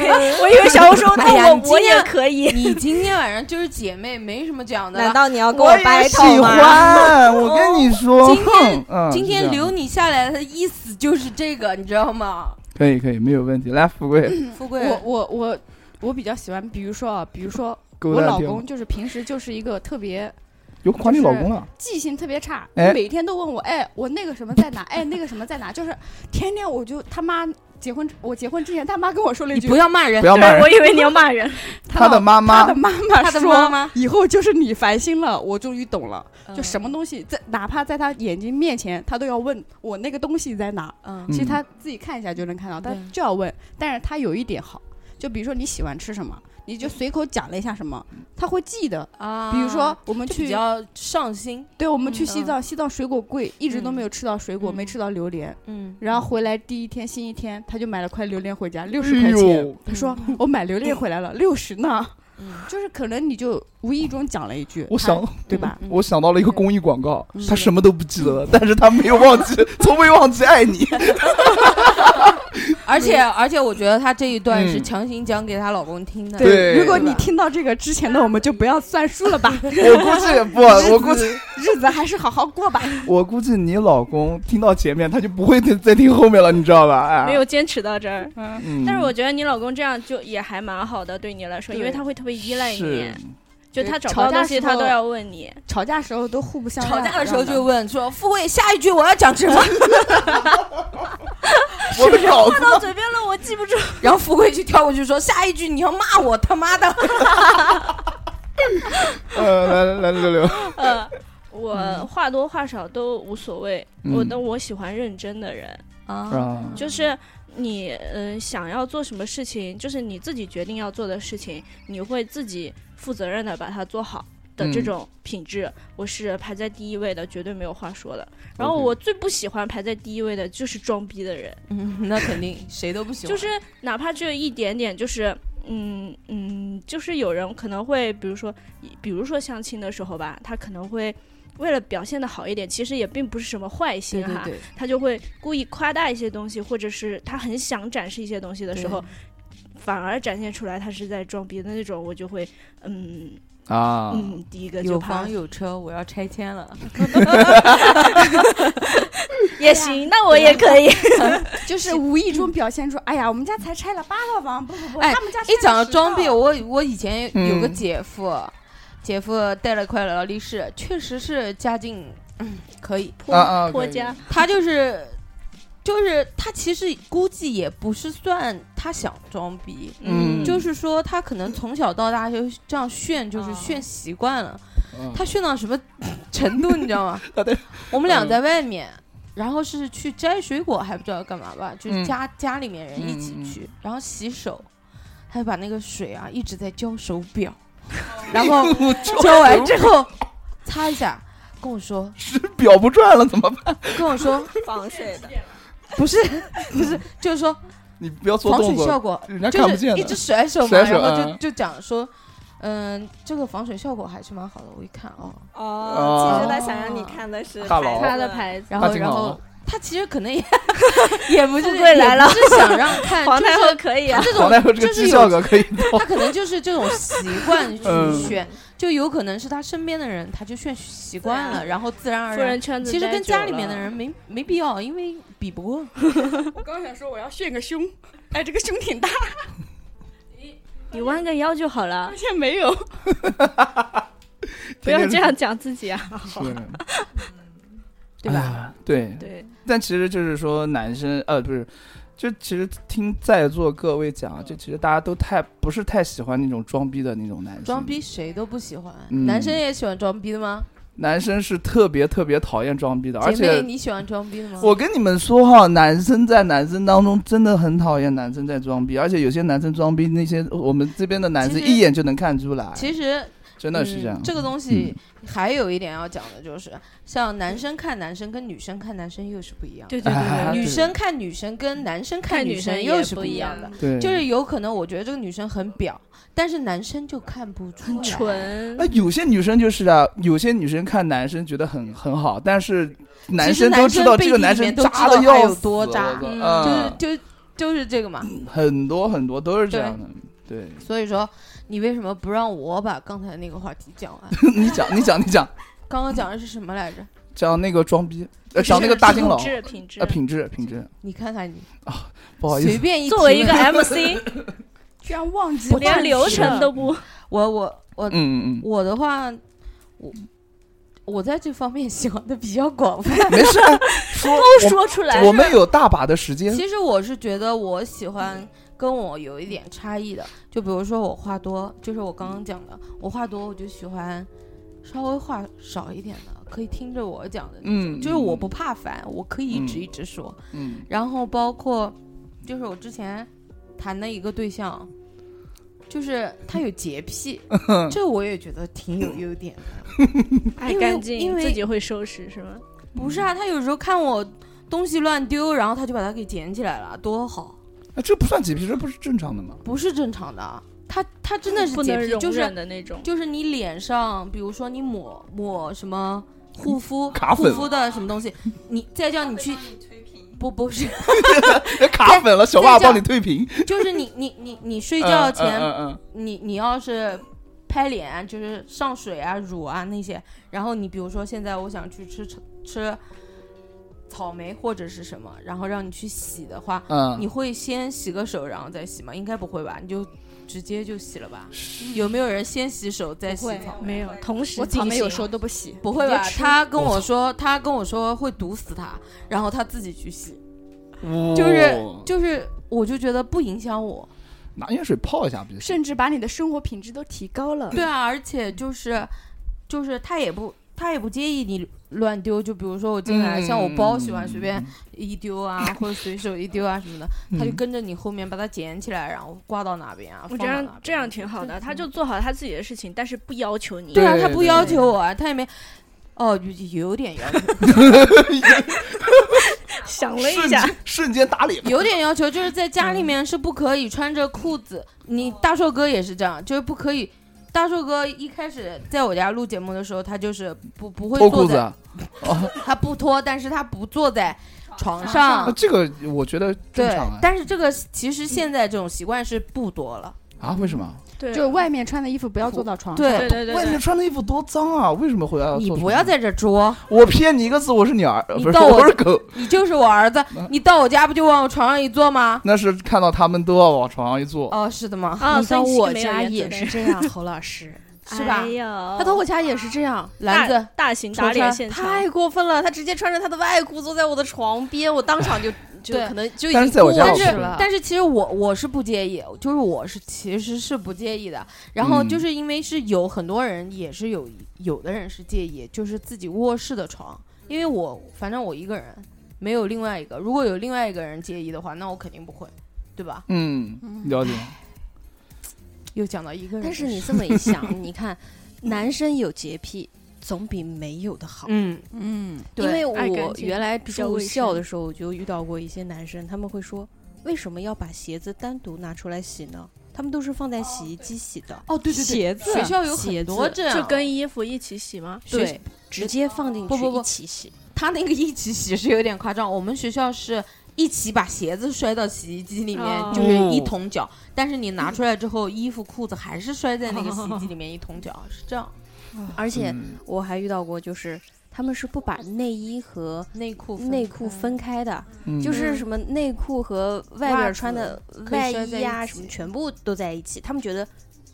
Speaker 4: 我以为小红说，
Speaker 3: 哎呀
Speaker 4: 那
Speaker 3: 你
Speaker 4: 我
Speaker 3: 今
Speaker 4: 我
Speaker 3: 天
Speaker 4: 也可以。
Speaker 3: 你今天晚上就是姐妹，没什么讲的
Speaker 7: 难
Speaker 3: 了。
Speaker 7: 道你要跟
Speaker 2: 我也
Speaker 7: 掰
Speaker 2: 喜
Speaker 7: 头吗？
Speaker 2: 欢，我跟你说，
Speaker 3: 哦今天
Speaker 2: 哼嗯，
Speaker 3: 今
Speaker 2: 是
Speaker 3: 天
Speaker 2: 这样
Speaker 3: 留你下来的意思就是这个，你知道吗？
Speaker 2: 可以可以没有问题。来，富贵，
Speaker 3: 富贵，
Speaker 5: 我我我我比较喜欢，比如说啊，比如说
Speaker 2: 勾
Speaker 5: 我
Speaker 2: 搭
Speaker 5: 老
Speaker 2: 掉
Speaker 5: 公就是平时就是一个特别
Speaker 2: 有夸你
Speaker 5: 就
Speaker 2: 老
Speaker 5: 是
Speaker 2: 公了，
Speaker 5: 记性特别差，
Speaker 2: 哎
Speaker 5: 每天都问我，哎，我那个什么在哪？哎，那个什么在哪？就是天天我就他妈结婚，我结婚之前，他妈跟我说了一
Speaker 3: 你
Speaker 5: 句，
Speaker 3: 不要骂人
Speaker 2: 不，要骂人
Speaker 4: 我。以为你要骂人，
Speaker 2: 他的妈
Speaker 5: 他
Speaker 2: 妈
Speaker 5: 的妈妈
Speaker 3: 他的
Speaker 5: 说，
Speaker 3: 妈嗯妈
Speaker 5: 以后就是你烦心了，我终于懂了。就什
Speaker 3: 么，
Speaker 5: 么东西在，哪怕在他眼睛面前，他都要问我那个东西在哪。
Speaker 3: 嗯
Speaker 2: 嗯
Speaker 5: 其实他自己看一下就能看到，他
Speaker 3: 对
Speaker 5: 就要问。但是他有一点好，就比如说你喜欢吃什么，你就随口讲了一下什么，他会记得。
Speaker 3: 啊，
Speaker 5: 比如说我们
Speaker 3: 就比
Speaker 5: 去，
Speaker 3: 较上心，
Speaker 5: 对我们
Speaker 3: 嗯
Speaker 5: 去西
Speaker 3: 嗯
Speaker 5: 藏，西藏水果贵，一直都没有吃到水果，
Speaker 3: 嗯
Speaker 5: 没吃到榴莲。
Speaker 3: 嗯，
Speaker 5: 然后回来第一天新一天，他就买了块榴莲回家，六十
Speaker 2: 哎
Speaker 5: 块钱
Speaker 2: 呦。
Speaker 5: 他说：“我买榴莲回来了，六十呢。
Speaker 3: 嗯”
Speaker 5: 嗯 就是可能你就无意中讲了一句，
Speaker 2: 我
Speaker 5: 他
Speaker 2: 想，
Speaker 5: 对吧？
Speaker 2: 我想到了一个公益广告，
Speaker 5: 嗯
Speaker 2: 他什么都不记得了，但是他没有忘记，从未忘记爱你。
Speaker 3: 而且而且我觉得他这一段是
Speaker 2: 嗯
Speaker 3: 强行讲给他老公听的，
Speaker 2: 对
Speaker 5: 如果你
Speaker 3: 吧
Speaker 5: 听到这个之前的，我们就不要算数了吧，
Speaker 2: 我估计不， 我估计，
Speaker 5: 日子还是好好过吧。
Speaker 2: 我估计你老公听到前面，他就不会再再听后面了，你知道吧？哎，
Speaker 4: 没有坚持到这儿。
Speaker 2: 嗯，
Speaker 4: 但是我觉得你老公这样就也还蛮好的，对你来说，因为
Speaker 5: 对
Speaker 4: 他会特别依赖你
Speaker 2: 是，
Speaker 4: 就他找不
Speaker 5: 吵
Speaker 4: 到
Speaker 5: 架
Speaker 4: 东西
Speaker 5: 时
Speaker 4: 他
Speaker 5: 候
Speaker 4: 都要问 你。
Speaker 5: 吵架时候都互不相
Speaker 3: 吵架的时候就
Speaker 5: 让
Speaker 3: 问说：“富贵，下一句我要讲什 么
Speaker 2: 我的脑子
Speaker 4: 到嘴边了，我记 不住。？”
Speaker 3: 然后富贵就跳过去说：“下一句你要骂我他 妈的
Speaker 2: 呃，来来来，六六，
Speaker 4: 呃，我话多话少都无所谓，
Speaker 2: 嗯
Speaker 4: 我但我喜欢认真的人，
Speaker 3: 啊
Speaker 2: 啊，
Speaker 4: 就是。你呃想要做什么事情，就是你自己决定要做的事情，你会自己负责任的把它做好的这
Speaker 2: 嗯
Speaker 4: 种品质，我是排在第一位的，绝对没有话说的。然后
Speaker 2: OK
Speaker 4: 我最不喜欢排在第一位的就是装逼的人，！”
Speaker 3: 嗯，那肯定谁都不喜欢。
Speaker 4: 就是哪怕只有一点点，就是嗯嗯，就是有人可能会，比如说，比如说相亲的时候吧，他可能会为了表现的好一点，其实也并不是什么坏心
Speaker 3: 对对
Speaker 4: 哈，
Speaker 3: 对，
Speaker 4: 他就会故意夸大一些东西，或者是他很想展示一些东西的时候，反而展现出来他是在装逼的那种，我就会嗯
Speaker 2: 啊，
Speaker 4: 嗯，第一个就
Speaker 3: 有
Speaker 4: 怕
Speaker 3: 房有车，我要拆迁 了。
Speaker 4: 也行，那我也可以，
Speaker 5: 让就是嗯无意中表现出，哎呀，我们家才拆了八套房，不不不，
Speaker 3: 哎
Speaker 5: 他们家
Speaker 3: 一讲到装
Speaker 5: 逼
Speaker 3: 逼，，我我以前有个
Speaker 2: 嗯
Speaker 3: 姐夫，姐夫带了块劳力士，确实是家境嗯可以，
Speaker 4: 破
Speaker 2: 啊啊
Speaker 4: 破
Speaker 2: 可以
Speaker 4: 家，
Speaker 3: 他就是。就是他其实估计也不是算他想装逼，
Speaker 2: 嗯
Speaker 3: 就是说他可能从小到大就这样炫，就是炫习惯了。
Speaker 2: 哦嗯
Speaker 3: 他炫到什么 程度，你知道 吗？
Speaker 2: 啊对
Speaker 3: 我们俩在外面，然后是去摘水果，还不知道干嘛吧，就是
Speaker 2: 嗯
Speaker 3: 家、家里面人一起
Speaker 2: 嗯嗯嗯
Speaker 3: 去，然后洗手，他就把那个水啊一直在浇手 表，然后浇完之后擦一下，跟我说，
Speaker 2: 表不转了怎么办？
Speaker 3: 跟我说，
Speaker 7: 防水 的，
Speaker 3: 不是 不是，就是说
Speaker 2: 你不要做
Speaker 3: 防
Speaker 2: 动
Speaker 3: 水效
Speaker 2: 作，
Speaker 3: 果，
Speaker 2: 人家
Speaker 3: 就
Speaker 2: 看不见
Speaker 3: 是一直
Speaker 2: 的。
Speaker 3: 甩手嘛，
Speaker 2: 甩手
Speaker 3: 然后
Speaker 2: 嗯
Speaker 3: 就就讲说，嗯，这个防水效果还是蛮好的。我一看哦，
Speaker 2: 哦
Speaker 7: 哦，其实他想让你看的 是
Speaker 2: 大佬
Speaker 7: 子
Speaker 4: 他的，牌子。
Speaker 3: 然
Speaker 2: 大
Speaker 3: 后
Speaker 2: 金啊
Speaker 3: 然
Speaker 2: 毛
Speaker 3: 后他其实可能也也不是
Speaker 4: 富贵来了
Speaker 3: 也不是想 让看
Speaker 4: 皇太
Speaker 3: 就是
Speaker 4: 后可以啊，
Speaker 3: 这种
Speaker 2: 黄太后这个
Speaker 3: 就是
Speaker 2: 绩效
Speaker 3: 有
Speaker 2: 可可以
Speaker 3: 他
Speaker 2: 到，
Speaker 3: 可能就是这种习惯
Speaker 2: 嗯
Speaker 3: 去炫，就有可能是他身边的人他就炫习惯
Speaker 4: 啊
Speaker 3: 了，然后自然而
Speaker 4: 富
Speaker 3: 然。
Speaker 4: 人圈子
Speaker 3: 其实
Speaker 4: 待
Speaker 3: 跟
Speaker 4: 久
Speaker 3: 家里面的
Speaker 4: 了
Speaker 3: 人没没必要，因为比不过。
Speaker 2: 嗯
Speaker 5: 我刚想说我要炫个胸，哎，这个胸挺大，
Speaker 4: 你弯个腰就好了
Speaker 5: 发，现没有，
Speaker 4: 不要这样讲自己啊。
Speaker 2: 是，
Speaker 3: 对
Speaker 2: 吧？
Speaker 3: 吧
Speaker 2: 哎对，
Speaker 4: 对，
Speaker 2: 但其实就是说，男生呃，不是，就其实听在座各位讲，啊
Speaker 3: 嗯
Speaker 2: 就其实大家都太不是太喜欢那种装逼的那种男生。
Speaker 3: 装逼谁都不喜欢，
Speaker 2: 嗯
Speaker 3: 男生也喜欢装逼的吗？
Speaker 2: 男生是特别特别讨厌装逼的，而
Speaker 3: 姐妹，
Speaker 2: 且
Speaker 3: 你喜欢装逼的吗？
Speaker 2: 我跟你们说哈，男生在男生当中真的很讨厌男生在装逼，而且有些男生装逼，那些我们这边的男生
Speaker 3: 其实
Speaker 2: 一眼就能看出来，
Speaker 3: 其实
Speaker 2: 真的是这样
Speaker 3: 嗯。这个东西还有一点要讲的就是，像男生看男生跟女生看男生又是不一样的。
Speaker 4: 对对
Speaker 2: 哎
Speaker 4: 对
Speaker 3: 女
Speaker 2: 对
Speaker 3: 生看女生跟男生看
Speaker 4: 看
Speaker 3: 女
Speaker 4: 女
Speaker 3: 生
Speaker 4: 生
Speaker 3: 又
Speaker 4: 也
Speaker 3: 是
Speaker 4: 不
Speaker 3: 不
Speaker 4: 一
Speaker 3: 一样
Speaker 4: 样
Speaker 7: 嗯
Speaker 3: 的，
Speaker 2: 对，
Speaker 3: 就是有可能我觉得这个女生很表，但是男生就看不出来。
Speaker 4: 对，纯
Speaker 2: 那哎有些女生就是啊，有些女生看男生觉得很很好，但是男生都知道这个男生渣的要死，
Speaker 3: 其实男生背地里面都知道他有多渣
Speaker 2: 我操
Speaker 3: 就是
Speaker 2: 嗯，
Speaker 3: 就就是这个嘛。
Speaker 2: 很多很多都是这样的。对
Speaker 3: 所以说，你为什么不让我把刚才那个话题讲完？
Speaker 2: 你讲，你讲，你讲，
Speaker 3: 刚刚讲的是什么来着？
Speaker 2: 讲那个装逼，呃，讲那个大金老
Speaker 4: 品质品质
Speaker 2: 啊，。品质，品质，
Speaker 3: 你看看你，
Speaker 2: 不好意
Speaker 3: 随
Speaker 2: 思，
Speaker 3: 便一
Speaker 4: 作为一个
Speaker 3: 提问
Speaker 4: MC，
Speaker 5: 居然忘记
Speaker 3: 不
Speaker 5: 了
Speaker 4: 连流程都不
Speaker 3: 我我我
Speaker 2: 嗯嗯嗯，
Speaker 3: 我的话，我我在这方面喜欢的比较广泛。
Speaker 2: 没事 啊，说
Speaker 4: 都说出来
Speaker 2: 我，我们有大把的时间。
Speaker 3: 其实我是觉得我喜欢跟我有一点差异的，就比如说我话多，就是我刚刚讲的，我话多，我就喜欢稍微话少一点的，可以听着我讲的那种，
Speaker 2: 嗯
Speaker 3: 就是我不怕烦，我可以一直
Speaker 2: 嗯
Speaker 3: 一直说。
Speaker 2: 嗯，
Speaker 3: 然后包括就是我之前谈的一个对象，就是他有洁癖，这我也觉得挺有优点的。
Speaker 4: 爱
Speaker 3: 因为
Speaker 4: 干净，
Speaker 3: 因为
Speaker 4: 自己会收拾是吗？
Speaker 3: 不是
Speaker 2: 嗯
Speaker 3: 啊，他有时候看我东西乱丢，然后他就把它给捡起来了，多好，
Speaker 2: 啊这不算洁癖，这不是正常的吗？
Speaker 3: 不是正常的。啊他他真的是
Speaker 4: 不
Speaker 3: 洁
Speaker 4: 能
Speaker 3: 癖，
Speaker 4: 容
Speaker 3: 就是
Speaker 4: 忍的那种。
Speaker 3: 就是你脸上，比如说你抹抹什么护肤
Speaker 2: 卡
Speaker 3: 护
Speaker 2: 粉
Speaker 3: 肤的什么东西，你再叫你 去不不是，
Speaker 2: 哎卡粉了，小爸帮你退屏。
Speaker 3: 就是你你你你睡觉
Speaker 2: 嗯
Speaker 3: 前，
Speaker 2: 嗯嗯
Speaker 3: 你你要是拍脸，就是上水啊、乳啊那些，然后你比如说现在我想去吃吃草莓或者是什么，然后让你去洗的话，
Speaker 2: 嗯
Speaker 3: 你会先洗个手然后再洗吗？应该不会吧？你就直接就洗了吧？有没有人先洗手再洗草莓？
Speaker 4: 没有，同时
Speaker 5: 我草莓
Speaker 4: 进行
Speaker 5: 有时候都不洗，
Speaker 3: 不会吧
Speaker 5: 直接？吃
Speaker 3: 他跟我说，他跟我说会毒死他，然后他自己去洗，
Speaker 2: 嗯，
Speaker 3: 就是
Speaker 2: 哦
Speaker 3: 就是，我就觉得不影响我。
Speaker 2: 拿盐水泡一下不就行？
Speaker 5: 甚至把你的生活品质都提高了。
Speaker 3: 对啊，而且就是就是他也不他也不介意你乱丢，就比如说我进来，啊像我包喜欢随便一丢 啊，或者随手一丢啊什么的，
Speaker 2: 嗯
Speaker 3: 他就跟着你后面把它捡起来，然后挂到哪边啊，
Speaker 4: 我
Speaker 3: 放
Speaker 4: 觉
Speaker 3: 到哪边
Speaker 4: 得这样挺好 的，他就做好他自己的事情，但是不要求你。
Speaker 3: 对啊，
Speaker 2: 对
Speaker 3: 他不
Speaker 2: 对
Speaker 3: 要求我啊，他也没。哦，有有点要求，
Speaker 4: 想了一
Speaker 2: 瞬
Speaker 4: 下，
Speaker 2: 间嗯瞬间打脸。
Speaker 3: 有点要求，就是在家
Speaker 2: 嗯
Speaker 3: 里面是不可以穿着裤子。你大硕哥也是这样，就是不可以。大硕哥一开始在我家录节目的时候，他就是不不 会
Speaker 2: 脱
Speaker 3: 坐
Speaker 2: 裤子
Speaker 3: 在，
Speaker 2: 啊，
Speaker 3: 他不脱，但是他不坐在床
Speaker 2: 啊
Speaker 3: 上。
Speaker 2: 这个我觉得正
Speaker 3: 对
Speaker 2: 常啊，
Speaker 3: 但是这个其实现在这种习惯是不多了。
Speaker 2: 啊？为什么？
Speaker 4: 对
Speaker 5: 就外面穿的衣服不要坐到床上。
Speaker 4: 啊对
Speaker 3: 对，
Speaker 4: 对对
Speaker 2: 外面
Speaker 4: 对，
Speaker 2: 穿的衣服多脏啊！为什么回来要
Speaker 3: 你
Speaker 2: 做
Speaker 3: 不要
Speaker 2: 这种
Speaker 3: 在 这捉，
Speaker 2: 事，我骗你一个字， 我是你儿，呃
Speaker 3: 你
Speaker 2: 不是
Speaker 3: 到我
Speaker 2: 是狗，
Speaker 3: 你就是我儿子，你到我家不就往我床上一坐吗？
Speaker 2: 那是看到他们都要往床上一坐，
Speaker 3: 哦，是的吗？
Speaker 4: 啊，
Speaker 6: 你
Speaker 4: 所以
Speaker 6: 到
Speaker 4: 是
Speaker 6: 我
Speaker 4: 没有
Speaker 6: 家
Speaker 4: 原则
Speaker 6: 也
Speaker 4: 的
Speaker 6: 是这样，侯 老师。
Speaker 3: 是吧
Speaker 4: 哎呦，
Speaker 5: 他到我家也是这样，
Speaker 3: 篮
Speaker 4: 大
Speaker 3: 子，
Speaker 4: 大型
Speaker 3: 戳
Speaker 4: 打脸
Speaker 3: 穿
Speaker 4: 现场，
Speaker 6: 太过分了！他直接穿着他的外裤坐在我的床边，我当场就就
Speaker 3: 对
Speaker 6: 可能就已
Speaker 2: 但
Speaker 6: 经
Speaker 2: 是在我家
Speaker 6: 过
Speaker 2: 我
Speaker 6: 去
Speaker 2: 不会
Speaker 6: 了。
Speaker 3: 但是其实我我是不介意，就是我是其实是不介意的。然后
Speaker 2: 嗯
Speaker 3: 就是因为是有很多人也是有有的人是介意，就是自己卧室的床，因为我反正我一个人没有另外一个，如果有另外一个人介意的话，那我肯定不会，对吧？
Speaker 2: 嗯，了解。
Speaker 3: 又讲到一个人的
Speaker 6: 但
Speaker 3: 事，
Speaker 6: 是你这么一想，你看，男生有洁癖总比没有的好。
Speaker 3: 嗯，
Speaker 5: 嗯，
Speaker 3: 对
Speaker 6: 因为
Speaker 4: 爱干
Speaker 6: 我
Speaker 4: 净
Speaker 6: 原来
Speaker 4: 较
Speaker 6: 住
Speaker 4: 卫
Speaker 6: 校
Speaker 4: 生
Speaker 6: 的时候，我就遇到过一些男生，他们会说，为什么要把鞋子单独拿出来洗呢？他们都是放在洗衣机洗的，
Speaker 3: 哦对对对，
Speaker 5: 鞋子
Speaker 3: 学校有
Speaker 6: 鞋
Speaker 3: 很多
Speaker 6: 子
Speaker 3: 这样，
Speaker 4: 就跟衣服一起洗吗？
Speaker 3: 对
Speaker 6: 直接放进
Speaker 3: 不
Speaker 6: 去
Speaker 3: 不不
Speaker 6: 一起洗。
Speaker 3: 他那个一起洗是有点夸张，我们学校是一起把鞋子摔到洗衣机里面，
Speaker 4: 哦
Speaker 3: 就是一桶脚，但是你拿出来之后，衣服裤子还是摔在那个洗衣机里面一桶脚，是这样。
Speaker 6: 而且
Speaker 2: 嗯
Speaker 6: 我还遇到过，就是他们是不把内衣和
Speaker 3: 内裤分
Speaker 6: 内裤分开的，
Speaker 2: 嗯
Speaker 6: 就是什么内裤和外边穿的外
Speaker 3: 可以
Speaker 6: 衣
Speaker 3: 摔在
Speaker 6: 啊
Speaker 3: 一起
Speaker 6: 什么全部都在一起，他们觉得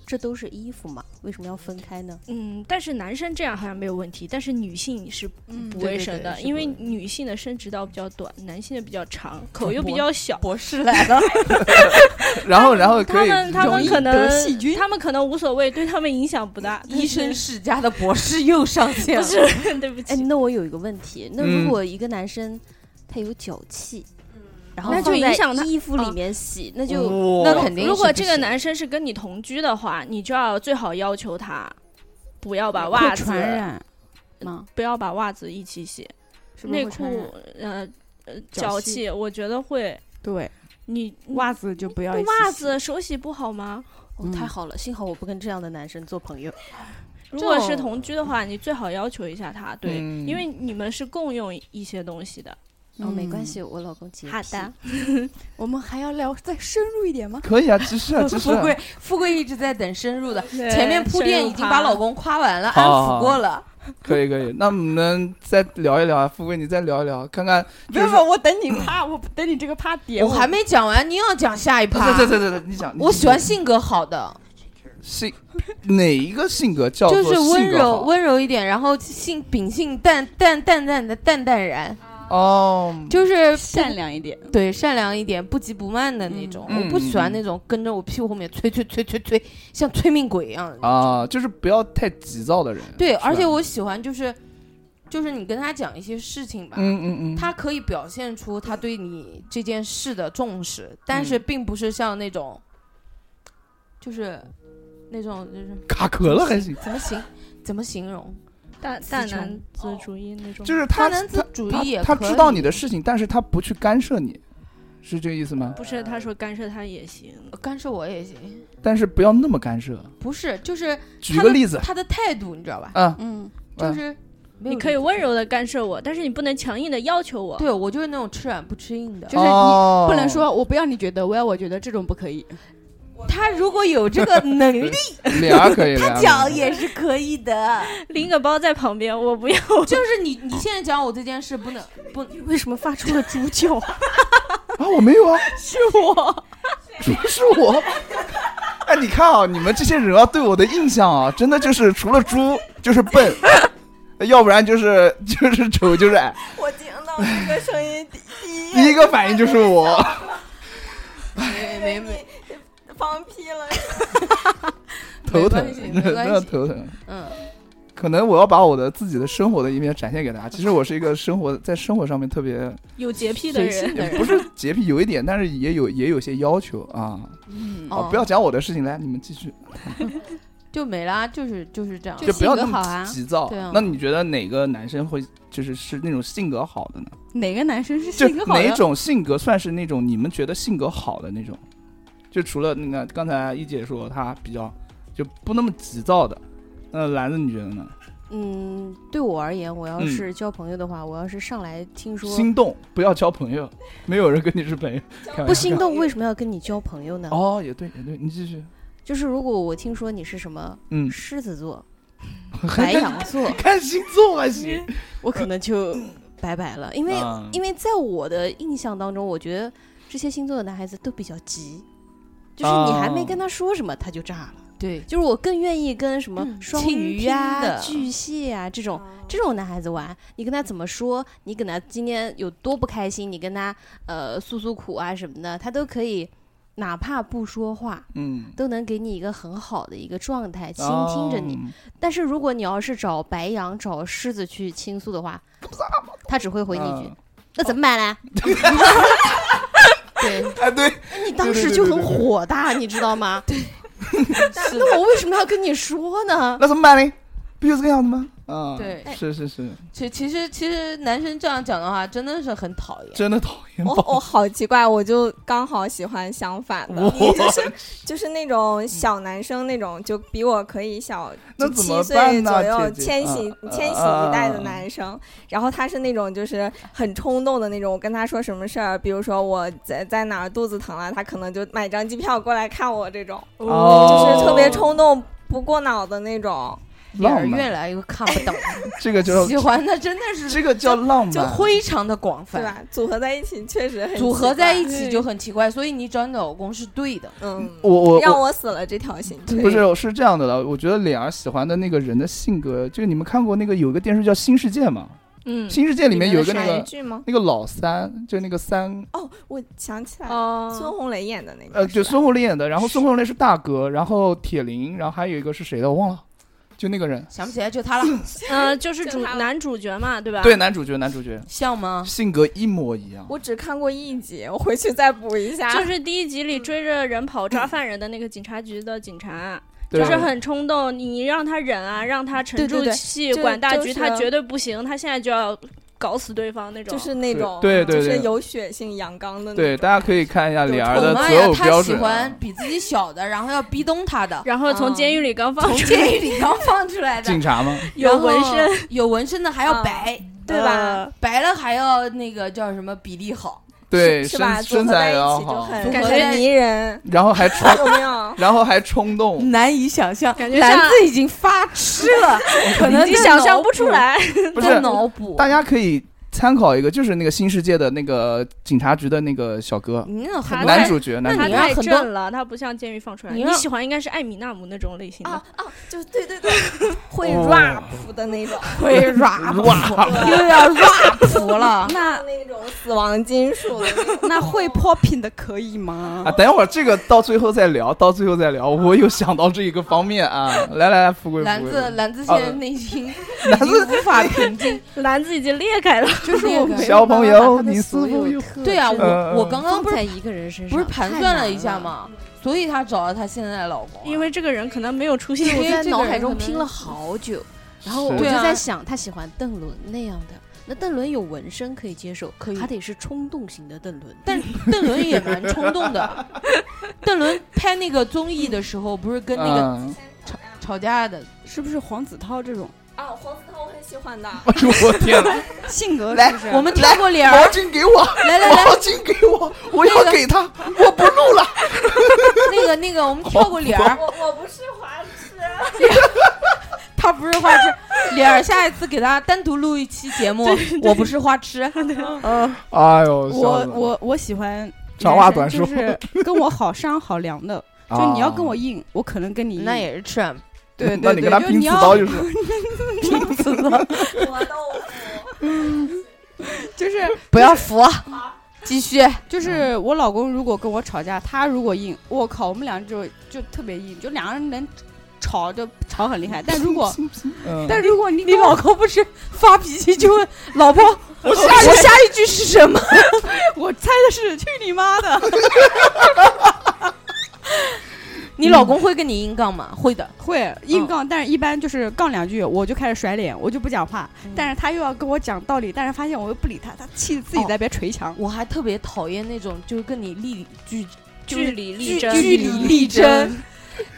Speaker 6: 这都是衣服嘛，为什么要分开呢？
Speaker 4: 嗯，但是男生这样好像没有问题，但是女性是不卫生的，
Speaker 3: 对对对
Speaker 4: 因为
Speaker 3: 是不
Speaker 4: 女性的生殖道比较短，男性的比较长，口
Speaker 3: 口
Speaker 4: 又比
Speaker 3: 播
Speaker 4: 较小。
Speaker 3: 博士来了，
Speaker 2: 然后然后
Speaker 4: 他
Speaker 2: 可以
Speaker 4: 们他
Speaker 2: 容
Speaker 4: 们
Speaker 2: 易
Speaker 4: 可能
Speaker 2: 得细菌
Speaker 4: 他们可能无所谓，对他们影响不大。但
Speaker 3: 医生世家的博士又上线
Speaker 4: 不
Speaker 3: 了。
Speaker 4: 是， 对不
Speaker 6: 哎，
Speaker 4: 起，
Speaker 6: 那我有一个问题，那
Speaker 2: 嗯
Speaker 6: 如果一个男生他有脚气，然后
Speaker 4: 那就
Speaker 6: 放在
Speaker 4: 影响他
Speaker 6: 衣服里面洗，那就
Speaker 2: 哇
Speaker 3: 那肯定是
Speaker 4: 如
Speaker 3: 不
Speaker 4: 果
Speaker 3: 行
Speaker 4: 这个男生是跟你同居的话，你就要最好要求他不要把袜
Speaker 5: 会
Speaker 4: 子
Speaker 5: 传染吗？
Speaker 4: 不要把袜子一起洗，
Speaker 5: 是不是
Speaker 4: 内
Speaker 5: 会传
Speaker 4: 裤
Speaker 5: 染
Speaker 4: 呃呃
Speaker 5: 脚
Speaker 4: 脚
Speaker 5: 气
Speaker 4: 气，我觉觉得会
Speaker 5: 对，
Speaker 4: 你
Speaker 5: 袜子就不要一起洗
Speaker 4: 袜子手洗不好吗？
Speaker 6: 哦太好了，幸好我不跟这样的男生做朋友。
Speaker 4: 如果是
Speaker 3: 这种
Speaker 4: 同居的话，你最好要求一下他，对，
Speaker 2: 嗯
Speaker 4: 因为你们是共用一些东西的。
Speaker 6: 哦，没关系，我老公洁癖。
Speaker 4: 好的，
Speaker 5: 我们还要聊再深入一点吗？
Speaker 2: 可以啊，其实啊， 其实
Speaker 3: 富
Speaker 2: 啊
Speaker 3: 贵，富贵一直在等深入的，
Speaker 4: 对
Speaker 3: 前面铺垫已经把老公夸完了，安抚过了。
Speaker 2: 可以可以。那我们再聊一聊啊，富贵，你再聊一聊，看看。
Speaker 5: 没有，没有我等你趴，我等你这个趴点
Speaker 3: 我还没讲完，你要讲下一趴。
Speaker 2: 对对对对对，你讲。你
Speaker 3: 我喜欢性格好的，
Speaker 2: 性哪一个性格叫做
Speaker 3: 就是温
Speaker 2: 性格
Speaker 3: 柔
Speaker 2: 好？
Speaker 3: 温柔一点，然后性秉性淡淡淡淡的淡淡然，
Speaker 2: 哦，
Speaker 3: 就是
Speaker 4: 善良一点，
Speaker 3: 对善良一点，不急不慢的那种。
Speaker 2: 嗯
Speaker 3: 我不喜欢那种跟着我屁股后面催催催催催，像催命鬼一样的。
Speaker 2: 啊，就是不要太急躁的人。
Speaker 3: 对，
Speaker 2: 是吧啊
Speaker 3: 而且我喜欢就是，就是你跟他讲一些事情吧，
Speaker 2: 嗯嗯嗯，
Speaker 3: 他可以表现出他对你这件事的重视，但
Speaker 2: 嗯
Speaker 3: 是并不是像那种，就是那种就是
Speaker 2: 卡壳了还行，
Speaker 3: 怎么形怎么形容，
Speaker 4: 大大男子主义那种。
Speaker 2: 就是他
Speaker 3: 男子主义也
Speaker 2: 他
Speaker 3: 可
Speaker 2: 知道
Speaker 3: 以
Speaker 2: 你的事情，但是他不去干涉你，是这个意思吗？
Speaker 4: 不是他说干涉他也行，
Speaker 3: 干涉我也行，
Speaker 2: 但是不要那么干涉。
Speaker 3: 不是就是
Speaker 2: 举个例子，
Speaker 3: 他的态度你知道吧？
Speaker 2: 嗯，
Speaker 5: 嗯，
Speaker 2: 嗯
Speaker 3: 就是没有
Speaker 4: 你可以温柔的干涉我，但是你不能强硬的要求我。
Speaker 3: 对我就是那种吃软不吃硬的。
Speaker 5: 就是你
Speaker 2: 哦
Speaker 5: 不能说我不要你觉得，我要我觉得这种不可以。
Speaker 3: 他如果有这个能力，
Speaker 2: 脸儿可以，
Speaker 3: 他
Speaker 2: 脸儿
Speaker 3: 讲
Speaker 2: 可以
Speaker 3: 也是可以的。
Speaker 4: 拎个包在旁边，我不要。
Speaker 3: 就是你你现在讲我这件事不能不
Speaker 6: 为什么发出了猪叫？
Speaker 2: 啊，我没有 啊，
Speaker 4: 是我，
Speaker 2: 主是我。哎，你看啊，你们这些人啊，对我的印象啊，真的就是除了猪就是笨，要不然就是就是丑就是矮，
Speaker 7: 我听到这个声音，第
Speaker 2: 第一个反应就是 我。
Speaker 3: 没没没
Speaker 7: 放屁了。
Speaker 2: 头疼
Speaker 3: 没关系，
Speaker 2: 真
Speaker 3: 没关系
Speaker 2: 的头疼。
Speaker 3: 嗯
Speaker 2: 可能我要把我的自己的生活的一面展现给大家。其实我是一个生活在生活上面特别
Speaker 4: 有洁癖的人，
Speaker 2: 也不是洁癖，有一点，但是也有也有些要求啊。
Speaker 3: 哦
Speaker 4: 嗯
Speaker 2: 啊，不要讲我的事情，来，你们继续，
Speaker 3: 嗯就没啦，就是就是这样。
Speaker 2: 就不要那
Speaker 5: 性格好啊
Speaker 2: 么急躁
Speaker 3: 对啊。
Speaker 2: 那你觉得哪个男生会就是是那种性格好的呢？
Speaker 5: 哪个男生是
Speaker 2: 就
Speaker 5: 性格好
Speaker 2: 哪
Speaker 5: 的？
Speaker 2: 种性格算是那种你们觉得性格好的那种？就除了那个刚才一姐说她比较就不那么急躁的，那篮子你觉得呢？
Speaker 6: 嗯，对我而言，我要
Speaker 2: 嗯
Speaker 6: 是交朋友的话，我要是上来听说
Speaker 2: 心动不要交朋友，没有人跟你是朋友，开玩
Speaker 6: 不
Speaker 2: 笑
Speaker 6: 心动，为什么要跟你交朋友呢？
Speaker 2: 哦，也对也对，你继续，
Speaker 6: 就是如果我听说你是什么
Speaker 2: 嗯，
Speaker 6: 狮子座、白
Speaker 2: 还
Speaker 6: 羊座，
Speaker 2: 看星座还行，
Speaker 6: 我可能就拜拜了，因为
Speaker 2: 嗯
Speaker 6: 因为在我的印象当中，我觉得这些星座的男孩子都比较急，就是你还没
Speaker 2: 哦
Speaker 6: 跟他说什么，他就炸了。
Speaker 3: 对，
Speaker 6: 就是我更愿意跟什么
Speaker 3: 嗯
Speaker 6: 双
Speaker 3: 倾
Speaker 6: 鱼
Speaker 3: 听
Speaker 6: 呀、
Speaker 3: 的
Speaker 6: 巨蟹呀、这
Speaker 3: 哦
Speaker 6: 种这种男孩子玩，你跟他怎么说，你跟他今天有多不开心，你跟他呃诉诉苦啊什么的，他都可以，哪怕不说话，
Speaker 2: 嗯，
Speaker 6: 都能给你一个很好的一个状态，倾听着你。
Speaker 2: 哦，
Speaker 6: 但是如果你要是找白羊、找狮子去倾诉的话，他只会回你一句
Speaker 2: 嗯：“
Speaker 6: 那怎么办啊嘞？”
Speaker 3: 哦
Speaker 6: 对，
Speaker 2: 哎对，
Speaker 6: 你当时就很火大，你知 道吗？对， 那我为什么要跟你 说呢？
Speaker 2: 那怎么办呢？不就是这个样子吗？啊，
Speaker 3: 对
Speaker 2: 是是是，
Speaker 3: 其其实其实男生这样讲的话，真的是很讨厌。
Speaker 2: 真的讨厌
Speaker 6: 哦
Speaker 7: 我
Speaker 2: 爆，
Speaker 7: 我哦好奇怪，我就刚好喜欢相反的，你就是就是那种小男生那种，就比我可以小
Speaker 2: 那
Speaker 7: 就
Speaker 2: 怎
Speaker 7: 七
Speaker 2: 么
Speaker 7: 岁
Speaker 2: 办呢
Speaker 7: 左右，
Speaker 2: 姐姐
Speaker 7: 千禧
Speaker 2: 啊
Speaker 7: 千禧
Speaker 2: 啊
Speaker 7: 一代的男生。然后他是那种就是很冲动的那种，我跟他说什么事儿，比如说我在在哪儿肚子疼了，他可能就买张机票过来看我这种，
Speaker 2: 哦
Speaker 7: 就是特别冲动不过脑的那种。
Speaker 3: 脸儿
Speaker 2: 浪
Speaker 3: 越
Speaker 2: 漫，
Speaker 3: 来越 看不懂，
Speaker 2: 这个叫
Speaker 3: 喜欢的真的是
Speaker 2: 这个叫浪
Speaker 3: 就
Speaker 2: 漫，
Speaker 3: 非常的广
Speaker 7: 对
Speaker 3: 泛，
Speaker 7: 吧？组合在一起确实很
Speaker 3: 组合
Speaker 7: 奇
Speaker 3: 在
Speaker 7: 怪
Speaker 3: 一起就很奇怪。所以你找你老公是对的，
Speaker 7: 嗯，
Speaker 2: 我我
Speaker 7: 让
Speaker 2: 我
Speaker 7: 我死了这条心。
Speaker 2: 不是是这样的了，我觉得脸儿喜欢的那个人的性格，就是你们看过那个有个电视叫《新世界》吗？
Speaker 4: 嗯
Speaker 2: 《新世界》里面有一个那
Speaker 7: 哪一
Speaker 2: 个
Speaker 7: 句吗？
Speaker 2: 那个老三，就那个三
Speaker 7: 哦，我想起来了，孙
Speaker 4: 哦，
Speaker 7: 红雷演的那个，
Speaker 2: 呃，就是
Speaker 7: 吧
Speaker 2: 孙红雷演的，然后孙红雷是大哥，然后铁林，然后还有一个是谁的我忘了，就那个人，
Speaker 3: 想不起来就他 了，
Speaker 4: 嗯，就是主
Speaker 7: 就他
Speaker 4: 男主角嘛，对吧？
Speaker 2: 对，，男主角，男主角
Speaker 3: 像吗？
Speaker 2: 性格一模一样。
Speaker 7: 我只看过一集，我回去再补一下。
Speaker 4: 就是第一集里追着人跑抓犯人的那个警察局的警察，
Speaker 2: 对
Speaker 4: 就是很冲动，你让他忍啊，让他沉
Speaker 7: 对
Speaker 4: 住
Speaker 7: 对对
Speaker 4: 气，
Speaker 7: 就是
Speaker 4: 管大
Speaker 7: 就
Speaker 4: 局，
Speaker 7: 是
Speaker 4: 他绝对不行，他现在就要搞死对方那种。
Speaker 7: 就是那种，
Speaker 2: 对对
Speaker 7: 就是
Speaker 2: 对
Speaker 7: 有血性阳刚的那种。
Speaker 2: 对，大家可以看一下脸儿
Speaker 3: 我
Speaker 2: 的
Speaker 3: 妈
Speaker 2: 择
Speaker 3: 呀，
Speaker 2: 偶
Speaker 3: 他
Speaker 2: 标
Speaker 3: 喜
Speaker 2: 准啊
Speaker 3: 欢。比自己小的，然后要逼咚他的，
Speaker 4: 然后从
Speaker 7: 嗯
Speaker 4: 监狱里刚 放
Speaker 3: 从
Speaker 4: 出来，
Speaker 3: 监狱 里刚放出来的，
Speaker 2: 警察吗？
Speaker 4: 有纹
Speaker 3: 然
Speaker 4: 身，
Speaker 3: 后，有纹身的嗯还要
Speaker 7: 啊
Speaker 3: 白，
Speaker 7: 对吧
Speaker 4: 呃？
Speaker 3: 白了还要那个叫什么比例好，
Speaker 2: 对，
Speaker 7: 是
Speaker 2: 身
Speaker 7: 吧？组
Speaker 2: 身
Speaker 7: 合
Speaker 2: 材
Speaker 7: 在
Speaker 2: 也
Speaker 7: 一
Speaker 2: 要
Speaker 7: 起就
Speaker 2: 好，，
Speaker 7: 很
Speaker 3: 组
Speaker 7: 感
Speaker 3: 合
Speaker 7: 觉
Speaker 3: 在
Speaker 7: 迷人
Speaker 2: 然后还冲，
Speaker 7: 有没有？
Speaker 2: 然后还冲 动，
Speaker 3: 难以想象，
Speaker 4: 感觉
Speaker 3: 篮
Speaker 4: 像
Speaker 3: 子已 经发痴了，可能
Speaker 4: 你
Speaker 3: 在
Speaker 4: 想象
Speaker 3: 脑嗯
Speaker 4: 不出
Speaker 3: 补，
Speaker 4: 来。
Speaker 2: 不
Speaker 3: 在
Speaker 2: 是？
Speaker 3: 脑补。
Speaker 2: 大家可以参考一个，就是那个新世界的那个警察局的那个小哥，
Speaker 3: 你 那很
Speaker 4: 他
Speaker 3: 多
Speaker 4: 太
Speaker 2: 男
Speaker 3: 人
Speaker 2: 主角，
Speaker 4: 那
Speaker 2: 男
Speaker 3: 那
Speaker 2: 主角
Speaker 3: 你
Speaker 4: 他
Speaker 3: 让
Speaker 4: 太
Speaker 3: 很多
Speaker 4: 正了，他不像监狱放出来。
Speaker 3: 你哦
Speaker 4: 你
Speaker 3: 让
Speaker 4: 喜欢应该是艾米纳姆那种类型的
Speaker 7: 啊，啊，就对对对， 会
Speaker 2: 哦
Speaker 7: rap 的那 种，
Speaker 5: 会 rap，
Speaker 2: 哇，
Speaker 5: 又 要 rap 了。那
Speaker 7: 那种死亡金属的那 种。
Speaker 5: 那会 popping 的可以吗
Speaker 2: 啊，？等一会儿这个到最后再聊，到最后再聊。我有想到这一个方面啊，来来来，富贵
Speaker 3: 篮
Speaker 2: 富
Speaker 3: 子，
Speaker 2: 贵，
Speaker 3: 篮子
Speaker 2: 啊
Speaker 3: 现在 内心
Speaker 2: 篮子
Speaker 3: 无法 平静。
Speaker 4: 篮子已经裂开了。
Speaker 5: 就是我
Speaker 3: 那个
Speaker 5: 没
Speaker 2: 小朋友，你是
Speaker 8: 所
Speaker 2: 否
Speaker 8: 有
Speaker 2: 有？
Speaker 8: 特
Speaker 3: 对啊，
Speaker 8: 质
Speaker 2: 呃
Speaker 3: 我我刚刚
Speaker 8: 放
Speaker 3: 不是
Speaker 8: 在一个人身上，
Speaker 3: 不是盘算了一下？嘛，所以她找了她现在的老公啊，
Speaker 4: 因为这个人可能没有出现
Speaker 3: 因
Speaker 4: 过
Speaker 8: 我
Speaker 3: 为
Speaker 8: 在
Speaker 3: 这个
Speaker 8: 脑
Speaker 3: 人
Speaker 8: 海中
Speaker 3: 可能
Speaker 8: 拼了好久，然后
Speaker 2: 是
Speaker 8: 我就
Speaker 3: 对啊
Speaker 8: 在想，他喜欢邓伦那样的。那邓伦有纹身可以接受，可以，他得是冲动型的邓伦。
Speaker 3: 但邓伦也蛮冲动的。邓伦拍那个综艺的时候，不是跟那个
Speaker 2: 嗯，
Speaker 3: 吵吵架的，
Speaker 5: 是不是黄子韬这种
Speaker 7: 啊，黄子韬我很喜欢的，
Speaker 2: 哎呦我天哪，
Speaker 5: 性格？
Speaker 2: 来
Speaker 5: 是不是
Speaker 3: 我们听
Speaker 2: 来
Speaker 3: 过脸
Speaker 2: 毛
Speaker 3: 儿，
Speaker 2: 巾给我，
Speaker 3: 来来来
Speaker 2: 毛，巾给我，我要给他，我不录了。
Speaker 3: 那个那个，我们跳过脸儿，
Speaker 7: 我我不是华师，
Speaker 3: 他不是花痴，脸儿下一次给他单独录一期节目，我不是花痴，嗯
Speaker 2: 哎呦，笑
Speaker 5: 我
Speaker 2: 死了
Speaker 5: 我我喜欢
Speaker 2: 长话短说啊
Speaker 5: 人生 就是跟我好商好量的，就你要跟我硬，我可能跟你硬
Speaker 3: 那也是 Trump
Speaker 5: 对对对，
Speaker 2: 那你跟他
Speaker 5: 就
Speaker 2: 拼
Speaker 5: 你
Speaker 2: 刺
Speaker 5: 要
Speaker 2: 刀就是
Speaker 3: 拼死的，
Speaker 7: 我豆腐。
Speaker 5: 就是
Speaker 3: 不要服，啊继续，
Speaker 5: 就是我老公如果跟我吵架，他如果硬，我靠，我们俩就就特别硬，就两个人能吵就吵很厉害。但如果
Speaker 2: 嗯
Speaker 5: 但如果你
Speaker 3: 你
Speaker 5: 跟我
Speaker 3: 老公不是发脾气就 问老婆，
Speaker 2: 我下
Speaker 3: 我下一句是什么？
Speaker 5: 我猜的是去你妈的，
Speaker 2: 嗯
Speaker 3: 你老公会跟你硬杠吗？会的，
Speaker 5: 会硬杠，但是一般就是杠两句我就开始甩脸，我就不讲话。但是他又要跟我讲道理，但是发现我又不理他，他气得自己在那边捶墙。
Speaker 3: 我还特别讨厌那种就是跟你立据
Speaker 4: 据理力争
Speaker 3: 据理力争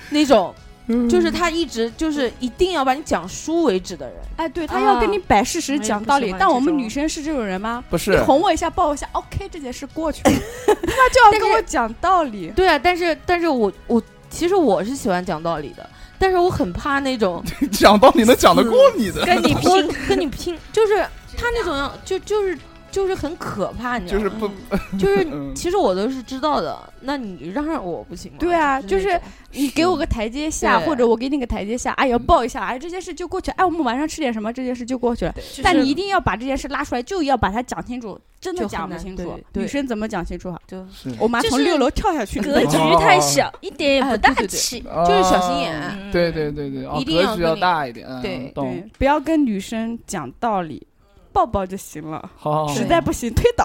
Speaker 3: 那种，
Speaker 2: 嗯
Speaker 3: 就是他一直就是一定要把你讲输为止的人。
Speaker 5: 哎，对他
Speaker 3: 啊
Speaker 5: 要跟你摆事
Speaker 4: 我
Speaker 5: 实
Speaker 4: 也
Speaker 5: 讲
Speaker 4: 不
Speaker 5: 道
Speaker 4: 喜
Speaker 5: 理，
Speaker 4: 欢
Speaker 5: 但
Speaker 4: 这
Speaker 5: 我们
Speaker 4: 种
Speaker 5: 女生是这种人吗？
Speaker 2: 不
Speaker 5: 你
Speaker 2: 是
Speaker 5: 哄我一下，抱我一下，OK，这件事过 去了，他就要跟我讲道理。
Speaker 3: 对啊，但是但是我我其实我是喜欢讲道理的，但是我很怕那种
Speaker 2: 讲道理能讲得过你的，
Speaker 4: 跟你
Speaker 3: 我
Speaker 4: 拼，
Speaker 3: 跟你拼，就是他那种样就就是就是很可怕，你知
Speaker 2: 就
Speaker 3: 道
Speaker 2: 是
Speaker 3: 吗？
Speaker 2: 不
Speaker 3: 就是
Speaker 2: 嗯
Speaker 3: 其实我都是知道的，那你让让我不行吗？
Speaker 5: 对啊
Speaker 3: 那
Speaker 5: 就是
Speaker 3: 种
Speaker 5: 你给我个台阶下，
Speaker 3: 对
Speaker 5: 或者我给你个台阶下，哎呀，抱一下，哎，这件事就过去了，哎，我们晚上吃点什么，这件事就过去了。
Speaker 4: 就是
Speaker 5: 但你一定要把这件事拉出来，就要把它讲清楚，真的
Speaker 3: 就很
Speaker 5: 讲不
Speaker 3: 难
Speaker 5: 清
Speaker 3: 对
Speaker 5: 楚。
Speaker 3: 对
Speaker 5: 女生怎么讲清楚好？
Speaker 3: 就。
Speaker 5: 我妈
Speaker 4: 就
Speaker 5: 从
Speaker 4: 是
Speaker 5: 六楼跳下去，
Speaker 4: 格局
Speaker 2: 哦
Speaker 4: 太小，一点
Speaker 3: 哎
Speaker 4: 也不大气。
Speaker 3: 就是小心眼
Speaker 2: 啊
Speaker 4: 嗯
Speaker 2: 对对对对，哦
Speaker 3: 一定
Speaker 2: 格
Speaker 3: 要
Speaker 2: 局
Speaker 3: 跟
Speaker 2: 要
Speaker 3: 你
Speaker 2: 大一点，嗯
Speaker 3: 对
Speaker 2: 懂，
Speaker 5: 对，不要跟女生讲道理，抱抱就行了，
Speaker 2: 好好，好
Speaker 5: 实在不行推倒。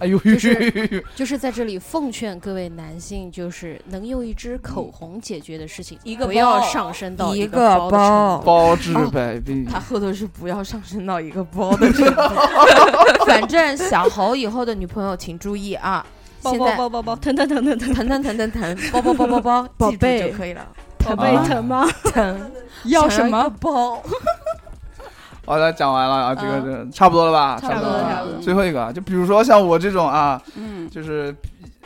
Speaker 2: 哎呦，
Speaker 8: 就是
Speaker 2: 呦呦呦呦
Speaker 8: 就是在这里奉劝各位男性，就是能用一支口红解决的事情，
Speaker 3: 一个
Speaker 8: 不要
Speaker 3: 包
Speaker 8: 上升到
Speaker 3: 一
Speaker 8: 个
Speaker 3: 个
Speaker 8: 包的程
Speaker 3: 包
Speaker 8: 度
Speaker 2: 包治百病，
Speaker 3: 他后头是不要上升到一个包的程度。 反正想好以后的女朋友请注意啊！
Speaker 4: 包
Speaker 3: 现
Speaker 4: 包
Speaker 3: 在
Speaker 4: 包包包，疼疼疼疼疼，
Speaker 3: 疼疼疼疼 疼，包包包包 包，
Speaker 5: 宝
Speaker 3: 记住
Speaker 5: 贝
Speaker 3: 就可以 了。
Speaker 4: 宝贝
Speaker 2: 啊
Speaker 4: 疼吗？
Speaker 3: 疼
Speaker 5: 要什
Speaker 3: 想一
Speaker 5: 么
Speaker 3: 个？包？
Speaker 2: 好的，讲完了啊，这个
Speaker 3: 嗯
Speaker 2: 这个差不多了吧？
Speaker 3: 差不
Speaker 2: 多
Speaker 3: 多
Speaker 2: 了
Speaker 3: 差
Speaker 2: 啊
Speaker 3: 不。多
Speaker 2: 最后一个啊，就比如说像我这种啊，
Speaker 5: 嗯，
Speaker 2: 就是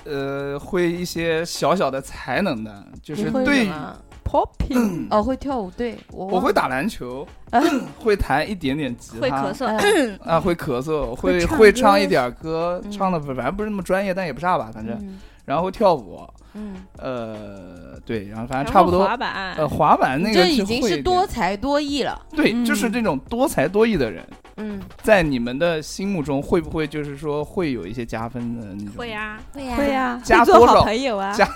Speaker 2: 呃，会一些小小的才能的，就
Speaker 3: 你
Speaker 2: 是
Speaker 3: 会
Speaker 2: 对嗯
Speaker 3: 什，么
Speaker 5: popping，
Speaker 3: 哦，会跳舞，对我
Speaker 2: 我
Speaker 3: 我
Speaker 2: 会打篮球
Speaker 3: 啊，
Speaker 2: 会弹一点点吉他，
Speaker 4: 会咳嗽，
Speaker 2: 啊，会咳嗽，会
Speaker 3: 唱
Speaker 2: 会
Speaker 3: 歌
Speaker 2: 唱一点儿歌，
Speaker 3: 嗯
Speaker 2: 唱的反正不是那么专业，但也不差吧，反正。
Speaker 3: 嗯
Speaker 2: 然后会跳舞，
Speaker 3: 嗯，
Speaker 2: 呃，对，然后反正
Speaker 4: 然后
Speaker 2: 差不多
Speaker 4: 滑。板，
Speaker 2: 呃，滑板那
Speaker 3: 你
Speaker 2: 个
Speaker 3: 这
Speaker 2: 就
Speaker 3: 已经
Speaker 2: 会一
Speaker 3: 是
Speaker 2: 点
Speaker 3: 多才多艺了。
Speaker 2: 对，就是
Speaker 5: 嗯
Speaker 2: 这种多才多艺的人，
Speaker 3: 嗯，
Speaker 2: 在你们的心目中会不会就是说会有一些加分的那种？
Speaker 4: 会啊呀，
Speaker 8: 对呀、
Speaker 5: 会呀，
Speaker 2: 加
Speaker 5: 会
Speaker 2: 多
Speaker 5: 做
Speaker 2: 少
Speaker 5: 好朋友啊
Speaker 2: 加。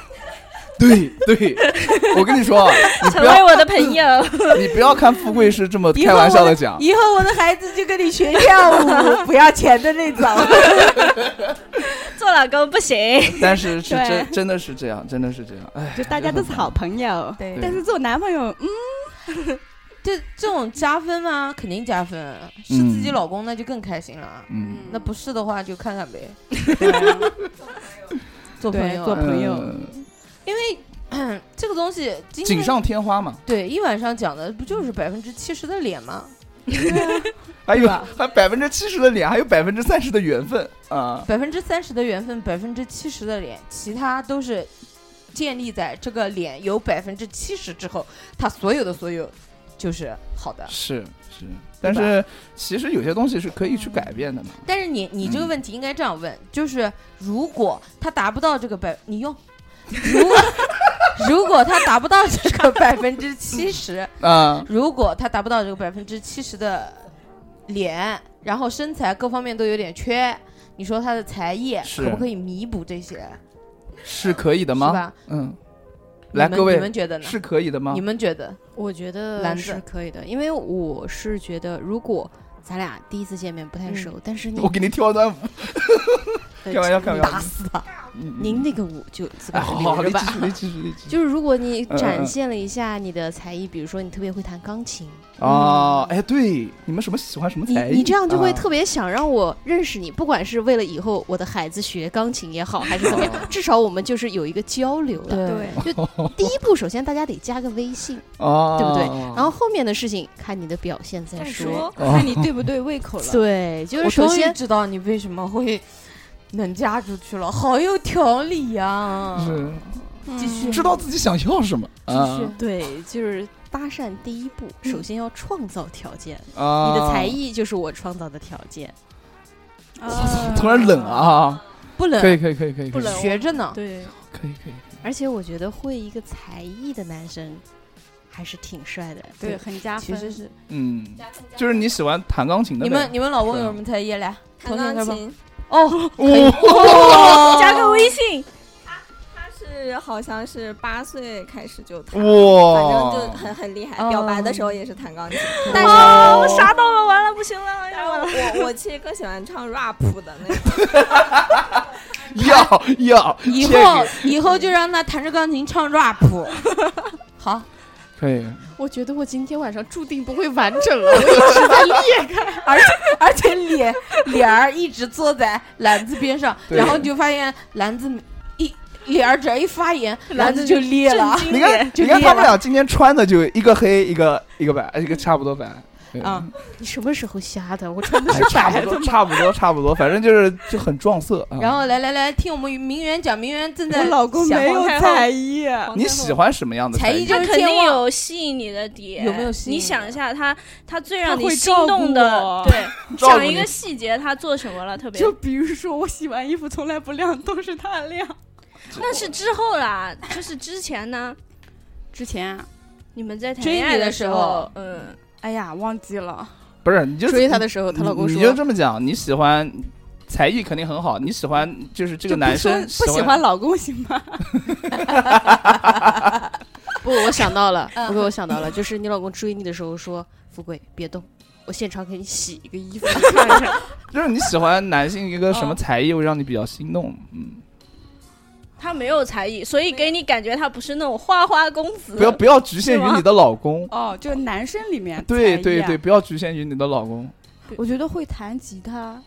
Speaker 2: 对对， 我跟你说啊，你
Speaker 4: 成
Speaker 2: 不要
Speaker 4: 为我的朋友。
Speaker 2: 你不要看富贵是这么
Speaker 3: 以
Speaker 2: 开
Speaker 3: 后
Speaker 2: 玩笑
Speaker 3: 我
Speaker 2: 的
Speaker 3: 的
Speaker 2: 讲，
Speaker 3: 以后我的孩子就跟你学
Speaker 5: 哎
Speaker 3: 跳舞，不要钱的那种。
Speaker 4: 做老公不行，
Speaker 2: 但是是
Speaker 5: 对
Speaker 2: 真真的是这样，真的是这样，哎，
Speaker 5: 就大家都是好朋友，
Speaker 3: 对
Speaker 5: 但是做男朋友，嗯，
Speaker 3: 这这种加分吗？肯定加分，是自己老公那就更开心了。啊
Speaker 2: 嗯，
Speaker 3: 那不是的话就看看 呗，做朋
Speaker 5: 对，
Speaker 3: 友啊，
Speaker 5: 做朋友，
Speaker 2: 呃
Speaker 3: 因为 这个东西今
Speaker 2: 锦
Speaker 3: 天
Speaker 2: 上添花嘛，
Speaker 3: 对一晚上讲的不就是百分之七十的脸吗？
Speaker 2: 还有还百分之七十的脸，还有百分之三十的缘分啊。
Speaker 3: 百分之三十的缘分，百分之七十的脸，其他都是建立在这个脸有百分之七十之后，他所有的所有就是好的。
Speaker 2: 是是，但是其实有些东西是可以去改变的嘛。
Speaker 3: 但是你你这个问题应该这样问，就是如果他达不到这个百，你用，如果 如果他达不到这个 百分之七十，
Speaker 2: 啊，
Speaker 3: 如果他达不到这个百分之七十的脸，然后身材各方面都有点缺，你说他的才艺
Speaker 2: 是
Speaker 3: 可不可以弥补这些？
Speaker 2: 是可以的
Speaker 3: 是
Speaker 2: 吗？
Speaker 3: 吧？
Speaker 2: 嗯，
Speaker 3: 你
Speaker 2: 来
Speaker 3: 们
Speaker 2: 各
Speaker 3: 你
Speaker 2: 位
Speaker 3: 们，觉得呢？
Speaker 2: 是可以的吗
Speaker 3: 你？们觉得？
Speaker 6: 我觉得
Speaker 3: 篮子
Speaker 6: 是可以的，因为我是觉得，如果咱俩第一次见面不太熟，但是你
Speaker 2: 我给你跳段舞，哦
Speaker 6: 呃
Speaker 2: 开玩笑，开玩笑
Speaker 6: 打死他！
Speaker 2: 嗯，嗯
Speaker 6: 您那个舞就自个
Speaker 2: 哎，
Speaker 6: 儿
Speaker 2: 好好，好
Speaker 6: 留着
Speaker 2: 你
Speaker 6: 吧。
Speaker 2: 继续，你继续，你 继续。
Speaker 6: 就是如果你
Speaker 2: 嗯嗯
Speaker 6: 展
Speaker 2: 嗯
Speaker 6: 现了一下你的才艺，比如说你特别会弹钢琴，
Speaker 2: 哦，哎，对，你们什么喜欢什么
Speaker 6: 嗯你
Speaker 2: 才艺？
Speaker 6: 你这样就会
Speaker 2: 啊
Speaker 6: 特别想让我认识你，不管是为了以后我的孩子学钢琴也好，还是怎么样，至少我们就是有一个交流
Speaker 3: 嗯
Speaker 6: 了。
Speaker 5: 对，
Speaker 6: 第一步，首先大家得加个微信，
Speaker 2: 哦，
Speaker 6: 对不对？然后后面的事情看你的表现再说。
Speaker 5: 说
Speaker 2: 哦
Speaker 5: 看你对不对胃口了。
Speaker 6: 对，就是
Speaker 3: 我
Speaker 6: 首
Speaker 3: 终于
Speaker 6: 先
Speaker 3: 知道你为什么会能嫁出去了，好有条理呀、
Speaker 2: 是
Speaker 3: 继续
Speaker 2: 知道自己想要什么啊
Speaker 6: 对，嗯就是搭讪第一步，首先要创造条件，
Speaker 2: 啊！
Speaker 6: 你的才艺就是我创造的条件。
Speaker 4: 呃
Speaker 5: 啊
Speaker 2: 突然冷！啊，
Speaker 3: 不
Speaker 2: 可以
Speaker 3: 冷，
Speaker 2: 可以可以可以，
Speaker 6: 嗯不冷
Speaker 3: 学着呢。
Speaker 6: 对，
Speaker 2: 可以可以。
Speaker 6: 而且我觉得会一个才艺的男生还是挺帅的。
Speaker 5: 对，很加
Speaker 3: 其实
Speaker 5: 分。
Speaker 3: 是
Speaker 2: 嗯，就是你喜欢弹钢琴的
Speaker 3: 你
Speaker 2: 呗，
Speaker 3: 们你们老公
Speaker 2: 是
Speaker 3: 有什么才艺来？从现
Speaker 7: 弹钢
Speaker 3: 开始吧
Speaker 7: 琴，
Speaker 3: 哦，
Speaker 2: 哦
Speaker 4: 加个微信，
Speaker 7: 他是好像是八岁开始就弹，
Speaker 2: 哦
Speaker 7: 反正
Speaker 2: 哇，
Speaker 7: 就很很厉害。表白的时候也是弹钢琴，但是
Speaker 4: 哦，杀到了，完了，不行了，
Speaker 7: 然
Speaker 4: 要
Speaker 7: 后
Speaker 4: 完了。
Speaker 7: 我我其实更喜欢唱 rap 的那种。
Speaker 2: 要 要，
Speaker 3: 以
Speaker 2: 这
Speaker 3: 后
Speaker 2: 个
Speaker 3: 以后就让他弹着钢琴唱 rap。好，
Speaker 2: 可以，
Speaker 6: 我觉得我今天晚上注定不会完整了，我一直在裂开。
Speaker 3: 而且脸脸儿一直坐在篮子边上，
Speaker 2: 对
Speaker 3: 然后你就发现篮子一脸儿只要一发言，篮子就裂了。
Speaker 2: 你看你看他们俩今天穿的就一个黑一个一个白，一个差不多白。对
Speaker 3: 啊，
Speaker 6: 你什么时候瞎的？我穿的
Speaker 2: 哎
Speaker 6: 是
Speaker 2: 差
Speaker 6: 白
Speaker 2: 不多，
Speaker 6: 的。
Speaker 2: 差不多，差不多，反正就是就很撞色。啊
Speaker 3: 然后来来来，听我们名媛讲，名媛正在
Speaker 5: 我老公
Speaker 3: 想
Speaker 5: 没有啊
Speaker 3: 皇太后
Speaker 5: 才艺，
Speaker 2: 你喜欢什么样的
Speaker 3: 才艺
Speaker 2: 艺？
Speaker 3: 就
Speaker 4: 他
Speaker 3: 是
Speaker 4: 肯
Speaker 3: 健
Speaker 4: 定
Speaker 3: 忘
Speaker 4: 有吸引你的点，
Speaker 3: 有没有吸引
Speaker 4: 你
Speaker 3: 你
Speaker 4: 想一下他，他最
Speaker 5: 他
Speaker 4: 让你
Speaker 5: 会
Speaker 4: 心
Speaker 5: 照
Speaker 4: 动
Speaker 5: 顾
Speaker 4: 的
Speaker 5: 我，
Speaker 4: 对，
Speaker 2: 照顾
Speaker 4: 讲一
Speaker 2: 你
Speaker 4: 个细节，他做什么了，特别
Speaker 5: 就比如说我洗完衣服从来不晾，都是他晾。
Speaker 4: 那是之后啦，就是之前呢，
Speaker 5: 之前啊
Speaker 4: 你们在谈
Speaker 3: 追
Speaker 4: 恋爱
Speaker 3: 你的时
Speaker 4: 时
Speaker 3: 候
Speaker 4: 候，嗯，
Speaker 5: 哎呀，忘记了，
Speaker 2: 不是，你就
Speaker 6: 追他的时候，她老公
Speaker 2: 你就
Speaker 6: 说
Speaker 2: 这么讲，你喜欢才艺肯定很好，你喜欢就是这
Speaker 5: 这
Speaker 2: 个男生
Speaker 5: 不喜欢老公行吗？：“
Speaker 6: 不，我想到了，不过我想到了，就是你老公追你的时候说，富贵别动，我现场给你洗一个衣服，你看看。
Speaker 2: 就是你喜欢男性一个什么才艺会让你比较心动？嗯，
Speaker 4: 他没有才艺，所以给你感觉他不是那种花花公子。
Speaker 2: 不要不要局限
Speaker 4: 呃是
Speaker 2: 于
Speaker 4: 吗
Speaker 2: 你的老公，
Speaker 5: 哦，就男生里面
Speaker 2: 对
Speaker 5: 才艺
Speaker 2: 对
Speaker 5: 啊
Speaker 2: 对，，不要局限于你的老公。
Speaker 5: 我觉得会弹吉他，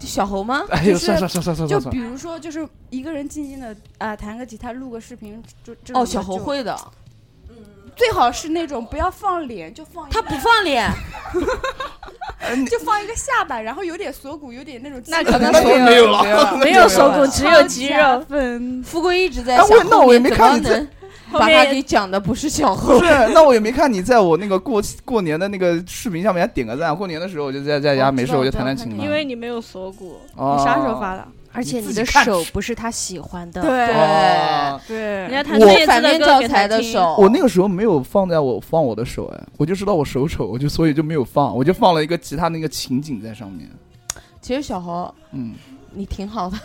Speaker 3: 小猴吗？
Speaker 2: 哎
Speaker 5: 就
Speaker 2: 呦，
Speaker 5: 是
Speaker 2: 算算算算算
Speaker 5: 就
Speaker 2: 算算
Speaker 5: 比，如说就是一个人静静的啊弹个吉他，录个视频，就这种
Speaker 3: 哦，
Speaker 5: 的
Speaker 3: 小猴
Speaker 5: 就
Speaker 3: 会的，
Speaker 5: 最好是那种不要放脸，就放一
Speaker 3: 他不放脸，
Speaker 5: 就放一个下巴，然后有点锁骨，有点那种
Speaker 4: 那
Speaker 5: 肌
Speaker 4: 可
Speaker 5: 肉
Speaker 4: 能
Speaker 2: 那都没有了，
Speaker 4: 没有手骨，只有肌肉。
Speaker 5: 分
Speaker 3: 富贵一直在
Speaker 2: 哎
Speaker 3: 想
Speaker 2: 我那
Speaker 3: 后
Speaker 2: 我也
Speaker 3: 面
Speaker 2: 没
Speaker 3: 怎
Speaker 2: 看
Speaker 3: 么
Speaker 2: 你在
Speaker 3: 能
Speaker 4: 后
Speaker 3: 把他
Speaker 4: 面
Speaker 3: 给讲的不是小猴
Speaker 2: 不。 是，那我也没看你在我那个过过年的那个视频下面还点个赞。过年的时候我就在在家
Speaker 5: 哦
Speaker 2: 没
Speaker 5: 知
Speaker 2: 事
Speaker 5: 道
Speaker 2: 我就
Speaker 5: 知
Speaker 2: 弹
Speaker 5: 道
Speaker 2: 弹
Speaker 5: 看
Speaker 2: 琴嘛。
Speaker 5: 见
Speaker 4: 因为你没有锁骨，
Speaker 2: 你
Speaker 5: 你啥时候发的？
Speaker 6: 而且
Speaker 2: 你
Speaker 6: 你
Speaker 2: 自己
Speaker 6: 的
Speaker 2: 看
Speaker 6: 手不是他喜欢的。”
Speaker 5: 对
Speaker 2: 哦，
Speaker 5: 对
Speaker 4: 人家弹
Speaker 2: 我
Speaker 4: 孙燕姿
Speaker 3: 反
Speaker 4: 的
Speaker 3: 面
Speaker 4: 歌
Speaker 3: 教
Speaker 4: 给
Speaker 3: 材
Speaker 4: 他
Speaker 3: 的
Speaker 4: 听，
Speaker 3: 手，
Speaker 2: 我那个时候没有放在我放我的手哎，我就知道我手丑，我就所以就没有放，我就放了一个吉他那个情景在上面。
Speaker 3: 其实小猴
Speaker 2: 嗯，
Speaker 3: 你挺好的，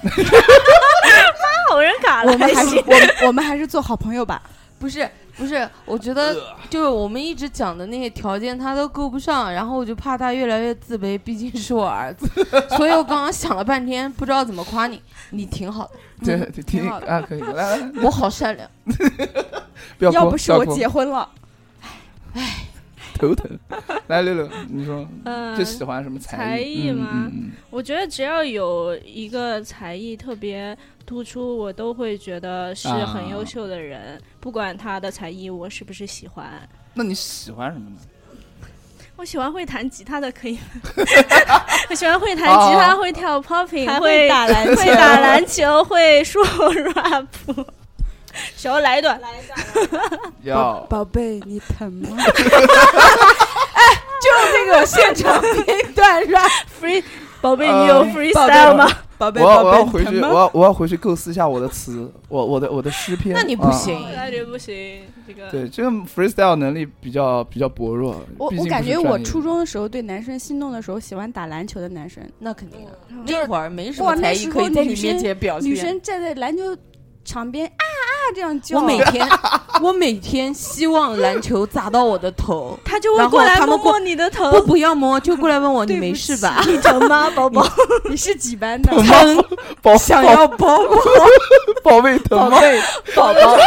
Speaker 4: 好人卡了
Speaker 5: 我。们还是我们我们还是做好朋友吧。
Speaker 3: 不是不是，我觉得就是我们一直讲的那些条件，他都够不上，然后我就怕他越来越自卑，毕竟是我儿 子，所以我刚刚想了半天，不知道怎么夸你，你挺好的，
Speaker 2: 对，挺挺
Speaker 5: 好的
Speaker 2: 啊，可以，来来，
Speaker 3: 我好善良，
Speaker 2: 不要哭，
Speaker 5: 要不是
Speaker 2: 要
Speaker 5: 我
Speaker 2: 哭
Speaker 5: 结婚了，
Speaker 2: 头疼。来，六六，你说
Speaker 4: 嗯
Speaker 2: 就，喜欢什么才
Speaker 4: 才
Speaker 2: 艺
Speaker 4: 艺
Speaker 2: 嗯
Speaker 4: 吗
Speaker 2: 嗯
Speaker 4: 我觉得只要有一个才艺特别突出，我都会觉得是
Speaker 3: 啊
Speaker 4: 很优秀的人，不管他的才艺我是不是喜欢。
Speaker 2: 嗯那你喜欢什么呢？
Speaker 4: 我喜欢会弹吉他的，可以吗？ 我喜欢会弹吉他，
Speaker 2: 哦
Speaker 4: 会跳 popping，
Speaker 5: 还
Speaker 4: 会
Speaker 5: 打篮球，
Speaker 4: 会打篮球，会说 rap，小欧来一段，
Speaker 2: 要
Speaker 5: 宝贝，你 疼吗？
Speaker 9: 这个现 场片段是吧？
Speaker 4: free，宝贝，你有
Speaker 2: 呃
Speaker 4: freestyle 吗？
Speaker 5: 宝贝，
Speaker 2: 我要
Speaker 5: 宝
Speaker 2: 我
Speaker 5: 贝，
Speaker 2: 要
Speaker 5: 你
Speaker 2: 回
Speaker 5: 疼
Speaker 2: 去，
Speaker 5: 吗
Speaker 2: 我要我要回去构思一下我的词，我我的我的诗 篇。
Speaker 3: 那你不
Speaker 2: 啊
Speaker 3: 行
Speaker 4: 那就不行，这个
Speaker 2: 对，这个 freestyle 能力比较比较薄弱。
Speaker 5: 我
Speaker 2: 毕
Speaker 5: 我
Speaker 2: 竟
Speaker 5: 感
Speaker 2: 不是
Speaker 5: 觉
Speaker 2: 专
Speaker 5: 我
Speaker 2: 业
Speaker 5: 初中的时候对男生心动的时候，喜欢打篮球的男生。
Speaker 3: 那肯定的，
Speaker 5: 就是
Speaker 3: 那会儿没什
Speaker 5: 嗯哇
Speaker 3: 么
Speaker 5: 那
Speaker 3: 才
Speaker 5: 时
Speaker 3: 艺
Speaker 5: 候
Speaker 3: 可以在你
Speaker 5: 女生
Speaker 3: 面前表现。
Speaker 5: 女 生站在篮球场边啊啊这样叫，
Speaker 3: 我 每天我每天希望篮球砸到我的头，
Speaker 4: 他就会
Speaker 3: 然后
Speaker 4: 过来
Speaker 3: 他们
Speaker 4: 摸
Speaker 3: 过
Speaker 4: 摸你的头
Speaker 3: 不，不要摸，就过来问我
Speaker 5: 对
Speaker 3: 你
Speaker 5: 不
Speaker 3: 没
Speaker 5: 起
Speaker 3: 事吧？
Speaker 5: 你疼吗，宝宝？你是几班的？
Speaker 3: 疼，
Speaker 2: 宝
Speaker 3: 想要包我，
Speaker 2: 宝贝疼吗？
Speaker 3: 宝宝。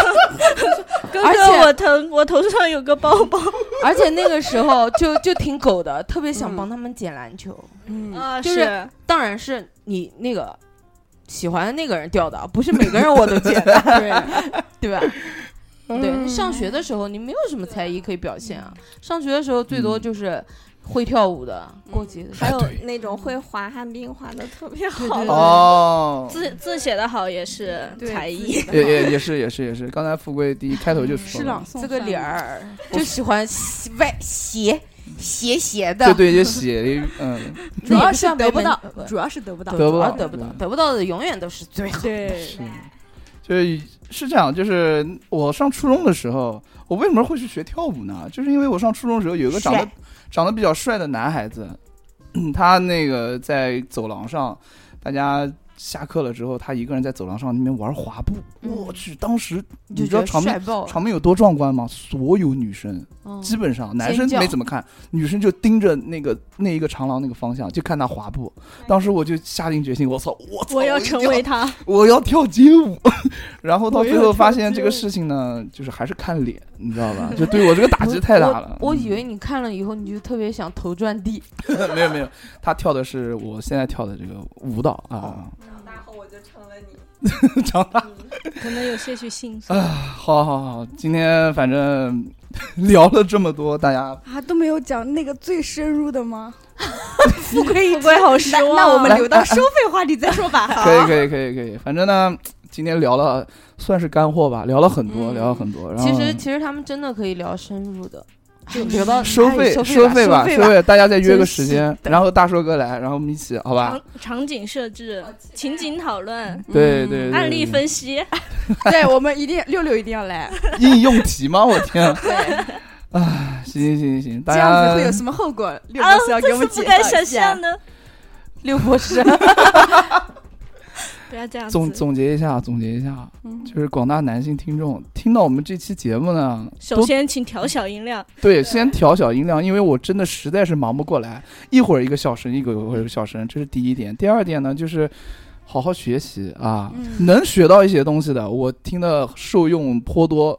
Speaker 4: 哥
Speaker 3: 而
Speaker 4: 哥
Speaker 3: 且
Speaker 4: 我疼，我头上有个包包
Speaker 3: 而且那个时候就就挺狗的，特别想帮他们捡篮球。
Speaker 5: 嗯，
Speaker 4: 啊，
Speaker 3: 就是当然是你那个喜欢的那个人掉的，不是每个人我都捡的，
Speaker 5: 对，嗯
Speaker 3: 对 吧？
Speaker 2: 嗯
Speaker 3: 对，上学的时候你没有什么才艺可以表现啊，上学的时候最多就是会跳舞的，
Speaker 5: 嗯
Speaker 3: 过节的时
Speaker 7: 还
Speaker 3: 候
Speaker 7: 有那种会滑旱冰滑的特别好，
Speaker 3: 对对
Speaker 2: 哦，
Speaker 4: 字字写的好也是
Speaker 5: 对
Speaker 4: 才艺，
Speaker 2: 也也也是也是也是，刚才富贵第一开头就
Speaker 3: 嗯
Speaker 2: 说
Speaker 5: 诗
Speaker 2: 了
Speaker 5: 朗，诵
Speaker 3: 这个脸
Speaker 5: 算了，
Speaker 3: 儿 就喜欢歪斜斜斜的
Speaker 2: 对，对，就写了一 嗯，
Speaker 3: 主
Speaker 5: 主要是得不到，
Speaker 3: 主
Speaker 5: 主要是得不到。
Speaker 2: 得不
Speaker 3: 要
Speaker 2: 到
Speaker 3: 得不到，得不到的永远都是最好。
Speaker 4: 对，
Speaker 2: 是，就是是这样，就是我上初中的时候，我为什么会去学跳舞呢？就是因为我上初中的时候有一个长得
Speaker 3: 帅
Speaker 2: 长得比较帅的男孩子，嗯他那个在走廊上，大家。下课了之后，他一个人在走廊上那边玩滑步，
Speaker 3: 嗯
Speaker 2: 我去！当时你
Speaker 3: 就
Speaker 2: 知道
Speaker 3: 觉得
Speaker 2: 场面
Speaker 3: 帅爆了，
Speaker 2: 场面有多壮观吗？所有女生
Speaker 3: 嗯
Speaker 2: 基本上男生
Speaker 3: 尖叫
Speaker 2: 没怎么看，女生就盯着那个那一个长廊那个方向，就看他滑步。当时我就下定决心，我操，我操，
Speaker 4: 我要
Speaker 2: 一定
Speaker 4: 成为他，
Speaker 2: 我要跳街舞。 然后到
Speaker 4: 我要
Speaker 2: 最后发现
Speaker 4: 跳街
Speaker 2: 这个
Speaker 4: 舞
Speaker 2: 事情呢，就是还是看脸，你知道 吧？就对我这个打击太大了。
Speaker 3: 我我以为你看了以后，你就特别想头转地。
Speaker 2: 嗯 没有没有，他跳的是我现在跳的这个舞蹈
Speaker 3: 哦
Speaker 2: 啊。
Speaker 7: 长大后我就成了你。
Speaker 2: 长大，
Speaker 4: 可能有些 许心酸。
Speaker 2: 好好好，今天反正 聊了这么多，大家
Speaker 5: 啊，都没有讲那个最深入的吗？
Speaker 4: 富 贵富贵好失望，那我
Speaker 3: 啊
Speaker 2: 们留到收
Speaker 4: 费话题再说吧。
Speaker 2: 可以可以可以可以，反正呢，今天聊了算是干货吧，聊了很多，聊了很多。然后
Speaker 3: 嗯其实其实他们真的可以聊深入的，就聊到
Speaker 2: 收
Speaker 3: 哎
Speaker 2: 费
Speaker 3: 收
Speaker 2: 费
Speaker 3: 吧，
Speaker 2: 吧，
Speaker 3: 收
Speaker 2: 收。费，大家再约个时
Speaker 3: 真是
Speaker 2: 间，然后大硕哥来，然后我们一起，好吧？
Speaker 4: 场场景设置、情景讨论、
Speaker 2: 对对，对
Speaker 4: 案例
Speaker 2: 对
Speaker 4: 分析，
Speaker 5: 对，我们一定六六一定要 来，
Speaker 2: 应用题吗？我天！
Speaker 5: 对，
Speaker 2: 啊，行行行行，大
Speaker 5: 这
Speaker 2: 家
Speaker 5: 样子会有什么后果？六
Speaker 4: 啊
Speaker 5: 六 是要给我
Speaker 4: 这是
Speaker 5: 们
Speaker 4: 不
Speaker 5: 解
Speaker 4: 敢
Speaker 5: 释
Speaker 4: 想象的。
Speaker 3: 六博士，
Speaker 4: 不要这样
Speaker 2: 总
Speaker 4: 子，
Speaker 2: 总结一下，总结一下，
Speaker 5: 嗯
Speaker 2: 就是广大男性听众听到我们这期节目呢，
Speaker 4: 首
Speaker 2: 都
Speaker 4: 先请调小音量，
Speaker 2: 对，先调小音量，因为我真的实在是忙不过来，一会儿一个小声，一会儿一个小声，这是第一点。第二点呢，就是好好学习啊，
Speaker 5: 嗯
Speaker 2: 能学到一些东西的，我听的受用颇多。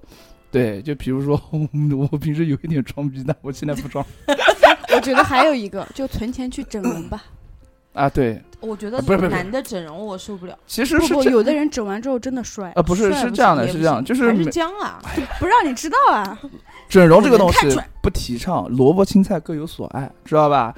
Speaker 2: 对，就比如说 我平时有一点装逼，但我现在不装
Speaker 5: 我觉得还有一个，就存钱去整容吧。
Speaker 2: 啊。对，
Speaker 3: 我觉得
Speaker 2: 啊不是不是
Speaker 3: 男的整容我受不了，
Speaker 2: 其实
Speaker 5: 不
Speaker 2: 是
Speaker 5: 不，
Speaker 2: 这
Speaker 5: 有的人整完之后真的帅，
Speaker 2: 嗯啊，不是
Speaker 3: 帅
Speaker 2: 是
Speaker 3: 不
Speaker 2: 这样
Speaker 3: 行
Speaker 2: 的，
Speaker 3: 也
Speaker 2: 是
Speaker 3: 不
Speaker 2: 这样，
Speaker 3: 行
Speaker 2: 就是
Speaker 3: 还
Speaker 2: 每
Speaker 3: 是姜啊，
Speaker 5: 不让你知道啊。
Speaker 2: 整容这个
Speaker 3: 我能
Speaker 2: 东西
Speaker 3: 看出来
Speaker 2: 不提倡，萝卜青菜各有所爱，知道吧？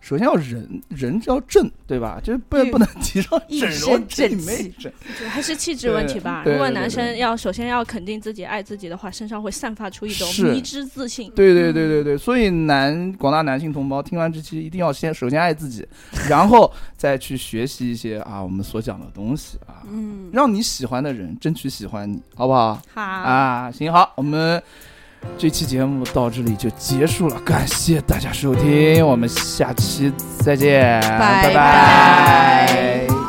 Speaker 2: 首先要人，人要正，对吧？就是不
Speaker 3: 对
Speaker 2: 不能提倡
Speaker 3: 一
Speaker 2: 整容
Speaker 3: 身
Speaker 2: 这一
Speaker 3: 正
Speaker 2: 妹
Speaker 3: 气
Speaker 2: 整。
Speaker 4: 就还是气质问题吧。
Speaker 2: 对对
Speaker 4: 如果
Speaker 2: 对对
Speaker 4: 男生
Speaker 2: 对
Speaker 4: 要首先要肯定自己、爱自己的话，身上会散发出一种
Speaker 2: 是
Speaker 4: 迷之自信。
Speaker 2: 对对对
Speaker 5: 嗯
Speaker 2: 对对，所以男广大男性同胞听完这期一定要先首先爱自己，然后再去学习一些啊我们所讲的东西啊，
Speaker 5: 嗯，
Speaker 2: 让你喜欢的人争取喜欢你，好不好？
Speaker 5: 好，
Speaker 2: 啊，行好，我们这期节目到这里就结束了，感谢大家收听，我们下期再见，
Speaker 3: 拜
Speaker 2: 拜拜